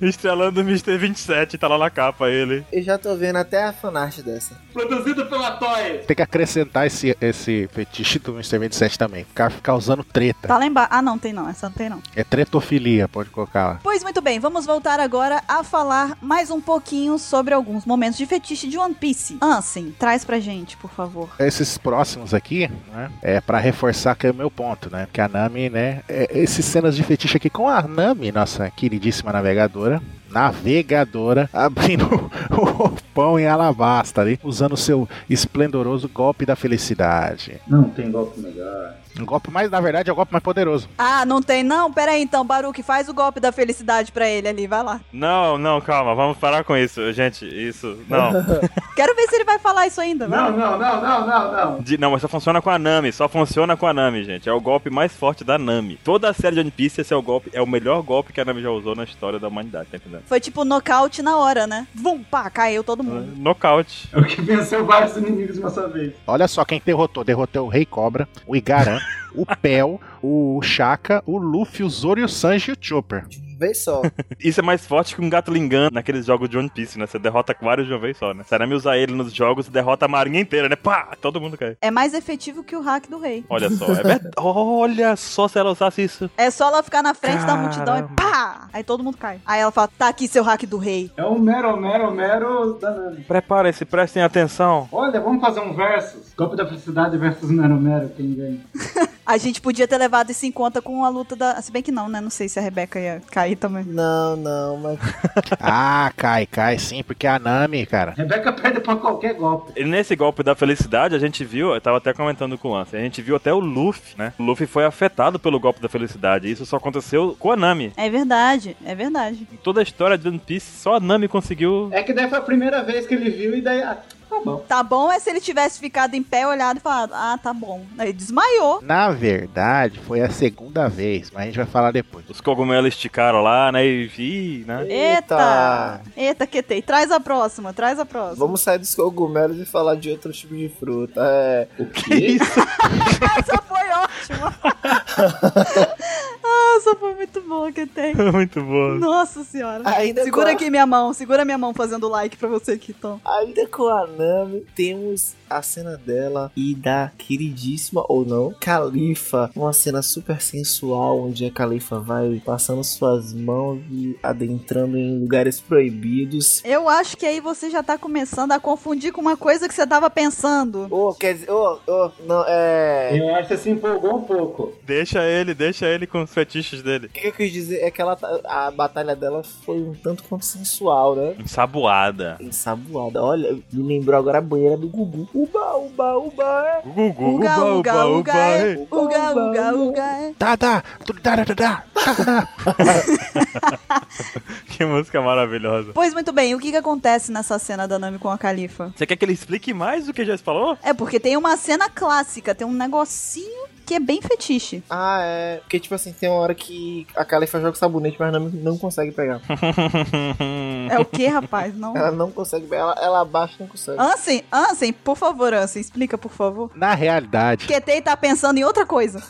Speaker 2: Estrelando o Mr. 27, tá lá na capa ele.
Speaker 9: Eu já tô vendo até a fanart dessa.
Speaker 8: Produzido pela Toy!
Speaker 3: Tem que acrescentar esse, esse fetiche do Mr. 27 também. Ficar causando treta.
Speaker 1: Tá lá embaixo. Ah, não, tem não. Essa não tem não.
Speaker 3: É tretofilia, pode colocar lá.
Speaker 1: Pois muito bem, vamos voltar agora a falar mais um pouquinho sobre alguns momentos de fetiche de One Piece. Ansem, traz pra gente, por favor.
Speaker 3: Esses próximos aqui, né? É pra reforçar que é o meu ponto, né? Que a Nami, né? é- esses cenas de fetiche aqui com a Nami, nossa queridíssima navegadora. Navegadora abrindo o roupão em alabasta ali, usando o seu esplendoroso golpe da felicidade.
Speaker 8: Não tem golpe melhor.
Speaker 3: Um golpe mais, na verdade, é o golpe mais poderoso.
Speaker 1: Ah, não tem não? Pera aí então, Baruque, faz o golpe da felicidade pra ele ali, vai lá.
Speaker 2: Não, não, calma, vamos parar com isso, gente. Isso, não.
Speaker 1: Quero ver se ele vai falar isso ainda, vai.
Speaker 8: Não, não, não, não, não, não.
Speaker 2: De- não, mas só funciona com a Nami, só funciona com a Nami, gente. É o golpe mais forte da Nami. Toda a série de One Piece, esse é o golpe, é o melhor golpe que a Nami já usou na história da humanidade, tá entendendo?
Speaker 1: Foi tipo nocaute na hora, né? Vum, pá, caiu todo mundo.
Speaker 2: Nocaute.
Speaker 8: É o que venceu vários inimigos de uma só vez.
Speaker 3: Olha só quem derrotou: derrotou o Rei Cobra, o Igaran, o Pel, o Shaka, o Luffy, o Zoro, e o Sanji e o Chopper.
Speaker 9: Vê só.
Speaker 2: Isso é mais forte que um gato lingan naqueles jogos de One Piece, né? Você derrota vários de uma vez só, né? Se a Nami usar ele nos jogos, você derrota a marinha inteira, né? Pá! Todo mundo cai.
Speaker 1: É mais efetivo que o hack do rei.
Speaker 2: Olha só, é verdade. Olha só se ela usasse isso.
Speaker 1: É só ela ficar na frente da
Speaker 2: Caramba.
Speaker 1: multidão e pá! Aí todo mundo cai. Aí ela fala: tá aqui seu hack do rei.
Speaker 8: É o mero, mero, mero da Nami.
Speaker 2: Preparem-se, prestem atenção.
Speaker 8: Olha, vamos fazer um versus. Golpe da felicidade versus mero, mero. Quem ganha?
Speaker 1: A gente podia ter levado isso em conta com a luta da. Se bem que não, né? Não sei se a Rebeca ia cair também.
Speaker 9: não, não, mas.
Speaker 3: Ah, cai, cai sim, porque a Nami, cara.
Speaker 8: Rebeca perde pra qualquer golpe.
Speaker 2: E Nesse golpe da felicidade, a gente viu, eu tava até comentando com o Lance, a gente viu até o Luffy, né? O Luffy foi afetado pelo golpe da felicidade. e Isso só aconteceu com a Nami.
Speaker 1: É verdade, é verdade.
Speaker 2: Em toda a história de One Piece, só a Nami conseguiu.
Speaker 8: É que daí foi a primeira vez que ele viu e daí. Ah, tá bom.
Speaker 1: Tá bom é se ele tivesse ficado em pé, olhado e falado: ah, tá bom. Aí desmaiou.
Speaker 3: Na verdade, foi a segunda vez, mas a gente vai falar depois.
Speaker 2: Os cogumelos esticaram lá, né? E vi, né?
Speaker 1: Eita! Eita, Ketei. Traz a próxima, traz a próxima.
Speaker 9: Vamos sair dos cogumelos e falar de outro tipo de fruta. É.
Speaker 8: O quê?
Speaker 1: Essa foi ótima. Nossa, foi muito boa, Ketei.
Speaker 2: Muito bom.
Speaker 1: Nossa senhora.
Speaker 9: Ainda
Speaker 1: Segura
Speaker 9: com a-
Speaker 1: aqui minha mão, segura minha mão fazendo like pra você aqui, Tom.
Speaker 9: Ainda com a Nami, temos a cena dela e da queridíssima, ou não, Califa. Uma cena super sensual, onde a Califa vai passando suas mãos e adentrando em lugares proibidos.
Speaker 1: Eu acho que aí você já tá começando a confundir com uma coisa que você tava pensando.
Speaker 9: Oh, quer dizer, oh, oh, não, é...
Speaker 8: Eu acho que você se empolgou um pouco.
Speaker 2: Deixa ele, deixa ele com os fetiches dele.
Speaker 9: O que eu quis dizer é que ela, tá- a batalha dela foi um tanto quanto sensual, né?
Speaker 2: Ensaboada.
Speaker 9: Ensaboada. Olha, me lembrou agora a banheira do Gugu. Uba, uba, uba. é.
Speaker 2: Gugu,
Speaker 1: Uga, uga,
Speaker 2: uba, uba,
Speaker 1: uga,
Speaker 2: uba.
Speaker 1: é.
Speaker 2: ei.
Speaker 1: Uga, uga, uga, é.
Speaker 3: Dá, dá, Tá, tu- dá, dá, dá, dá. tá.
Speaker 2: Que música maravilhosa.
Speaker 1: Pois muito bem, o que que acontece nessa cena da Nami com a Califa?
Speaker 2: Você quer que ele explique mais do que já se falou?
Speaker 1: É porque tem uma cena clássica, tem um negocinho que é bem fetiche.
Speaker 9: Ah, é. Porque, tipo assim, tem uma hora que a Califa joga sabonete, mas não, não consegue pegar.
Speaker 2: Hum.
Speaker 1: É o que, rapaz? Não.
Speaker 9: Ela não consegue pegar. Ela, ela abaixa e não consegue.
Speaker 1: Ansem, Ansem, por favor, Ansem, explica, por favor.
Speaker 3: Na realidade,
Speaker 1: Ketei tá pensando em outra coisa.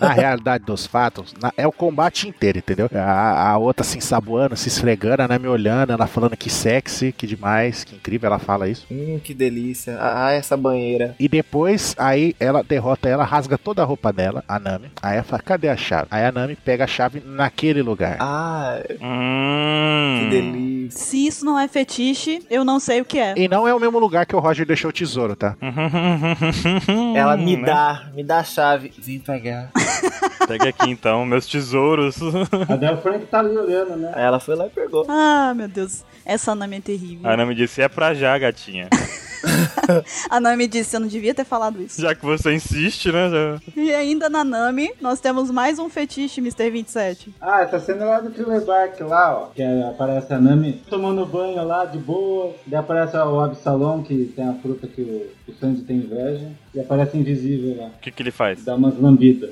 Speaker 3: na realidade dos fatos, na- é o combate inteiro, entendeu? A, a outra se ensaboando, se esfregando, a Nami olhando, ela falando que sexy, que demais, que incrível, ela fala isso.
Speaker 9: Hum, que delícia. Ah, essa banheira.
Speaker 3: E depois, aí ela derrota ela, rasga toda a roupa dela, a Nami. Aí ela fala, cadê a chave? Aí a Nami pega a chave naquele lugar.
Speaker 9: Ah, que
Speaker 2: Hum.
Speaker 9: delícia.
Speaker 1: Se isso não é fetiche, eu não sei o que é.
Speaker 3: E não é o mesmo lugar que o Roger deixou o tesouro, tá?
Speaker 9: Ela me
Speaker 2: Né?
Speaker 9: dá, me dá a chave. Vem pegar.
Speaker 2: Pega aqui então, meus tesouros.
Speaker 8: Até o Frank tá ali olhando, né?
Speaker 9: Aí ela foi lá e pegou.
Speaker 1: Ah, meu Deus, essa Nami é terrível.
Speaker 2: A Nami disse: é pra já, gatinha.
Speaker 1: A Nami disse, eu não devia ter falado isso.
Speaker 2: Já que você insiste, né? já-
Speaker 1: E ainda na Nami, nós temos mais um fetiche, Mr. 27.
Speaker 8: Ah, essa cena lá do Thriller Bark lá, ó. Que é, aparece a Nami tomando banho lá, de boa. Daí aparece ó, o Absalom, que tem a fruta que o, que o Sandy tem inveja. E aparece invisível lá.
Speaker 2: O que, que ele faz?
Speaker 8: Dá umas lambidas.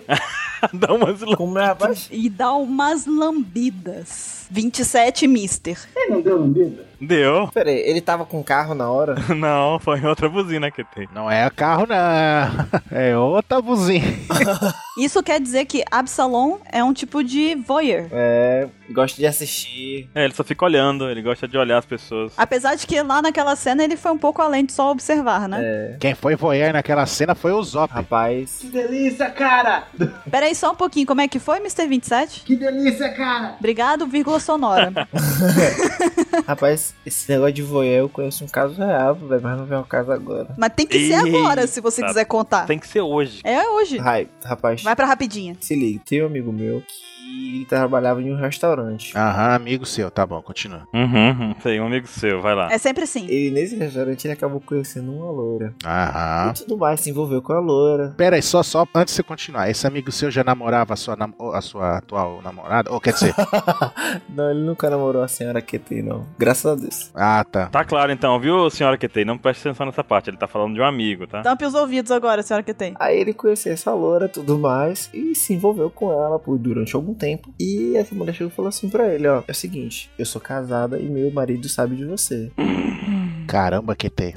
Speaker 2: Dá umas lam-
Speaker 9: Como é, rapaz?
Speaker 1: E dá umas lambidas. 27 Mister.
Speaker 8: Ele não deu lambida?
Speaker 2: Deu.
Speaker 9: Pera aí, ele tava com carro na hora?
Speaker 2: Não, foi outra buzina que tem.
Speaker 3: Não é carro, não. É outra buzina.
Speaker 1: Isso quer dizer que Absalom é um tipo de voyeur.
Speaker 9: É, gosto de assistir.
Speaker 2: É, ele só fica olhando, ele gosta de olhar as pessoas.
Speaker 1: Apesar de que lá naquela cena ele foi um pouco além de só observar, né?
Speaker 3: Quem foi voyeur naquela cena foi o Zop.
Speaker 9: é, Rapaz,
Speaker 8: Que delícia, cara!
Speaker 1: Peraí, só um pouquinho, como é que foi, Mr. 27?
Speaker 8: Que delícia, cara!
Speaker 1: Obrigado, vírgula sonora.
Speaker 9: rapaz, esse negócio de voyeur eu conheço um caso real, velho, mas não vem ao caso agora.
Speaker 1: Mas tem que ser agora, se você
Speaker 2: Eita.
Speaker 1: quiser contar.
Speaker 2: Tem que ser hoje.
Speaker 1: É hoje.
Speaker 9: Ai, rapaz,
Speaker 1: Vai pra rapidinha.
Speaker 9: se liga, tem um amigo meu que trabalhava em um restaurante.
Speaker 3: Aham, amigo seu. Tá bom, continua.
Speaker 2: Uhum, uhum. Tem um amigo seu, vai lá.
Speaker 1: É sempre assim.
Speaker 9: Ele, nesse restaurante, ele acabou conhecendo uma loura.
Speaker 3: Aham.
Speaker 9: E tudo mais, se envolveu com a loura.
Speaker 3: Pera aí, só, só, antes de você continuar, esse amigo seu já namorava a sua, nam- a sua atual namorada? Ou quer dizer,
Speaker 9: não, ele nunca namorou a senhora que tem, não. Graças a Deus.
Speaker 3: ah tá.
Speaker 2: Tá claro então, viu, senhora que tem? Não preste atenção nessa parte, ele tá falando de um amigo, tá?
Speaker 1: Tampe os ouvidos agora, senhora que tem.
Speaker 9: Aí ele conheceu essa loura tudo mais e se envolveu com ela por durante algum tempo. E essa mulher chegou e falou assim pra ele, ó, é o seguinte, eu sou casada e meu marido sabe de você.
Speaker 3: Caramba, QT.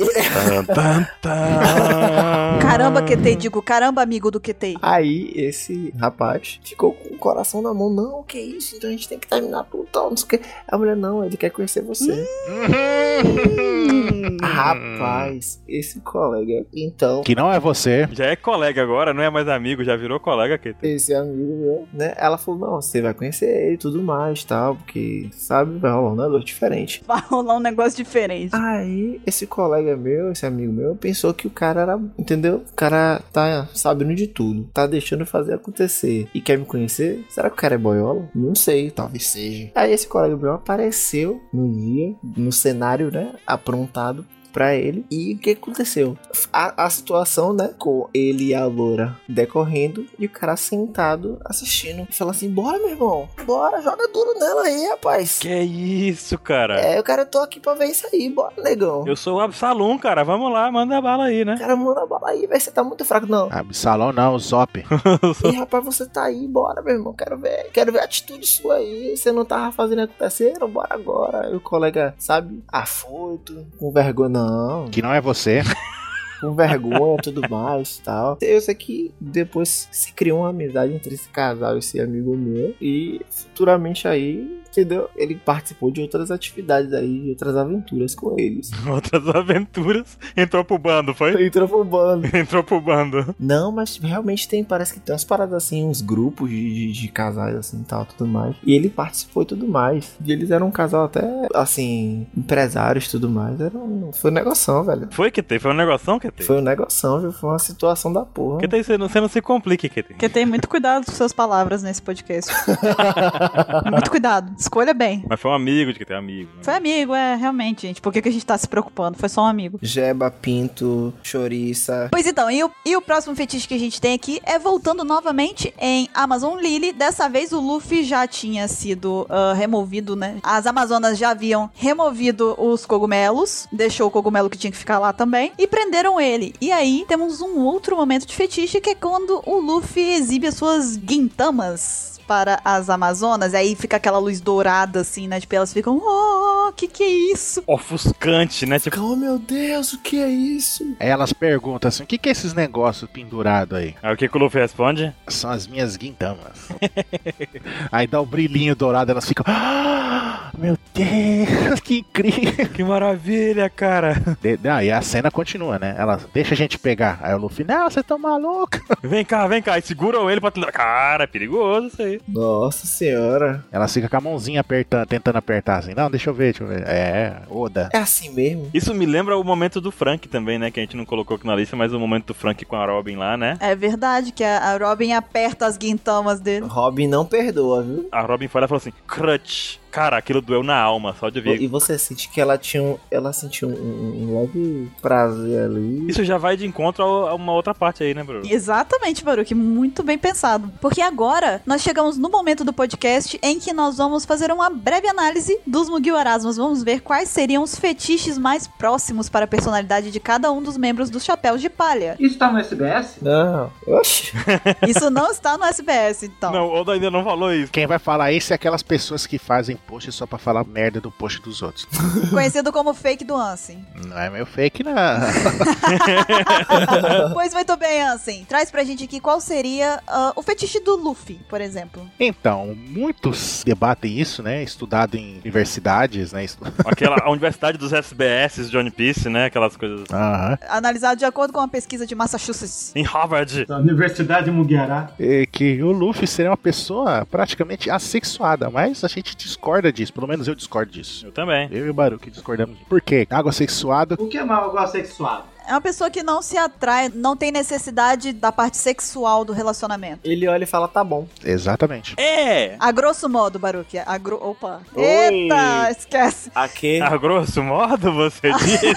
Speaker 1: Caramba,
Speaker 2: Ah.
Speaker 1: QT, digo, caramba, amigo do QT.
Speaker 9: Aí esse rapaz ficou com o coração na mão, não, que isso, então a gente tem que terminar tudo, tal, não sei o que. A mulher, não, ele quer conhecer você.
Speaker 3: Uhum.
Speaker 9: Rapaz, esse colega, então...
Speaker 3: Que não é você.
Speaker 2: Já é colega agora, não é mais amigo, já virou colega que tem.
Speaker 9: Esse amigo meu, né? Ela falou: Não, você vai conhecer ele e tudo mais, tal, porque sabe, vai rolar um negócio diferente.
Speaker 1: Vai rolar um negócio diferente.
Speaker 2: Ah.
Speaker 9: Aí, esse colega meu, esse amigo meu, pensou que o cara era, entendeu? O cara tá sabendo de tudo, tá deixando fazer acontecer e quer me conhecer? Será que o cara é boiola? Não sei, talvez seja. Aí, esse colega meu apareceu no dia, no cenário, né? Aprontado pra ele. E o que aconteceu? A, a situação, né? Com ele e a loura decorrendo e o cara sentado assistindo. E fala assim: Bora, meu irmão, bora, joga duro nela aí, rapaz.
Speaker 2: Que é isso, cara?
Speaker 9: É, o cara, eu tô aqui pra ver isso aí, bora, negão.
Speaker 2: Eu sou o Absalom, cara. Vamos lá, manda bala aí, né?
Speaker 9: Cara, manda a bola aí, velho. Você tá muito fraco, não.
Speaker 3: Absalão Ah, não, o Zop.
Speaker 9: E rapaz, você tá aí, bora, meu irmão. Quero ver, quero ver a atitude sua aí. Você não tava fazendo acontecer, bora agora. E o colega, sabe, afoito, com vergonha, não,
Speaker 3: Que não é você.
Speaker 9: com vergonha, tudo mais tal. Eu sei que depois se criou uma amizade entre esse casal, esse amigo meu. E futuramente aí, entendeu? Ele participou de outras atividades aí, de outras aventuras com eles.
Speaker 2: Outras aventuras. Entrou pro bando, foi?
Speaker 9: Entrou pro bando.
Speaker 2: Entrou pro bando.
Speaker 9: Não, mas realmente tem, parece que tem umas paradas assim, uns grupos de, de, de casais assim tal, tudo mais. E ele participou e tudo mais. E eles eram um casal até, assim, empresários e tudo mais. Era um, foi um negoção, velho.
Speaker 2: Foi que tem, foi um negoção que tem.
Speaker 9: Foi um negoção, viu? Foi uma situação da porra.
Speaker 2: Que tem, você não, você não se complique, que tem.
Speaker 1: QT, muito cuidado com suas palavras nesse podcast. muito cuidado. Escolha bem.
Speaker 2: Mas foi um amigo de que tem amigo. né?
Speaker 1: Foi amigo, é, realmente, gente. Por que, que a gente tá se preocupando? Foi só um amigo.
Speaker 9: Jeba, Pinto, Chouriça.
Speaker 1: Pois então, e o, e o próximo fetiche que a gente tem aqui é voltando novamente em Amazon Lily. Dessa vez o Luffy já tinha sido ah, removido, né? As Amazonas já haviam removido os cogumelos, deixou o cogumelo que tinha que ficar lá também, e prenderam ele. E aí temos um outro momento de fetiche que é quando o Luffy exibe as suas guintamas. Para as Amazonas, e aí fica aquela luz dourada, assim, né? Tipo, elas ficam, oh, que que é isso?
Speaker 2: Ofuscante, né? Tipo,
Speaker 9: Oh meu Deus, o que é isso?
Speaker 3: Elas perguntam assim: o que, que é esses negócios pendurados aí?
Speaker 2: aí o que que o Luffy responde?
Speaker 3: São as minhas guindamas. aí dá o brilhinho dourado, elas ficam. "Ah, meu Deus, que incrível!
Speaker 2: Que maravilha, cara.
Speaker 3: De- não, e a cena continua, né? Ela deixa a gente pegar. Aí o Luffy, não, você tá maluco.
Speaker 2: Vem cá, vem cá. E seguram ele pra... te- Cara, é perigoso isso aí.
Speaker 9: Nossa senhora.
Speaker 3: Ela fica com a mãozinha apertando, tentando apertar assim. Não, deixa eu ver, deixa eu ver. É, Oda.
Speaker 9: É assim mesmo?
Speaker 2: Isso me lembra o momento do Frank também, né? Que a gente não colocou aqui na lista, mas o momento do Frank com a Robin lá, né?
Speaker 1: É verdade que a, a Robin aperta as guintamas dele.
Speaker 9: Robin não perdoa, viu?
Speaker 2: A Robin foi lá e falou assim: Crutch. Cara, aquilo doeu na alma, só de ver.
Speaker 9: E você sente que ela tinha um, ela sentiu um, um- um leve prazer ali.
Speaker 2: Isso já vai de encontro ao- a uma outra parte aí, né, Bruno?
Speaker 1: Exatamente, Baruque, muito bem pensado. Porque agora nós chegamos no momento do podcast em que nós vamos fazer uma breve análise dos Mugiwaras. Nós vamos ver quais seriam os fetiches mais próximos para a personalidade de cada um dos membros dos Chapéus de Palha.
Speaker 8: Isso tá no SBS?
Speaker 9: Não, oxi.
Speaker 1: Isso não está no SBS, então.
Speaker 2: Não, o Oda ainda não falou isso.
Speaker 3: Quem vai falar isso é aquelas pessoas que fazem post só pra falar merda do post dos outros.
Speaker 1: Conhecido como fake do Ansem.
Speaker 3: Não é meu fake, não.
Speaker 1: pois muito bem, Ansem. Traz pra gente aqui qual seria ah, o fetiche do Luffy, por exemplo.
Speaker 3: Então, muitos debatem isso, né? Estudado em universidades, né? estu-
Speaker 2: Aquela a universidade dos SBS de One Piece, né? Aquelas coisas.
Speaker 3: Aham.
Speaker 1: Analisado de acordo com uma pesquisa de Massachusetts.
Speaker 2: Em Harvard.
Speaker 8: Da Universidade Mugiará.
Speaker 3: É que o Luffy seria uma pessoa praticamente assexuada, mas a gente discorda disso, pelo menos eu discordo disso.
Speaker 2: Eu também.
Speaker 3: Eu e o Baruque discordamos disso. Por quê? Água sexuada
Speaker 8: O que é mal igual sexuado?
Speaker 1: É uma pessoa que não se atrai, não tem necessidade da parte sexual do relacionamento.
Speaker 9: Ele olha e fala, tá bom.
Speaker 3: Exatamente.
Speaker 2: É!
Speaker 1: A grosso modo, Baruque. A gro... Opa. Eita, esquece.
Speaker 9: Aqui.
Speaker 2: A grosso modo, você disse?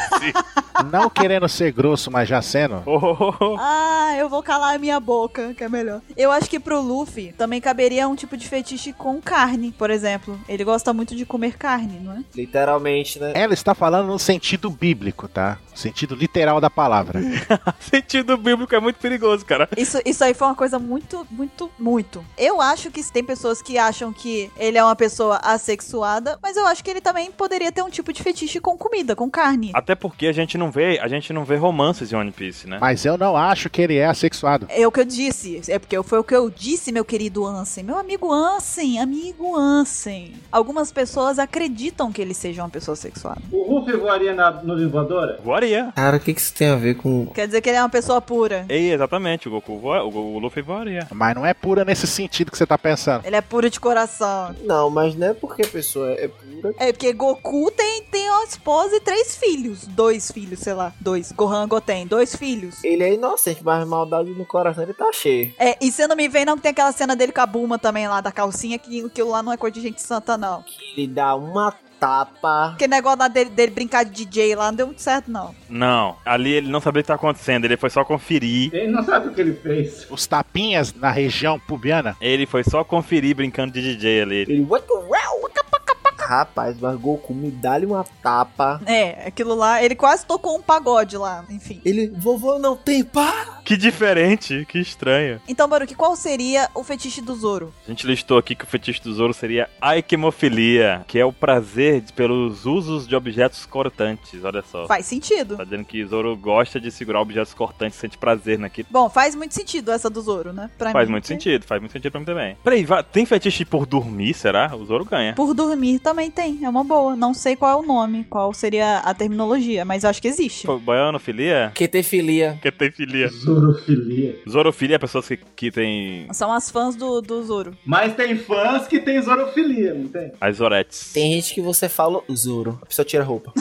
Speaker 3: Não querendo ser grosso, mas já sendo.
Speaker 2: Oh, oh, oh.
Speaker 1: Ah, eu vou calar a minha boca, que é melhor. Eu acho que pro Luffy também caberia um tipo de fetiche com carne, por exemplo. Ele gosta muito de comer carne, não é?
Speaker 9: Literalmente, né?
Speaker 3: Ela está falando no sentido bíblico, tá? Sentido literal da palavra.
Speaker 2: Sentido bíblico é muito perigoso, cara.
Speaker 1: Isso, isso aí foi uma coisa muito, muito, muito. Eu acho que tem pessoas que acham que ele é uma pessoa assexuada, mas eu acho que ele também poderia ter um tipo de fetiche com comida, com carne.
Speaker 2: Até porque a gente não vê, a gente não vê romances em One Piece, né?
Speaker 3: Mas eu não acho que ele é assexuado.
Speaker 1: É o que eu disse. É porque foi o que eu disse, meu querido Ansem. Meu amigo Ansem, amigo Ansem. Algumas pessoas acreditam que ele seja uma pessoa sexuada.
Speaker 8: O Luffy voaria na nuvem voadora?
Speaker 2: Voaria.
Speaker 9: Cara, o que, que isso tem a ver com.
Speaker 1: Quer dizer que ele é uma pessoa pura.
Speaker 2: Ei, exatamente, o Goku voa, o, Go- o Luffy voaria.
Speaker 3: Mas não é pura nesse sentido que você tá pensando.
Speaker 1: Ele é puro de coração.
Speaker 9: Não, mas não é porque a pessoa é pura.
Speaker 1: É porque Goku tem, tem uma esposa e três filhos. Dois filhos, sei lá. Dois. Gohan tem dois filhos.
Speaker 9: Ele é inocente, mas maldade no coração ele tá cheio.
Speaker 1: É, e você não me vem não que tem aquela cena dele com a Bulma também lá, da calcinha, que aquilo lá não é coisa de gente santa, não.
Speaker 9: Ele dá uma tapa.
Speaker 1: Aquele negócio lá dele, dele brincar de DJ lá não deu muito certo, não.
Speaker 2: Não, ali ele não sabia o que tá acontecendo, ele foi só conferir.
Speaker 8: Ele não sabe o que ele fez.
Speaker 3: Os tapinhas na região pubiana.
Speaker 2: Ele foi só conferir brincando de DJ ali.
Speaker 9: Ele. What the hell? Waka, paca, paca. Rapaz, mas Goku me dá-lhe uma tapa.
Speaker 1: É, aquilo lá, ele quase tocou um pagode lá, enfim.
Speaker 9: Ele, vovô não tem pá.
Speaker 2: Que diferente, que estranho.
Speaker 1: Então, Baruque, qual seria o fetiche do Zoro?
Speaker 2: A gente listou aqui que o fetiche do Zoro seria a equimofilia, que é o prazer de- pelos usos de objetos cortantes, olha só.
Speaker 1: Faz sentido.
Speaker 2: Tá dizendo que Zoro gosta de segurar objetos cortantes, sente prazer naquilo.
Speaker 1: Bom, faz muito sentido essa do Zoro, né? Pra
Speaker 2: Faz
Speaker 1: mim,
Speaker 2: muito
Speaker 1: que-
Speaker 2: sentido, faz muito sentido pra mim também. Peraí, va- tem fetiche por dormir, será? O Zoro ganha.
Speaker 1: Por dormir também tem, é uma boa. Não sei qual é o nome, qual seria a terminologia, mas eu acho que existe.
Speaker 2: Foi Baianofilia?
Speaker 9: Que tem filia.
Speaker 2: Que tem filia.
Speaker 8: Zorofilia.
Speaker 2: Zorofilia é pessoas que, que tem
Speaker 1: São as fãs do, do Zoro.
Speaker 8: Mas tem fãs que tem zorofilia, não tem?
Speaker 2: as oretes.
Speaker 9: Tem gente que você fala Zoro. A pessoa tira a roupa.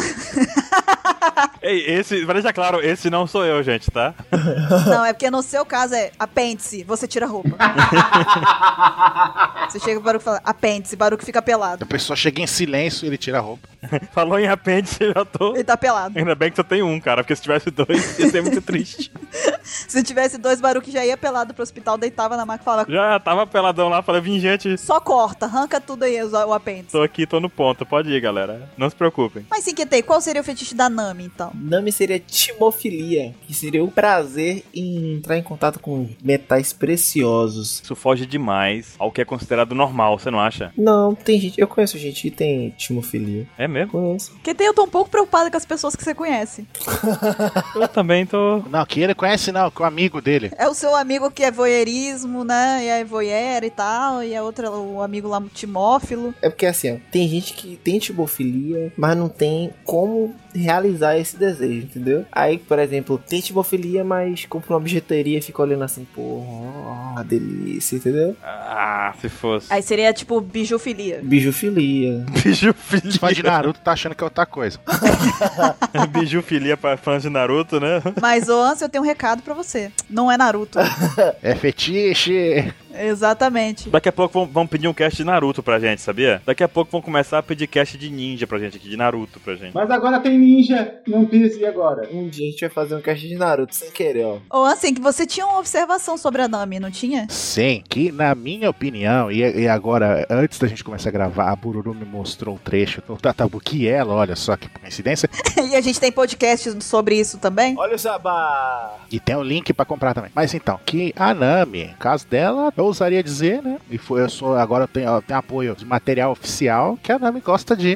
Speaker 2: Ei, esse, pra deixar claro, esse não sou eu, gente, tá?
Speaker 1: Não, é porque no seu caso é apêndice, você tira a roupa. Você chega pro Baruco e fala, apêndice, Baruco fica
Speaker 3: A
Speaker 1: pelado.
Speaker 3: pessoa chega em silêncio e ele tira a roupa.
Speaker 2: Falou em apêndice, eu já tô.
Speaker 1: Ele tá pelado.
Speaker 2: Ainda bem que só tem um, cara, porque se tivesse dois, ia ser muito triste.
Speaker 1: Se tivesse dois, Baruco já ia pelado pro hospital, deitava na maca e falava,
Speaker 2: Já tava peladão lá, falei, vim, gente,
Speaker 1: só corta, arranca tudo aí o o apêndice.
Speaker 2: tô aqui, tô no ponto, pode ir, galera. Não se preocupem.
Speaker 1: Mas sim, Ketei, qual seria o fetiche da Nami, então?
Speaker 9: Nome seria timofilia, que seria o prazer em entrar em contato com metais preciosos.
Speaker 2: Isso foge demais ao que é considerado normal, você não acha?
Speaker 9: Não, tem gente. Eu conheço gente que tem timofilia.
Speaker 2: É mesmo?
Speaker 9: Conheço.
Speaker 1: Ketei, eu tô um pouco preocupada com as pessoas que você conhece.
Speaker 2: Eu também tô.
Speaker 3: Não, que ele conhece não, que o amigo dele.
Speaker 1: É o seu amigo que é voyeurismo, né? E é voyeur e tal, e a outra, o amigo lá, timófilo.
Speaker 9: É porque assim, ó, tem gente que tem timofilia, mas não tem como realizar esse desejo, entendeu? Aí, por exemplo, tem timofilia, mas compra uma bijuteria e fica olhando assim, porra, ó, delícia, entendeu?
Speaker 2: Ah, se fosse.
Speaker 1: Aí seria, tipo, bijufilia.
Speaker 9: Bijufilia.
Speaker 3: Esse fã de
Speaker 2: Bijufilia.
Speaker 3: Naruto tá achando que é outra coisa.
Speaker 2: Bijufilia pra fãs de Naruto, né?
Speaker 1: Mas, ô, Anso, eu tenho um recado pra você. Não é Naruto.
Speaker 3: É fetiche.
Speaker 1: Exatamente.
Speaker 2: Daqui a pouco vão, vão pedir um cast de Naruto pra gente, sabia? Daqui a pouco vão começar a pedir cast de ninja pra gente aqui, de Naruto pra gente.
Speaker 8: Mas agora tem ninja no Piece, e agora?
Speaker 9: Um dia a gente vai fazer um cast de Naruto sem querer, ó.
Speaker 1: Ô, assim, que você tinha uma observação sobre a Nami, não tinha?
Speaker 3: Sim, que na minha opinião, e, e agora, antes da gente começar a gravar, a Bururu me mostrou um trecho do Tatabu que ela, olha só que coincidência,
Speaker 1: e a gente tem podcast sobre isso também?
Speaker 9: Olha o Sabá!
Speaker 3: E tem o link pra comprar também. Mas então, que a Nami, no caso dela, eu ousaria dizer, né? E foi, eu sou, agora eu tenho, eu tenho apoio de material oficial, que a Nami gosta de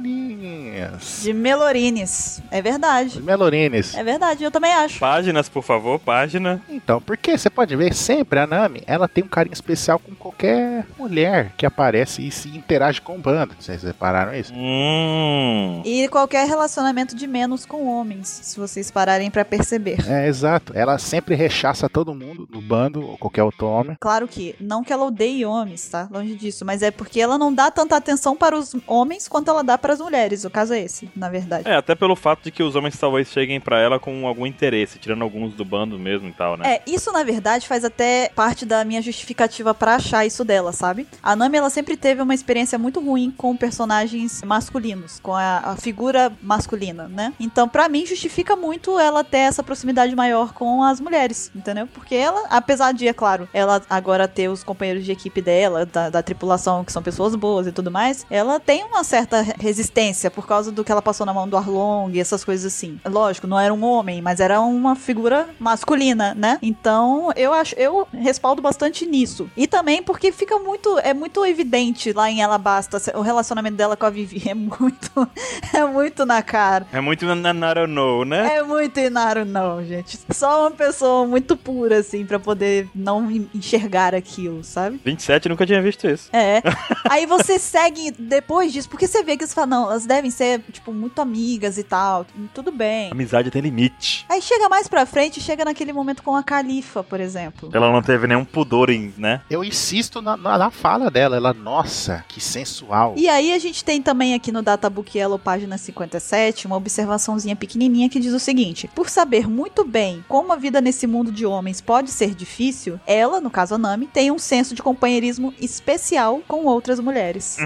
Speaker 3: menininhas.
Speaker 1: De Melorines. É verdade.
Speaker 3: De melorines.
Speaker 1: É verdade, eu também acho.
Speaker 2: Páginas, por favor, página.
Speaker 3: Então, porque você pode ver sempre a Nami, ela tem um carinho especial com qualquer mulher que aparece e se interage com o bando. Vocês repararam isso?
Speaker 2: Hum.
Speaker 1: E qualquer relacionamento de menos com homens, se vocês pararem pra perceber.
Speaker 3: É, exato. Ela sempre rechaça todo mundo do bando ou qualquer outro homem.
Speaker 1: Claro que, não que ela odeie homens, tá? Longe disso, mas é porque ela não dá tanta atenção para os homens quanto ela dá para as mulheres. O caso é esse, na verdade.
Speaker 2: É, até pelo fato de que os homens talvez cheguem pra ela com algum interesse, tirando alguns do bando mesmo e tal, né?
Speaker 1: É, isso na verdade faz até parte da minha justificativa pra achar isso dela, sabe? A Nami ela sempre teve uma experiência muito ruim com personagens masculinos, com a, a figura masculina, né? Então, pra mim justifica muito ela ter essa proximidade maior com as mulheres, entendeu? Porque ela, apesar de, é claro, ela agora ter os companheiros de equipe dela, da, da tripulação, que são pessoas boas e tudo mais, ela tem uma certa resistência por causa do que ela passou na mão do Arlong e essas coisas assim. Lógico, não era um homem, mas era uma figura masculina, né? Então, eu acho, eu respaldo bastante nisso. E também porque fica muito, é muito evidente lá em Alabasta, o relacionamento dela com a Vivi é muito, é muito na cara.
Speaker 2: É muito na na- I don't know, né?
Speaker 1: É muito Inaru não, gente. Só uma pessoa muito pura, assim, pra poder não en- enxergar aquilo, sabe?
Speaker 2: 27 nunca tinha visto isso.
Speaker 1: É. Aí você segue depois disso, porque você vê que eles falam, não, elas devem ser, tipo, muito amigas e tal. Tudo bem.
Speaker 2: Amizade tem limite.
Speaker 1: Aí chega mais pra frente, chega naquele momento com a Califa, por exemplo.
Speaker 2: Ela não teve nenhum pudor em, né?
Speaker 3: Eu insisto na, na, na fala dela. Ela, nossa, que sensual.
Speaker 1: E aí a gente tem também aqui no Databook Yellow, página 57, uma observaçãozinha pequenininha que diz o seguinte: Por saber muito bem como a vida nesse mundo de homens pode ser difícil, ela, no caso a Nami, tem um senso de companheirismo especial com outras mulheres.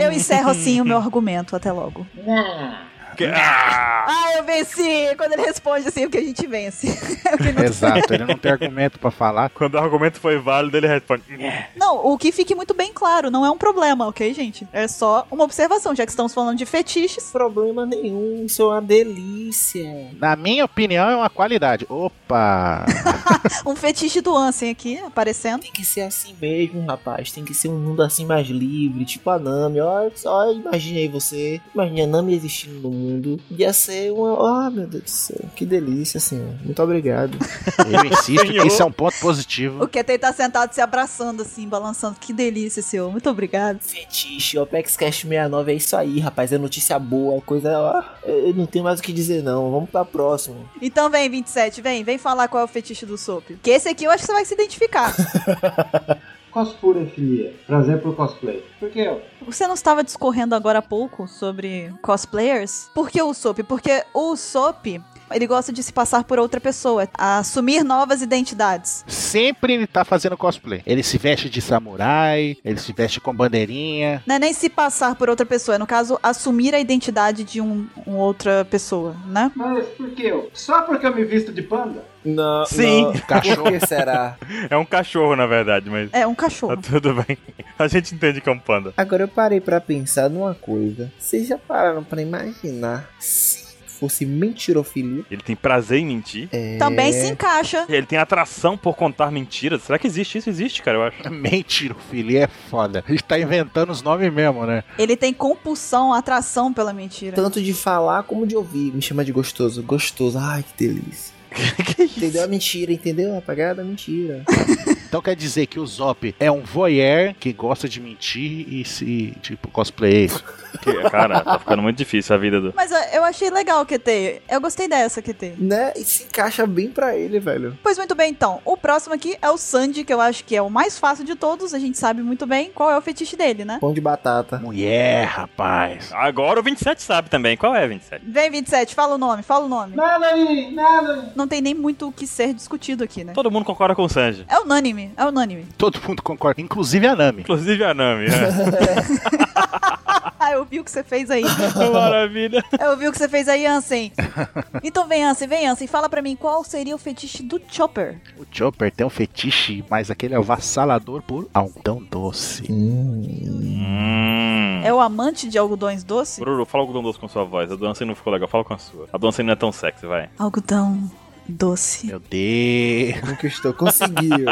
Speaker 1: Eu encerro assim o meu argumento, até logo.
Speaker 2: Que- Ah!
Speaker 1: Ah, eu venci! Quando ele responde assim, é porque a gente vence. É porque não-
Speaker 3: Exato, ele não tem argumento pra falar.
Speaker 2: Quando o argumento foi válido, ele responde.
Speaker 1: Não, o que fique muito bem claro, não é um problema, ok, gente? É só uma observação, já que estamos falando de fetiches.
Speaker 9: Problema nenhum, isso é uma delícia.
Speaker 3: Na minha opinião, é uma qualidade. Opa!
Speaker 1: Um fetiche do Ansem aqui aparecendo.
Speaker 9: Tem que ser assim mesmo, rapaz. Tem que ser um mundo assim mais livre, tipo a Nami. Olha, olha imagina aí você. Imagina a Nami existindo no mundo. Ia ser uma. Ah, meu Deus do céu. Que delícia, senhor. Muito obrigado.
Speaker 3: Eu insisto que
Speaker 2: Senhor.
Speaker 3: isso é um ponto
Speaker 1: O
Speaker 3: positivo.
Speaker 1: que é tentar sentado se abraçando, assim, balançando. Que delícia, senhor. Muito obrigado.
Speaker 9: Fetiche, Opex Cash 69 é isso aí, rapaz. É notícia boa, é coisa. ó, eu eu não tenho mais o que dizer, não. Vamos pra próxima.
Speaker 1: Então vem, 27, vem. Vem falar qual é o fetiche do Soap. Que esse aqui eu acho que você vai se identificar.
Speaker 8: Cospurefilia. Prazer por cosplay. Por quê?
Speaker 1: Você não estava discorrendo agora há pouco sobre cosplayers? Por que o Soap? Porque o Soap, ele gosta de se passar por outra pessoa. Assumir novas identidades.
Speaker 3: Sempre ele tá fazendo cosplay. Ele se veste de samurai, ele se veste com bandeirinha.
Speaker 1: Não é nem se passar por outra pessoa. É, no caso, assumir a identidade de um, um outra pessoa, né?
Speaker 8: Mas por quê? Só porque eu me visto de panda?
Speaker 9: Não.
Speaker 2: Sim.
Speaker 9: não. Por que será?
Speaker 2: É um cachorro, na verdade, mas.
Speaker 1: É, um
Speaker 2: Tá
Speaker 1: cachorro.
Speaker 2: tudo bem. A gente entende que é um panda.
Speaker 9: Agora eu parei pra pensar numa coisa. Vocês já pararam pra imaginar se fosse mentirofilia?
Speaker 2: Ele tem prazer em mentir.
Speaker 9: É...
Speaker 1: Também se encaixa.
Speaker 2: Ele tem atração por contar mentiras. Será que existe isso? Existe, cara, eu acho.
Speaker 3: Mentirofilia é foda. A gente tá inventando os nomes mesmo, né?
Speaker 1: Ele tem compulsão, atração pela mentira.
Speaker 9: Tanto de falar como de ouvir. Me chama de gostoso. Gostoso. Ai, que delícia. Entendeu a mentira, entendeu? Apagada a mentira.
Speaker 3: Então quer dizer que o Zop é um voyeur que gosta de mentir e se, tipo, cosplay.
Speaker 2: Que- Cara, tá ficando muito difícil a vida do.
Speaker 1: Mas ó, eu achei legal o QT. Eu gostei dessa, QT.
Speaker 9: Né? E se encaixa bem pra ele, velho.
Speaker 1: Pois muito bem, então. O próximo aqui é o Sandy, que eu acho que é o mais fácil de todos. A gente sabe muito bem qual é o fetiche dele, né?
Speaker 9: Pão de batata.
Speaker 3: Mulher, rapaz.
Speaker 2: Agora o 27 sabe também. Qual é, 27?
Speaker 1: Vem, 27, fala o nome, fala o nome.
Speaker 8: Melanie! Melanie!
Speaker 1: Não tem nem muito o que ser discutido aqui, né?
Speaker 2: Todo mundo concorda com o Sanji.
Speaker 1: É unânime, é unânime.
Speaker 3: Todo mundo concorda, inclusive a Nami.
Speaker 2: Inclusive a Nami. né?
Speaker 1: Ah, eu vi o que você fez aí.
Speaker 2: Maravilha.
Speaker 1: Eu vi o que você fez aí, Ansem. Então vem, Ansem, vem, Ansem. Fala pra mim qual seria o fetiche do Chopper.
Speaker 3: O Chopper tem um fetiche, mas aquele é o vassalador por algodão doce.
Speaker 9: Hum.
Speaker 2: Hum.
Speaker 1: É o amante de algodões doce?
Speaker 2: Bururu, fala algodão doce com sua voz. A do Ansem não ficou legal, fala com a sua. A do Ansem não é tão sexy, vai.
Speaker 1: Algodão doce.
Speaker 3: Meu Deus.
Speaker 4: Conquistou, conseguiu.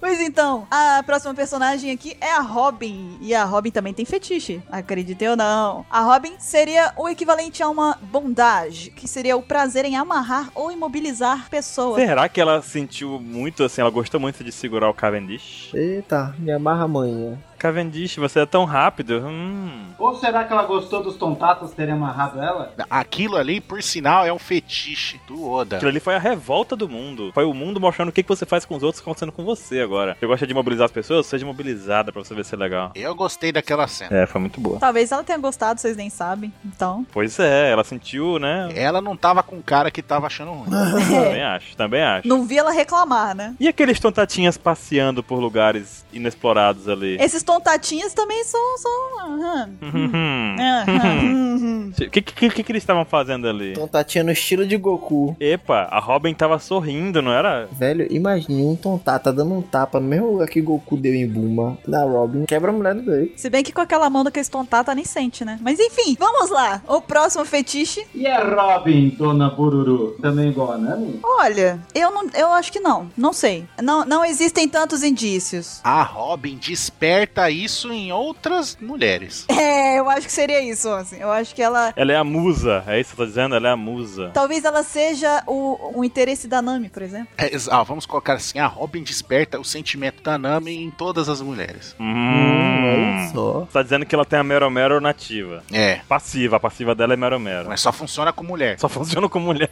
Speaker 1: Pois então, a próxima personagem aqui é a Robin. E a Robin também tem fetiche, acreditem ou não. A Robin seria o equivalente a uma bondage, que seria o prazer em amarrar ou imobilizar pessoas.
Speaker 2: Será que ela sentiu muito, assim, ela gostou muito de segurar o Cavendish?
Speaker 9: Eita, me amarra amanhã.
Speaker 2: Cavendish, você é tão rápido. Hum.
Speaker 8: Ou será que ela gostou dos tontatos terem amarrado ela?
Speaker 3: Aquilo ali, por sinal, é um fetiche do Oda.
Speaker 2: Aquilo ali foi a revolta do mundo. Foi o mundo mostrando o que que você faz com os outros acontecendo com você agora. Você gosta de mobilizar as pessoas? Seja mobilizada pra você ver se é legal.
Speaker 3: Eu gostei daquela cena.
Speaker 2: É, foi muito boa.
Speaker 1: Talvez ela tenha gostado, vocês nem sabem. Então,
Speaker 2: Pois é, ela sentiu, né?
Speaker 3: Ela não tava com um cara que tava achando ruim.
Speaker 2: Ah. Também acho, também acho.
Speaker 1: não vi ela reclamar, né?
Speaker 2: E aqueles tontatinhas passeando por lugares inexplorados ali?
Speaker 1: Esses tontatinhas também são. são aham.
Speaker 2: Uhum.
Speaker 1: É. Aham.
Speaker 2: O que, que, que, que eles estavam fazendo ali?
Speaker 9: Tontatinha no estilo de Goku.
Speaker 2: Epa, a Robin tava sorrindo, não era?
Speaker 9: Velho, imagine um Tontata dando um tapa no mesmo lugar que Goku deu em Buma na Robin. Quebra a mulher no meio.
Speaker 1: Se bem que com aquela mão daqueles tontata nem sente, né? Mas enfim, vamos lá. O próximo fetiche.
Speaker 8: E a Robin, dona Bururu, também igual a Nami?
Speaker 1: Olha, eu não, eu acho que não. Não sei. Não, não existem tantos indícios.
Speaker 3: A Robin desperta isso em outras mulheres.
Speaker 1: É, eu acho que seria isso, assim. Eu acho que ela.
Speaker 2: Ela é a musa, é isso que eu tô dizendo? Ela é a musa.
Speaker 1: Talvez ela seja o, o interesse da Nami, por exemplo.
Speaker 3: É, ex- ah, vamos colocar assim: a Robin desperta o sentimento da Nami em todas as mulheres.
Speaker 2: Hum,
Speaker 9: Olha só.
Speaker 2: Você Tá dizendo que ela tem a Mero Mero nativa.
Speaker 3: É,
Speaker 2: Passiva, a passiva dela é Mero Mero.
Speaker 3: mas só funciona com mulher.
Speaker 2: Só funciona com mulher.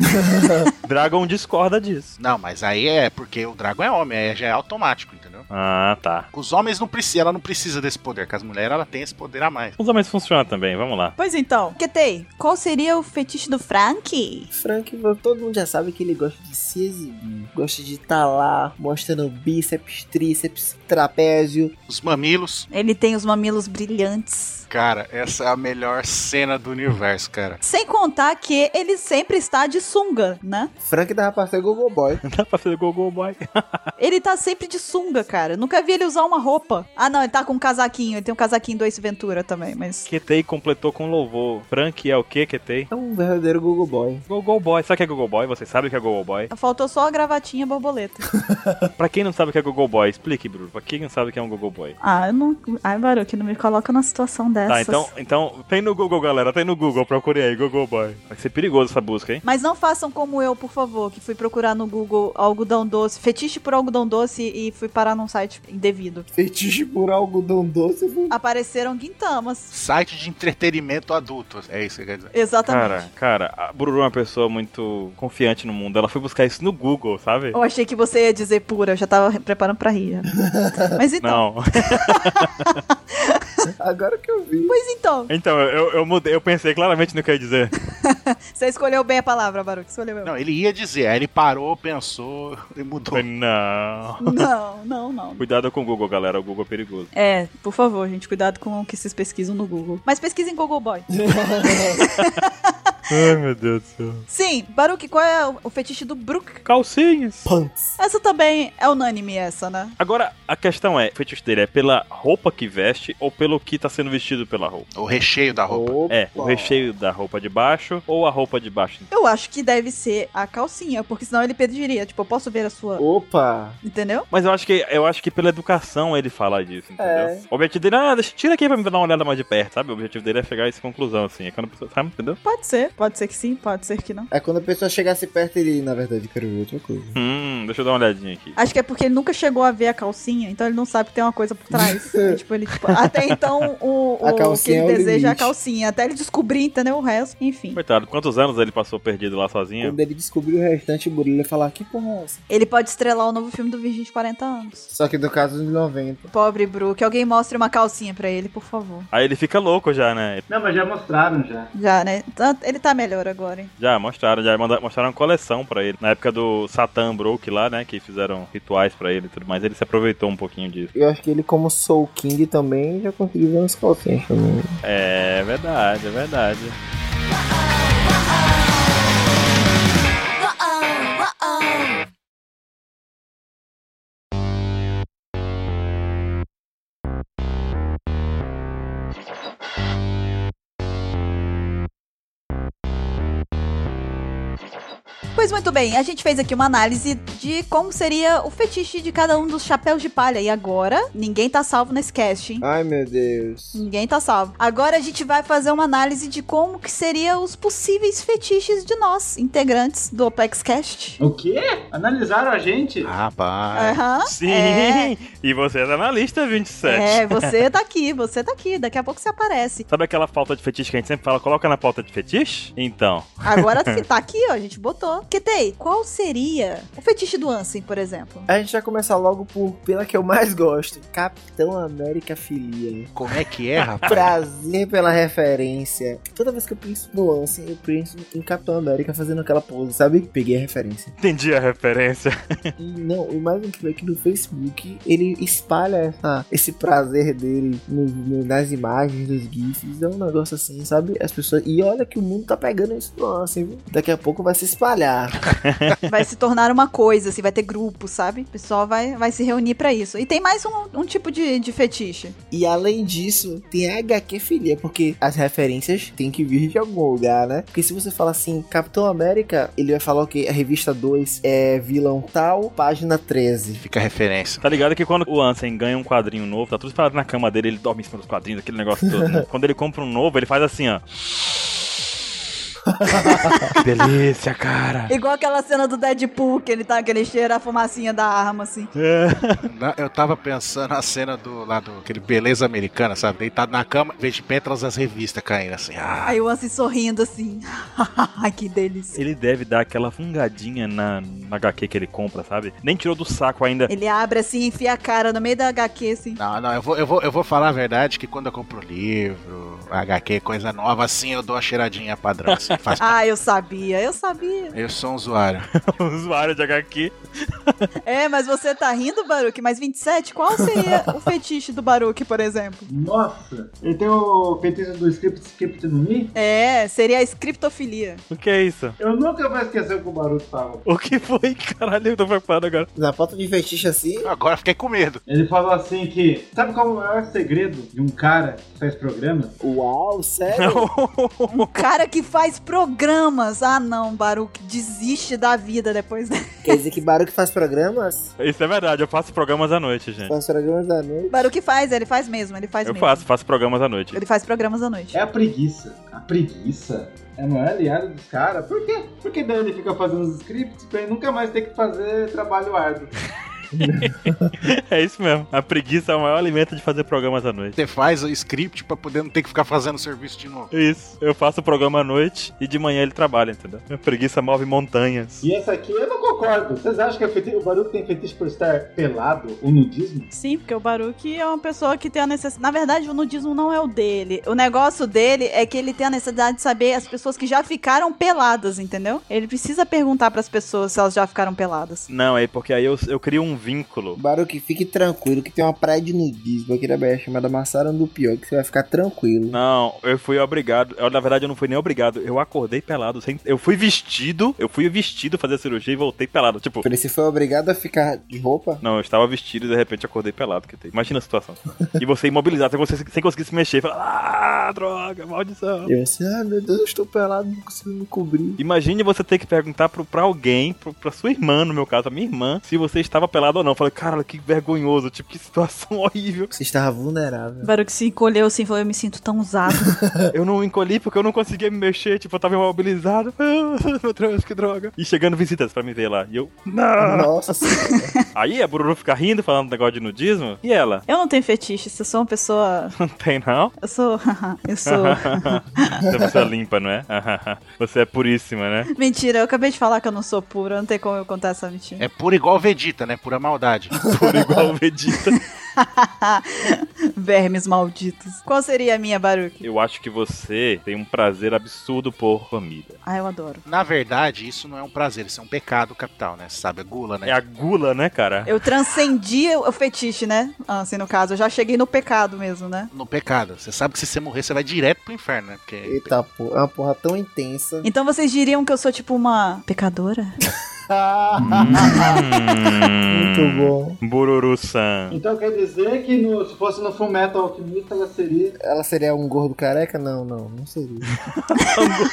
Speaker 2: Dragon discorda disso.
Speaker 3: Não, mas aí é porque o dragão é homem, aí já é automático, entendeu?
Speaker 2: Ah, tá.
Speaker 3: Com os homens não precisa, ela não precisa desse poder, com as mulheres ela tem esse poder a mais.
Speaker 2: Os homens funcionam também, vamos lá.
Speaker 1: Pois então, Ketei, qual seria o fetiche do Frank?
Speaker 9: Frank, todo mundo já sabe que ele gosta de se exibir. Gosta de estar lá mostrando bíceps, tríceps, trapézio.
Speaker 3: Os mamilos,
Speaker 1: Ele tem os mamilos brilhantes.
Speaker 3: cara, essa é a melhor cena do universo, cara.
Speaker 1: Sem contar que ele sempre está de sunga, né?
Speaker 9: Frank dava pra ser Gogo Boy.
Speaker 2: Dá pra fazer Gogo Boy.
Speaker 1: Ele tá sempre de sunga, cara. Nunca vi ele usar uma roupa. Ah, não, ele tá com um casaquinho. Ele tem um casaquinho do Ace Ventura também, mas.
Speaker 2: Ketei completou com louvor. Frank é o que, Ketei?
Speaker 9: É um verdadeiro Gogo Boy.
Speaker 2: Gogo Boy. Sabe o que é Gogo Boy? Você sabe o que é Gogo Boy?
Speaker 1: Faltou só a gravatinha borboleta.
Speaker 2: Pra quem não sabe o que é Gogo Boy, explique, Bruno. Pra quem não sabe o que é um Gogo Boy.
Speaker 1: Ah, eu não. Ai, Baruque, não me coloca numa situação dessas.
Speaker 2: Tá, então, então tem no Google, galera. Tem no Google. Procure aí, Gogo Boy. Vai ser perigoso essa busca, hein?
Speaker 1: Mas não façam como eu, por favor, que fui procurar no Google algodão doce, fetiche por algodão doce e fui parar num site indevido.
Speaker 9: Fetiche por algodão doce.
Speaker 1: Apareceram guintamas.
Speaker 3: Site de entretenimento adulto, é isso que quer dizer.
Speaker 1: Exatamente.
Speaker 2: Cara, cara, a Bururu é uma pessoa muito confiante no mundo. Ela foi buscar isso no Google, sabe?
Speaker 1: Eu achei que você ia dizer pura, eu já tava preparando pra rir. Mas então,
Speaker 2: Não.
Speaker 9: Agora que eu vi.
Speaker 1: pois então,
Speaker 2: Então, eu, eu mudei, eu pensei claramente no que eu ia dizer.
Speaker 1: você escolheu bem a palavra, Baruque, escolheu bem.
Speaker 3: Não, ele ia dizer, aí ele parou, pensou e mudou.
Speaker 2: Falei, não.
Speaker 1: Não, não, não.
Speaker 2: Cuidado com o Google, galera. O Google é perigoso.
Speaker 1: É, por favor, gente, cuidado com o que vocês pesquisam no Google. Mas pesquisem Google Boy.
Speaker 9: É.
Speaker 2: Ai, meu Deus do céu.
Speaker 1: Sim, Baruque, qual é o o fetiche do Brook?
Speaker 2: Calcinhas.
Speaker 9: Pants.
Speaker 1: Essa também é unânime, essa, né?
Speaker 2: Agora, a questão é, o feitiço dele é pela roupa que veste ou pelo que tá sendo vestido pela roupa?
Speaker 3: O recheio da roupa.
Speaker 2: É, o recheio da roupa de baixo ou a roupa de baixo?
Speaker 1: Eu acho que deve ser a calcinha, porque senão ele pediria, tipo, eu posso ver a sua.
Speaker 9: Opa!
Speaker 1: Entendeu?
Speaker 2: Mas eu acho que eu acho que pela educação ele fala disso, entendeu?
Speaker 9: É.
Speaker 2: O objetivo dele é, ah, deixa, tira aqui pra me dar uma olhada mais de perto, sabe? O objetivo dele é chegar a essa conclusão, assim. É quando a pessoa, sabe, entendeu?
Speaker 1: Pode ser, pode ser que sim, pode ser que não.
Speaker 9: É quando a pessoa chegasse perto ele, na verdade, quero ver outra coisa.
Speaker 2: Hum, deixa eu dar uma olhadinha aqui.
Speaker 1: Acho que é porque ele nunca chegou a ver a calcinha, então ele não sabe que tem uma coisa por trás. E, tipo, ele, tipo, até então o, o
Speaker 9: A
Speaker 1: que
Speaker 9: calcinha
Speaker 1: ele
Speaker 9: é o
Speaker 1: deseja é a
Speaker 9: limite.
Speaker 1: calcinha. Até ele descobrir, entendeu? O resto, enfim.
Speaker 2: Coitado, quantos anos ele passou perdido lá sozinho?
Speaker 9: Quando ele descobrir o restante, o Murilo ia falar, que porra é essa?
Speaker 1: Ele pode estrelar o novo filme do Virgem de 40 anos.
Speaker 9: Só que no caso dos 90.
Speaker 1: Pobre Bru, que alguém mostre uma calcinha pra ele, por favor.
Speaker 2: Aí ele fica louco já, né?
Speaker 8: Não, mas já mostraram já.
Speaker 1: Já, né? Tá- Ele tá melhor agora, hein?
Speaker 2: Já mostraram, já manda- mostraram uma coleção pra ele. Na época do Satan Broke lá, né? Que fizeram rituais pra ele e tudo mais. Ele se aproveitou um pouquinho disso.
Speaker 9: Eu acho que ele, como Soul King também, já conseguiu ver umas calcinhas também.
Speaker 2: É verdade, é verdade.
Speaker 1: Pois muito bem, a gente fez aqui uma análise de como seria o fetiche de cada um dos chapéus de palha. E agora, ninguém tá salvo nesse cast, hein?
Speaker 9: Ai, meu Deus.
Speaker 1: Ninguém tá salvo. Agora a gente vai fazer uma análise de como que seria os possíveis fetiches de nós, integrantes do Opex Cast.
Speaker 8: O quê? Analisaram a gente?
Speaker 9: Ah.
Speaker 3: Rapaz.
Speaker 1: Aham.
Speaker 2: Sim!
Speaker 1: É,
Speaker 2: E você tá na lista 27.
Speaker 1: é, você tá aqui, você tá aqui. Daqui a pouco você aparece.
Speaker 2: Sabe aquela pauta de fetiche que a gente sempre fala, coloca na pauta de fetiche? Então,
Speaker 1: Agora se tá aqui, ó, a gente botou. Ketei, qual seria o fetiche do Ansem, por exemplo?
Speaker 9: A gente vai começar logo por pela que eu mais gosto. Capitão América Filia.
Speaker 3: Como é que é, rapaz?
Speaker 9: Prazer pela referência. Toda vez que eu penso no lance, eu penso em Capitão América fazendo aquela pose, sabe? Peguei a referência.
Speaker 2: entendi a referência.
Speaker 9: E não, o mais incrível é que no Facebook ele espalha essa- esse prazer dele no- no- nas imagens, nos GIFs. É um negócio assim, sabe? As pessoas. E olha que o mundo tá pegando isso no lance, viu? Daqui a pouco vai se espalhar.
Speaker 1: vai se tornar uma coisa, assim, vai ter grupo, sabe? O pessoal vai, vai se reunir pra isso. E tem mais um, um tipo de, de fetiche.
Speaker 9: E além disso, tem a HQ filia, porque as referências têm que vir de algum lugar, né? Porque se você fala assim, Capitão América, ele vai falar o quê? A revista 2 é vilão tal, página 13.
Speaker 3: Fica a referência.
Speaker 2: Tá ligado que quando o Ansem ganha um quadrinho novo, tá tudo parado na cama dele, ele dorme em cima dos quadrinhos, aquele negócio todo. né? Quando ele compra um novo, ele faz assim, ó. Que delícia, cara.
Speaker 1: Igual aquela cena do Deadpool, que ele tá, que ele cheira a fumacinha da arma, assim.
Speaker 2: É.
Speaker 3: Na- Eu tava pensando na cena do lá do aquele beleza americana, sabe? Deitado na cama, vejo pétalas as revistas caindo assim. Ah,
Speaker 1: Aí o Ansem sorrindo, assim. Ai, que delícia.
Speaker 2: Ele deve dar aquela fungadinha na, na HQ que ele compra, sabe? Nem tirou do saco ainda.
Speaker 1: Ele abre, assim, enfia a cara no meio da HQ, assim.
Speaker 3: Não, não, eu vou, eu, vou, eu vou falar a verdade que quando eu compro um livro, HQ, coisa nova, assim eu dou a cheiradinha padrão. Assim, faço-
Speaker 1: Ah, eu sabia, eu sabia.
Speaker 3: Eu sou um usuário.
Speaker 2: O usuário de HQ.
Speaker 1: É, mas você tá rindo, Baruque. Mas 27, qual seria o fetiche do Baruque, por exemplo?
Speaker 8: Nossa! Ele tem o feitiço do script script no Mi?
Speaker 1: É, seria a escriptofilia.
Speaker 2: O que é isso?
Speaker 8: Eu nunca vou esquecer o que o Baruto falou.
Speaker 2: O que foi? Caralho, eu tô preocupado agora.
Speaker 9: Na foto de fetiche assim,
Speaker 3: Agora fiquei com medo.
Speaker 8: Ele falou assim que. Sabe qual é o maior segredo de um cara que faz programa?
Speaker 9: uau, sério?
Speaker 2: Não.
Speaker 1: Um cara que faz programas. Ah, não, Baruque, desiste da vida depois né? dessa.
Speaker 9: Quer dizer que Baruque faz programas?
Speaker 2: Isso é verdade, eu faço programas à noite, gente.
Speaker 9: Faz programas da noite.
Speaker 1: Baruque faz, ele faz mesmo, ele faz
Speaker 2: eu
Speaker 1: mesmo.
Speaker 2: faço, faço programas à noite.
Speaker 1: Ele faz programas à noite.
Speaker 8: É a preguiça. A preguiça é a maior aliada dos caras. Por quê? Porque daí ele fica fazendo os scripts pra ele nunca mais ter que fazer trabalho árduo.
Speaker 2: É isso mesmo. A preguiça é o maior alimento de fazer programas à noite.
Speaker 3: Você faz o script pra poder não ter que ficar fazendo serviço de novo.
Speaker 2: Isso. Eu faço o programa à noite e de manhã ele trabalha, entendeu? A preguiça move montanhas.
Speaker 8: E essa aqui eu não concordo. Vocês acham que é feti- o Baruto tem fetiche por estar pelado ou nudismo?
Speaker 1: Sim, porque o Baruque é uma pessoa que tem a necessidade. Na verdade, o nudismo não é o dele. O negócio dele é que ele tem a necessidade de saber as pessoas que já ficaram peladas, entendeu? Ele precisa perguntar pras pessoas se elas já ficaram peladas.
Speaker 2: Não, é porque aí eu, eu crio um vínculo.
Speaker 9: Baruque, fique tranquilo que tem uma praia de nudismo aqui na Bahia chamada Massaram do Pior, que você vai ficar tranquilo.
Speaker 2: Não, eu fui obrigado. Eu, na verdade, eu não fui nem obrigado. Eu acordei pelado. sem- eu fui vestido. Eu fui vestido fazer a cirurgia e voltei pelado. Tipo,
Speaker 9: Você foi obrigado a ficar de roupa?
Speaker 2: não, eu estava vestido e de repente acordei pelado. Que tem. Imagina a situação. E você imobilizado, sem, você- sem conseguir se mexer. Fala, ah, droga, maldição.
Speaker 9: Eu assim, ah meu Deus, eu estou pelado, não consigo me cobrir.
Speaker 2: Imagine você ter que perguntar pro, pra alguém, pro, pra sua irmã, no meu caso, a minha irmã, se você estava pelado ou não. Eu falei, cara, que vergonhoso, tipo, que situação horrível.
Speaker 9: Você estava vulnerável.
Speaker 1: O Baruque se encolheu assim e falou: Eu me sinto tão usado.
Speaker 2: Eu não encolhi porque eu não conseguia me mexer, tipo, eu tava imobilizado. Ah, Meu Deus, que droga. E chegando visitas pra me ver lá. E eu, não.
Speaker 9: Nossa senhora.
Speaker 2: Aí a Bururu fica rindo, falando negócio de nudismo. E ela,
Speaker 1: eu não tenho fetiche, eu sou uma pessoa.
Speaker 2: não tem não?
Speaker 1: Eu sou. eu sou.
Speaker 2: Você é pessoa limpa, não é? Você é puríssima, né?
Speaker 1: mentira, eu acabei de falar que eu não sou pura, não tem como eu contar essa mentira.
Speaker 3: É puro igual Vegeta, né? Pura maldade.
Speaker 2: Por igual o Vegeta.
Speaker 1: Vermes malditos. Qual seria a minha, Baruque?
Speaker 2: Eu acho que você tem um prazer absurdo por família.
Speaker 1: Ah, eu adoro.
Speaker 3: Na verdade, isso não é um prazer, isso é um pecado capital, né? Você Sabe, é gula, né?
Speaker 2: É a gula, né, cara?
Speaker 1: Eu transcendi o fetiche, né? Ah, Assim, no caso, eu já cheguei no pecado mesmo, né?
Speaker 3: No pecado. Você sabe que se você morrer, você vai direto pro inferno, né? Porque
Speaker 9: é Eita, porra, é uma porra tão intensa.
Speaker 1: Então vocês diriam que eu sou tipo uma pecadora?
Speaker 2: Hum.
Speaker 8: Hum.
Speaker 9: Muito bom.
Speaker 2: Bururu-san.
Speaker 8: Então quer dizer que no- se fosse no Full Metal Alquimista, ela seria.
Speaker 9: Ela seria um gordo careca? Não, não, não seria.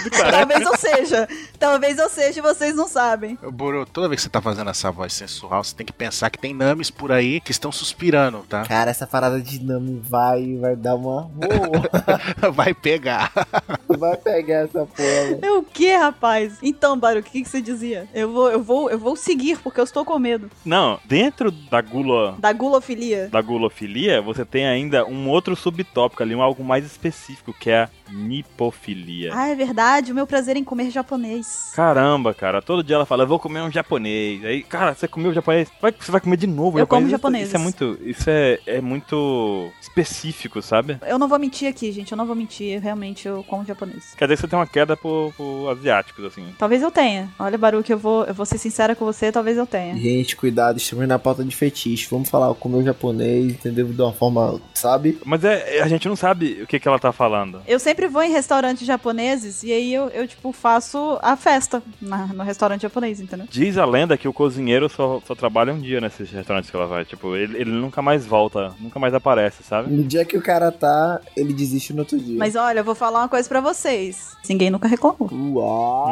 Speaker 9: Então,
Speaker 1: Talvez eu seja. Talvez eu seja e vocês não sabem.
Speaker 3: Boro, toda vez que você tá fazendo essa voz sensual, você tem que pensar que tem names por aí que estão suspirando, tá?
Speaker 9: Cara, essa parada de Nami vai, vai dar uma. Uou,
Speaker 3: Vai pegar.
Speaker 9: vai pegar essa porra.
Speaker 1: É o que, rapaz? Então, Baruch, o que, que você dizia? Eu vou, eu vou, eu vou seguir, porque eu estou com medo.
Speaker 2: Não, dentro da gula
Speaker 1: Da gulofilia.
Speaker 2: da gulofilia, você tem ainda um outro subtópico ali, um algo mais específico, que é a nipofilia.
Speaker 1: Ah, é verdade, o meu prazer em comer japonês.
Speaker 2: Caramba, cara, todo dia ela fala, eu vou comer um japonês. Aí, cara, você comeu japonês? Vai- você vai comer de novo
Speaker 1: Eu como
Speaker 2: japonês?
Speaker 1: japoneses.
Speaker 2: Isso- Isso é muito, isso é, é muito específico, sabe?
Speaker 1: Eu não vou mentir aqui, gente, eu não vou mentir, realmente eu como japonês.
Speaker 2: Quer dizer que você tem uma queda por, por asiáticos, assim.
Speaker 1: Talvez eu tenha. Olha, Baruch, eu vou, eu vou ser sincera com você, talvez eu tenha.
Speaker 9: Gente, cuidado, estamos na pauta de fetiche. Vamos falar com o meu japonês, entendeu? De uma forma, sabe?
Speaker 2: Mas é, é- a gente não sabe o que, que ela tá falando.
Speaker 1: Eu sempre vou em restaurantes japoneses e aí eu, eu tipo, faço a festa na- no restaurante japonês, entendeu?
Speaker 2: Diz a lenda que o cozinheiro só, só trabalha um dia nesses restaurantes que ela vai. Tipo, ele, ele nunca mais volta, nunca mais aparece, sabe?
Speaker 9: No dia que o cara tá, ele desiste no outro dia.
Speaker 1: Mas olha, eu vou falar uma coisa pra vocês. Ninguém nunca reclamou.
Speaker 2: Hum.
Speaker 1: Hum.
Speaker 9: Uau!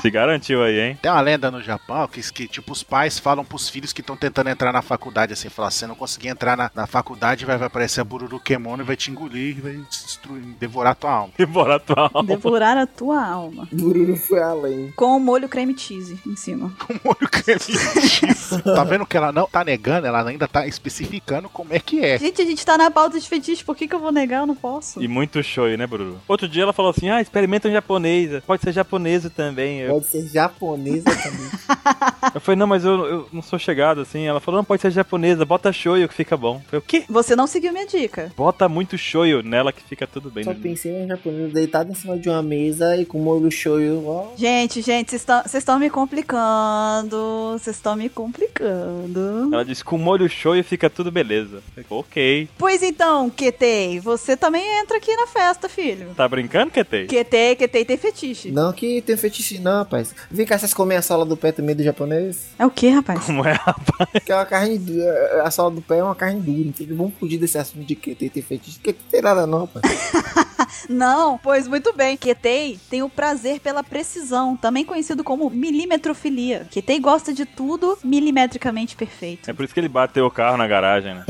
Speaker 2: Se garantiu aí, hein?
Speaker 3: Tem uma lenda no Japão que, que tipo, os pais falam pros filhos que estão tentando entrar na faculdade, assim, falar, se você não conseguir entrar na, na faculdade, vai, vai aparecer a Bururu Kemono e vai te engolir, e vai te destruir, devorar tua alma.
Speaker 2: Embora atual.
Speaker 1: Devorar a tua alma.
Speaker 9: Bururu foi além.
Speaker 1: Com o molho creme cheese em cima.
Speaker 3: Com o Um olho creme. tá vendo que ela não tá negando, ela ainda tá especificando como é que é.
Speaker 1: Gente, a gente tá na pauta de fetiche, por que, que eu vou negar? Eu não posso.
Speaker 2: E muito show, né, Bruno? Outro dia ela falou assim: ah, experimenta um japonês, pode ser japonesa também. Eu,
Speaker 9: Pode ser japonesa também.
Speaker 2: eu falei, não, mas eu, eu não sou chegado assim. Ela falou, não, pode ser japonesa, bota shoyu que fica bom. Eu falei, o quê?
Speaker 1: Você não seguiu minha dica.
Speaker 2: Bota muito shoyu nela que fica tudo bem.
Speaker 9: Só pensei em um japonês deitado em cima de uma mesa e com um molho shoyu. ó.
Speaker 1: Gente, gente, vocês estão- vocês estão me complicando. Vocês estão me complicando.
Speaker 2: Ela disse, com molho shoyu fica tudo beleza. Eu falei, ok.
Speaker 1: Pois então, Ketei, você também entra aqui na festa, filho.
Speaker 2: Tá brincando, Ketei?
Speaker 1: Ketei, Ketei tem fetiche.
Speaker 9: Não que tem fetiche não, rapaz. Vem cá, vocês comem a sola do pé também do japonês?
Speaker 1: É o que, rapaz?
Speaker 2: Como é?
Speaker 9: Que é uma carne dura. A sola do pé é uma carne dura. Então vamos fugir desse assunto de que tem tem fetiche. Que tem nada não, rapaz.
Speaker 1: Não, pois muito bem. Ketei tem o prazer pela precisão, também conhecido como milimetrofilia. Ketei gosta de tudo milimetricamente perfeito.
Speaker 2: É por isso que ele bateu o carro na garagem, né?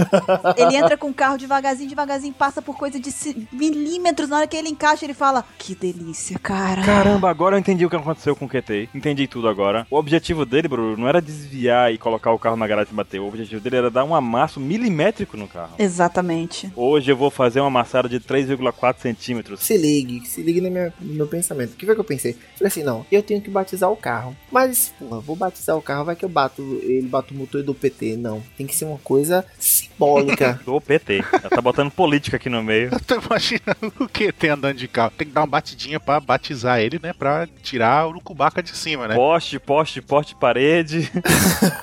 Speaker 1: Ele entra com o carro devagarzinho, devagarzinho, passa por coisa de ci- milímetros. Na hora que ele encaixa, ele fala: Que delícia, cara.
Speaker 2: Caramba, agora eu entendi o que aconteceu com o QT. Entendi tudo agora. O objetivo dele, Bruno, não era desviar e colocar o carro na garagem e bater. O objetivo dele era dar um amasso milimétrico no carro.
Speaker 1: Exatamente.
Speaker 2: Hoje eu vou fazer uma amassada de 3,4 centímetros.
Speaker 9: Se ligue, se ligue no meu, no meu pensamento. O que foi que eu pensei? Falei assim, não, eu tenho que batizar o carro. Mas, pô, eu vou batizar o carro, vai que eu bato ele, bato o motor do PT. Não, tem que ser uma coisa simbólica.
Speaker 2: Do PT. Ela tá botando política aqui no meio.
Speaker 3: Eu tô imaginando o que tem andando de carro. Tem que dar uma batidinha pra batizar ele, né? Pra tirar o urucubaca de cima, né?
Speaker 2: Poste, poste, poste, parede.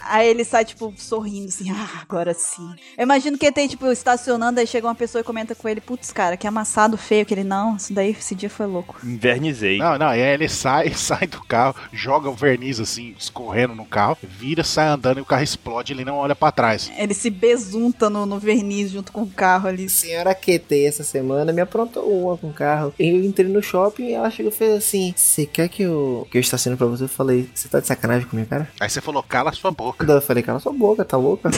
Speaker 1: Aí ele sai, tipo, sorrindo, assim, ah, agora sim. Eu imagino que ele tem, tipo, estacionando, aí chega uma pessoa e comenta com ele, putz, cara, que amassado feio, que ele, não, isso daí, esse dia foi louco.
Speaker 2: Invernizei.
Speaker 3: Não, não, e aí ele sai, sai do carro, joga o verniz assim, escorrendo no carro, vira, sai andando e o carro explode, ele não olha pra trás.
Speaker 1: Ele se besunta no, no verniz junto com o carro ali.
Speaker 9: Senhora QT essa semana me aprontou uma com o carro. Eu entrei no shopping e ela chegou e fez assim: Você quer que eu, que eu estacione pra você? Eu falei: Você tá de sacanagem com a minha cara?
Speaker 3: Aí você falou, cala sua boca.
Speaker 9: Eu falei: Cala sua boca, tá louca?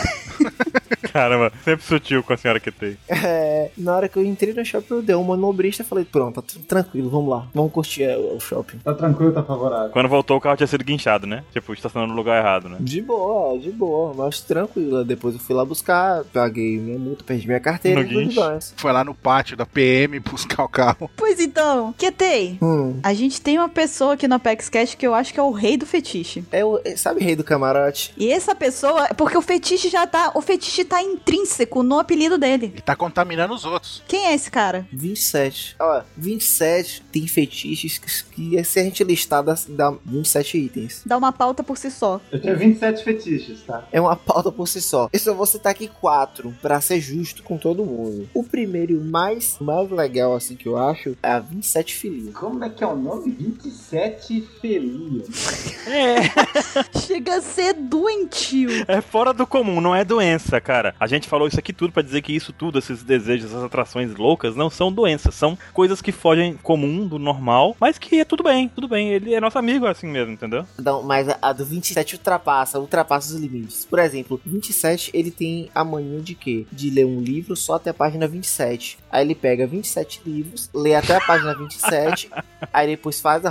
Speaker 2: Caramba, sempre sutil com a senhora QT.
Speaker 9: É, na hora que eu entrei no shopping, eu dei uma manobrista e falei: Pronto, tá tudo tranquilo, vamos lá, vamos curtir é, o shopping.
Speaker 8: Tá tranquilo, tá favorável.
Speaker 2: Quando voltou, o carro tinha sido guinchado, né? Tipo, estacionando no lugar errado, né?
Speaker 9: De boa, de boa, mas tranquilo. Depois eu fui lá buscar, paguei minha multa, perdi minha carteira
Speaker 2: No
Speaker 9: e tudo
Speaker 2: guincho.
Speaker 9: mais.
Speaker 3: Foi lá no pátio da PM buscar o carro.
Speaker 1: Pois então, Ketei,
Speaker 9: Hum.
Speaker 1: a gente tem uma pessoa aqui no Apex Cash que eu acho que é o rei do fetiche.
Speaker 9: É o, é- sabe, rei do camarote?
Speaker 1: E essa pessoa, porque o fetiche já tá, o fetiche tá intrínseco no apelido dele.
Speaker 3: Ele tá contaminando os outros.
Speaker 1: Quem é esse cara?
Speaker 9: 27. Ó, 27 tem fetiches que, que se a gente listar dá, dá 27 itens.
Speaker 1: Dá uma pauta por si só.
Speaker 8: Eu tenho 27 fetiches, tá?
Speaker 9: É uma pauta por si só. Eu só vou citar aqui quatro pra ser justo com todo mundo. O primeiro e o mais, mais legal, assim, que eu acho, é a 27 filhinha.
Speaker 8: Como é que é o nome? 27 Felia.
Speaker 2: É,
Speaker 1: Chega a ser doentio.
Speaker 2: é fora do comum, não é doença, cara. A gente falou isso aqui tudo pra dizer que isso tudo, esses desejos, essas atrações loucas, não são doenças, são coisas que fogem comum do normal, mas que é tudo bem, tudo bem. Ele é nosso amigo assim mesmo, entendeu?
Speaker 9: Não, mas a, a do 27 ultrapassa, ultrapassa os limites. Por exemplo, 27 ele tem a mania de quê? De ler um livro só até a página 27. Aí ele pega 27 livros, lê até a página 27, aí depois faz a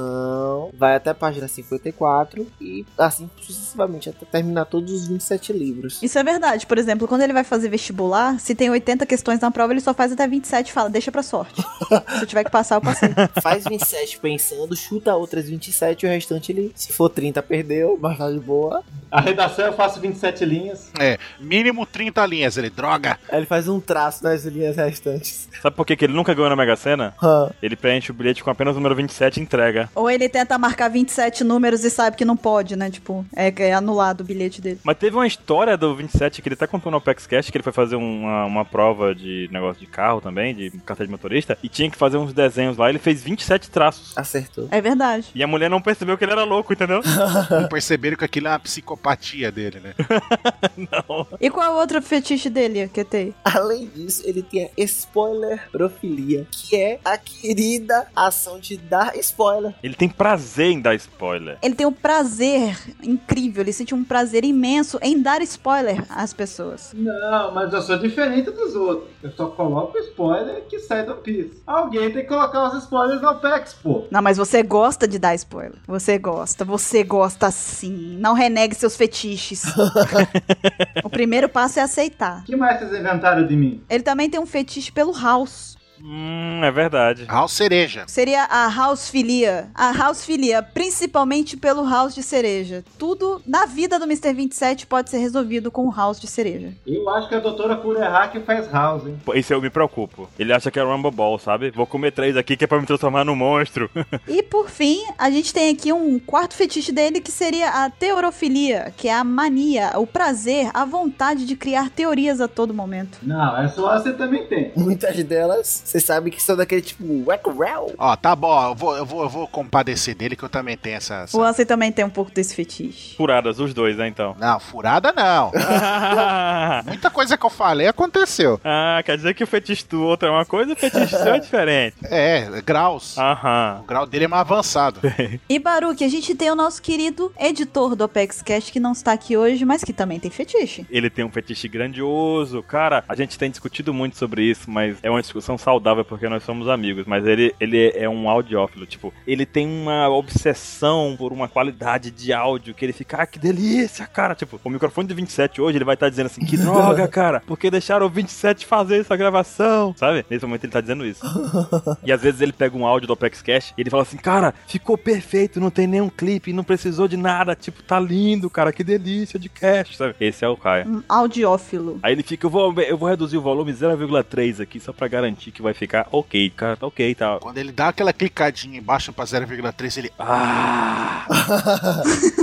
Speaker 9: rotação, vai até a página 54 e assim sucessivamente até terminar todos os 27 livros.
Speaker 1: Isso é verdade. Por exemplo, quando ele vai fazer vestibular, se tem 80 questões na prova, ele só faz até 27 e fala, deixa pra sorte. se eu tiver que passar, eu passei.
Speaker 9: Faz 27 pensando, chuta outras 27 e o restante ele, se for 30, perdeu, mas tá de boa.
Speaker 8: A redação eu faço 27 linhas.
Speaker 3: É, mínimo 30 linhas. Ele, droga!
Speaker 9: Aí ele faz um traço nas linhas restantes.
Speaker 2: Sabe por que que ele nunca ganhou na Mega Sena?
Speaker 9: Hã.
Speaker 2: Ele preenche o bilhete com apenas o número 27 e entrega.
Speaker 1: Ou ele tenta marcar 27 números e sabe que não pode, né? Tipo, é, é anulado o bilhete dele.
Speaker 2: Mas teve uma história do 27 que ele tá contando no Apex Cash, que ele foi fazer uma, uma prova de negócio de carro também, de carteira de motorista, e tinha que fazer uns desenhos lá. Ele fez 27 traços.
Speaker 9: Acertou.
Speaker 1: É verdade.
Speaker 2: E a mulher não percebeu que ele era louco, entendeu?
Speaker 3: Não perceberam que aquilo é uma psicopatia dele, né?
Speaker 2: não.
Speaker 1: E qual é o outro fetiche dele, QT?
Speaker 9: Além disso, ele tem a spoilerofilia, que é a querida ação de dar spoiler.
Speaker 2: Ele tem prazer em dar spoiler.
Speaker 1: Ele tem um prazer incrível, ele sente um prazer imenso em dar spoiler às pessoas.
Speaker 8: Não, mas eu sou diferente dos outros. Eu só coloco spoiler que sai do piso. Alguém tem que colocar os spoilers no Apex, pô.
Speaker 1: Não, mas você gosta de dar spoiler. Você gosta, você gosta sim. Não renegue seus fetiches. o primeiro passo é aceitar.
Speaker 8: O que mais vocês inventaram de mim?
Speaker 1: Ele também tem um fetiche pelo house.
Speaker 2: Hum, é verdade.
Speaker 3: Raul Cereja.
Speaker 1: Seria a house filia. A house filia, principalmente pelo house de cereja. Tudo na vida do Mr. 27 pode ser resolvido com o house de cereja.
Speaker 8: Eu acho que a doutora Kurehá que faz house, hein?
Speaker 2: Pô, Isso eu me preocupo. Ele acha que é Rumble Ball, sabe? Vou comer três aqui que é pra me transformar num monstro.
Speaker 1: E por fim, a gente tem aqui um quarto fetiche dele que seria a teorofilia, que é a mania, o prazer, a vontade de criar teorias a todo momento.
Speaker 8: Não, essa lá você também tem.
Speaker 9: Muitas delas, você sabe que são daquele tipo, whack well.
Speaker 3: Ó, tá bom, ó, eu vou, eu, vou, eu vou compadecer dele que eu também tenho essa. essa-
Speaker 1: O Ansem também tem um pouco desse fetiche.
Speaker 2: Furadas, os dois, né, então.
Speaker 3: Não, furada não. Muita coisa que eu falei aconteceu.
Speaker 2: ah, quer dizer que o fetiche do outro é uma coisa e o fetiche seu é diferente.
Speaker 3: É, graus.
Speaker 2: Ah. Aham.
Speaker 3: O grau dele é mais avançado.
Speaker 1: E Baruque, a gente tem o nosso querido editor do Apex Cash que não está aqui hoje, mas que também tem fetiche.
Speaker 2: Ele tem um fetiche grandioso. Cara, a gente tem discutido muito sobre isso, mas é uma discussão saudável porque nós somos amigos. Mas ele, ele é um audiófilo. Tipo, ele tem uma obsessão por uma qualidade de áudio que ele fica, ah, que delícia, cara. Tipo, o microfone de 27 hoje, ele vai estar dizendo assim, que droga, cara, porque deixaram o 27 fazer essa gravação, sabe? Nesse momento ele tá dizendo isso. E às vezes ele pega um áudio do Apex Cash e ele fala assim, cara, ficou perfeito, não tem nenhum clipe, não precisou de nada, tipo, tá lindo, cara, que delícia de cash, sabe? Esse é o Caio.
Speaker 1: Um audiófilo.
Speaker 2: Aí ele fica, eu vou, eu vou reduzir o volume 0,3 aqui, só pra garantir que vai ficar ok, cara, tá ok, tá.
Speaker 3: Quando ele dá aquela clicadinha embaixo pra 0,3, ele.
Speaker 2: Ah!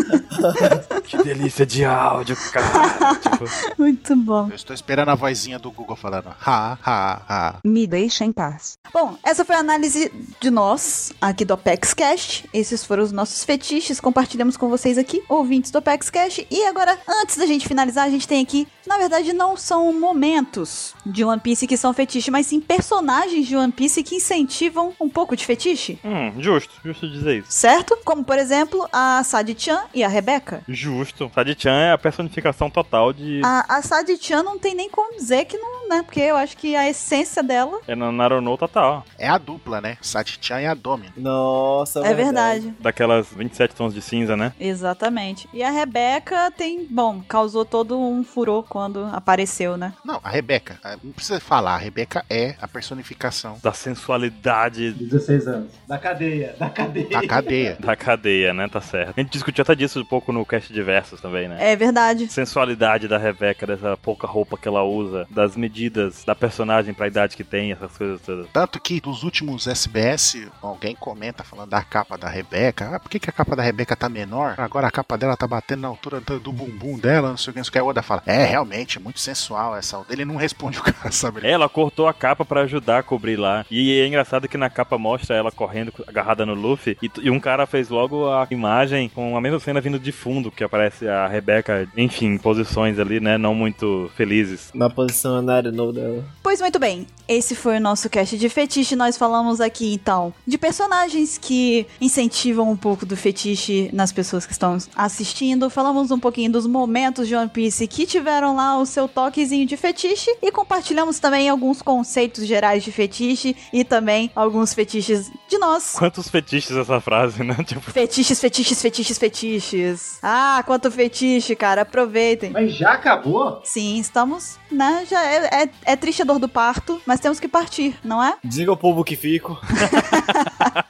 Speaker 2: que delícia de áudio, cara. Tipo,
Speaker 1: Muito bom.
Speaker 3: Eu estou esperando a vozinha do Google falando. Ha, ha, ha.
Speaker 7: Me deixa em paz.
Speaker 1: Bom, essa foi a análise de nós aqui do Apex Cash. Esses foram os nossos fetiches, compartilhamos com vocês aqui, ouvintes do Apex Cash. E agora, antes da gente finalizar, a gente tem aqui, na verdade, não são momentos de One Piece que são fetiche, mas sim personagens de One Piece que incentivam um pouco de fetiche,
Speaker 2: hum, justo, justo dizer isso.
Speaker 1: certo? Como, por exemplo, a Sadi-chan e a Rebecca.
Speaker 2: Justo. Sadi-chan é a personificação total de
Speaker 1: A, a Sadi-chan não tem nem como dizer que não, né? Porque eu acho que a essência dela
Speaker 2: É na Narunou total.
Speaker 3: É a dupla, né? Satchan e a Domi.
Speaker 9: Nossa,
Speaker 1: é verdade.
Speaker 2: Daquelas 27 tons de cinza, né?
Speaker 1: Exatamente. E a Rebeca tem, bom, causou todo um furor quando apareceu, né?
Speaker 3: Não, a Rebeca. ah, Não precisa falar, a Rebeca é a personificação
Speaker 2: Da sensualidade
Speaker 8: 16 anos. Da cadeia, da cadeia.
Speaker 3: da cadeia.
Speaker 2: da cadeia, né? Tá certo. A gente discutiu até disso um pouco no cast de versos também, né?
Speaker 1: É verdade.
Speaker 2: Sensualidade da Rebeca, dessa pouca roupa que ela usa, das medidas da personagem pra idade que tem, essas coisas todas.
Speaker 3: Tanto que dos últimos SBS, alguém comenta falando da capa da Rebeca. Ah, por que, que a capa da Rebeca tá menor? Agora a capa dela tá batendo na altura do, do bumbum dela, não sei o que, não sei o que. A Oda fala, é, realmente, muito sensual essa. Ele não responde o cara, sabe? Ele-
Speaker 2: Ela cortou a capa pra ajudar a cobrir lá. E é engraçado que na capa mostra ela correndo agarrada no Luffy. E, t- e um cara fez logo a imagem com a mesma cena vindo de fundo, que aparece a Rebeca, enfim, em posições ali, né? Não muito felizes.
Speaker 9: Na posição anário novo dela.
Speaker 1: Pois muito bem, esse foi o nosso cast de fetiche. Nós falamos aqui então de personagens que incentivam um pouco do fetiche nas pessoas que estão assistindo. Falamos um pouquinho dos momentos de One Piece que tiveram lá o seu toquezinho de fetiche e compartilhamos também alguns conceitos gerais de fetiche e também alguns fetiches de nós.
Speaker 2: Quantos fetiches essa frase, né? Tipo,
Speaker 1: Fetiches, fetiches, fetiches, fetiches. Ah, quanto fetiche, cara. Aproveitem.
Speaker 8: Mas já acabou?
Speaker 1: Sim, estamos, né? Já é, é, é triste a dor do parto, mas temos que partir, não é?
Speaker 9: Diga ao povo que fico.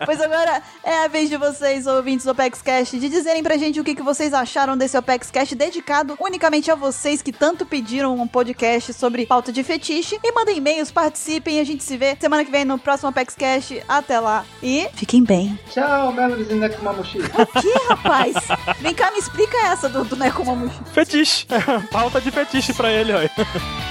Speaker 1: Pois agora é a vez de vocês, ouvintes do Opex Cash, de dizerem pra gente o que, que vocês acharam desse Opex Cash dedicado unicamente a vocês que tanto pediram um podcast sobre pauta de fetiche. E mandem e-mails, participem, a gente se vê semana que vem no próximo Opex Cash. Até lá e fiquem bem.
Speaker 8: Tchau, Memories in Nekomamushi.
Speaker 1: O que, rapaz? Vem cá, me explica essa do, do Nekomamushi.
Speaker 2: fetiche! Pauta de fetiche pra ele, olha.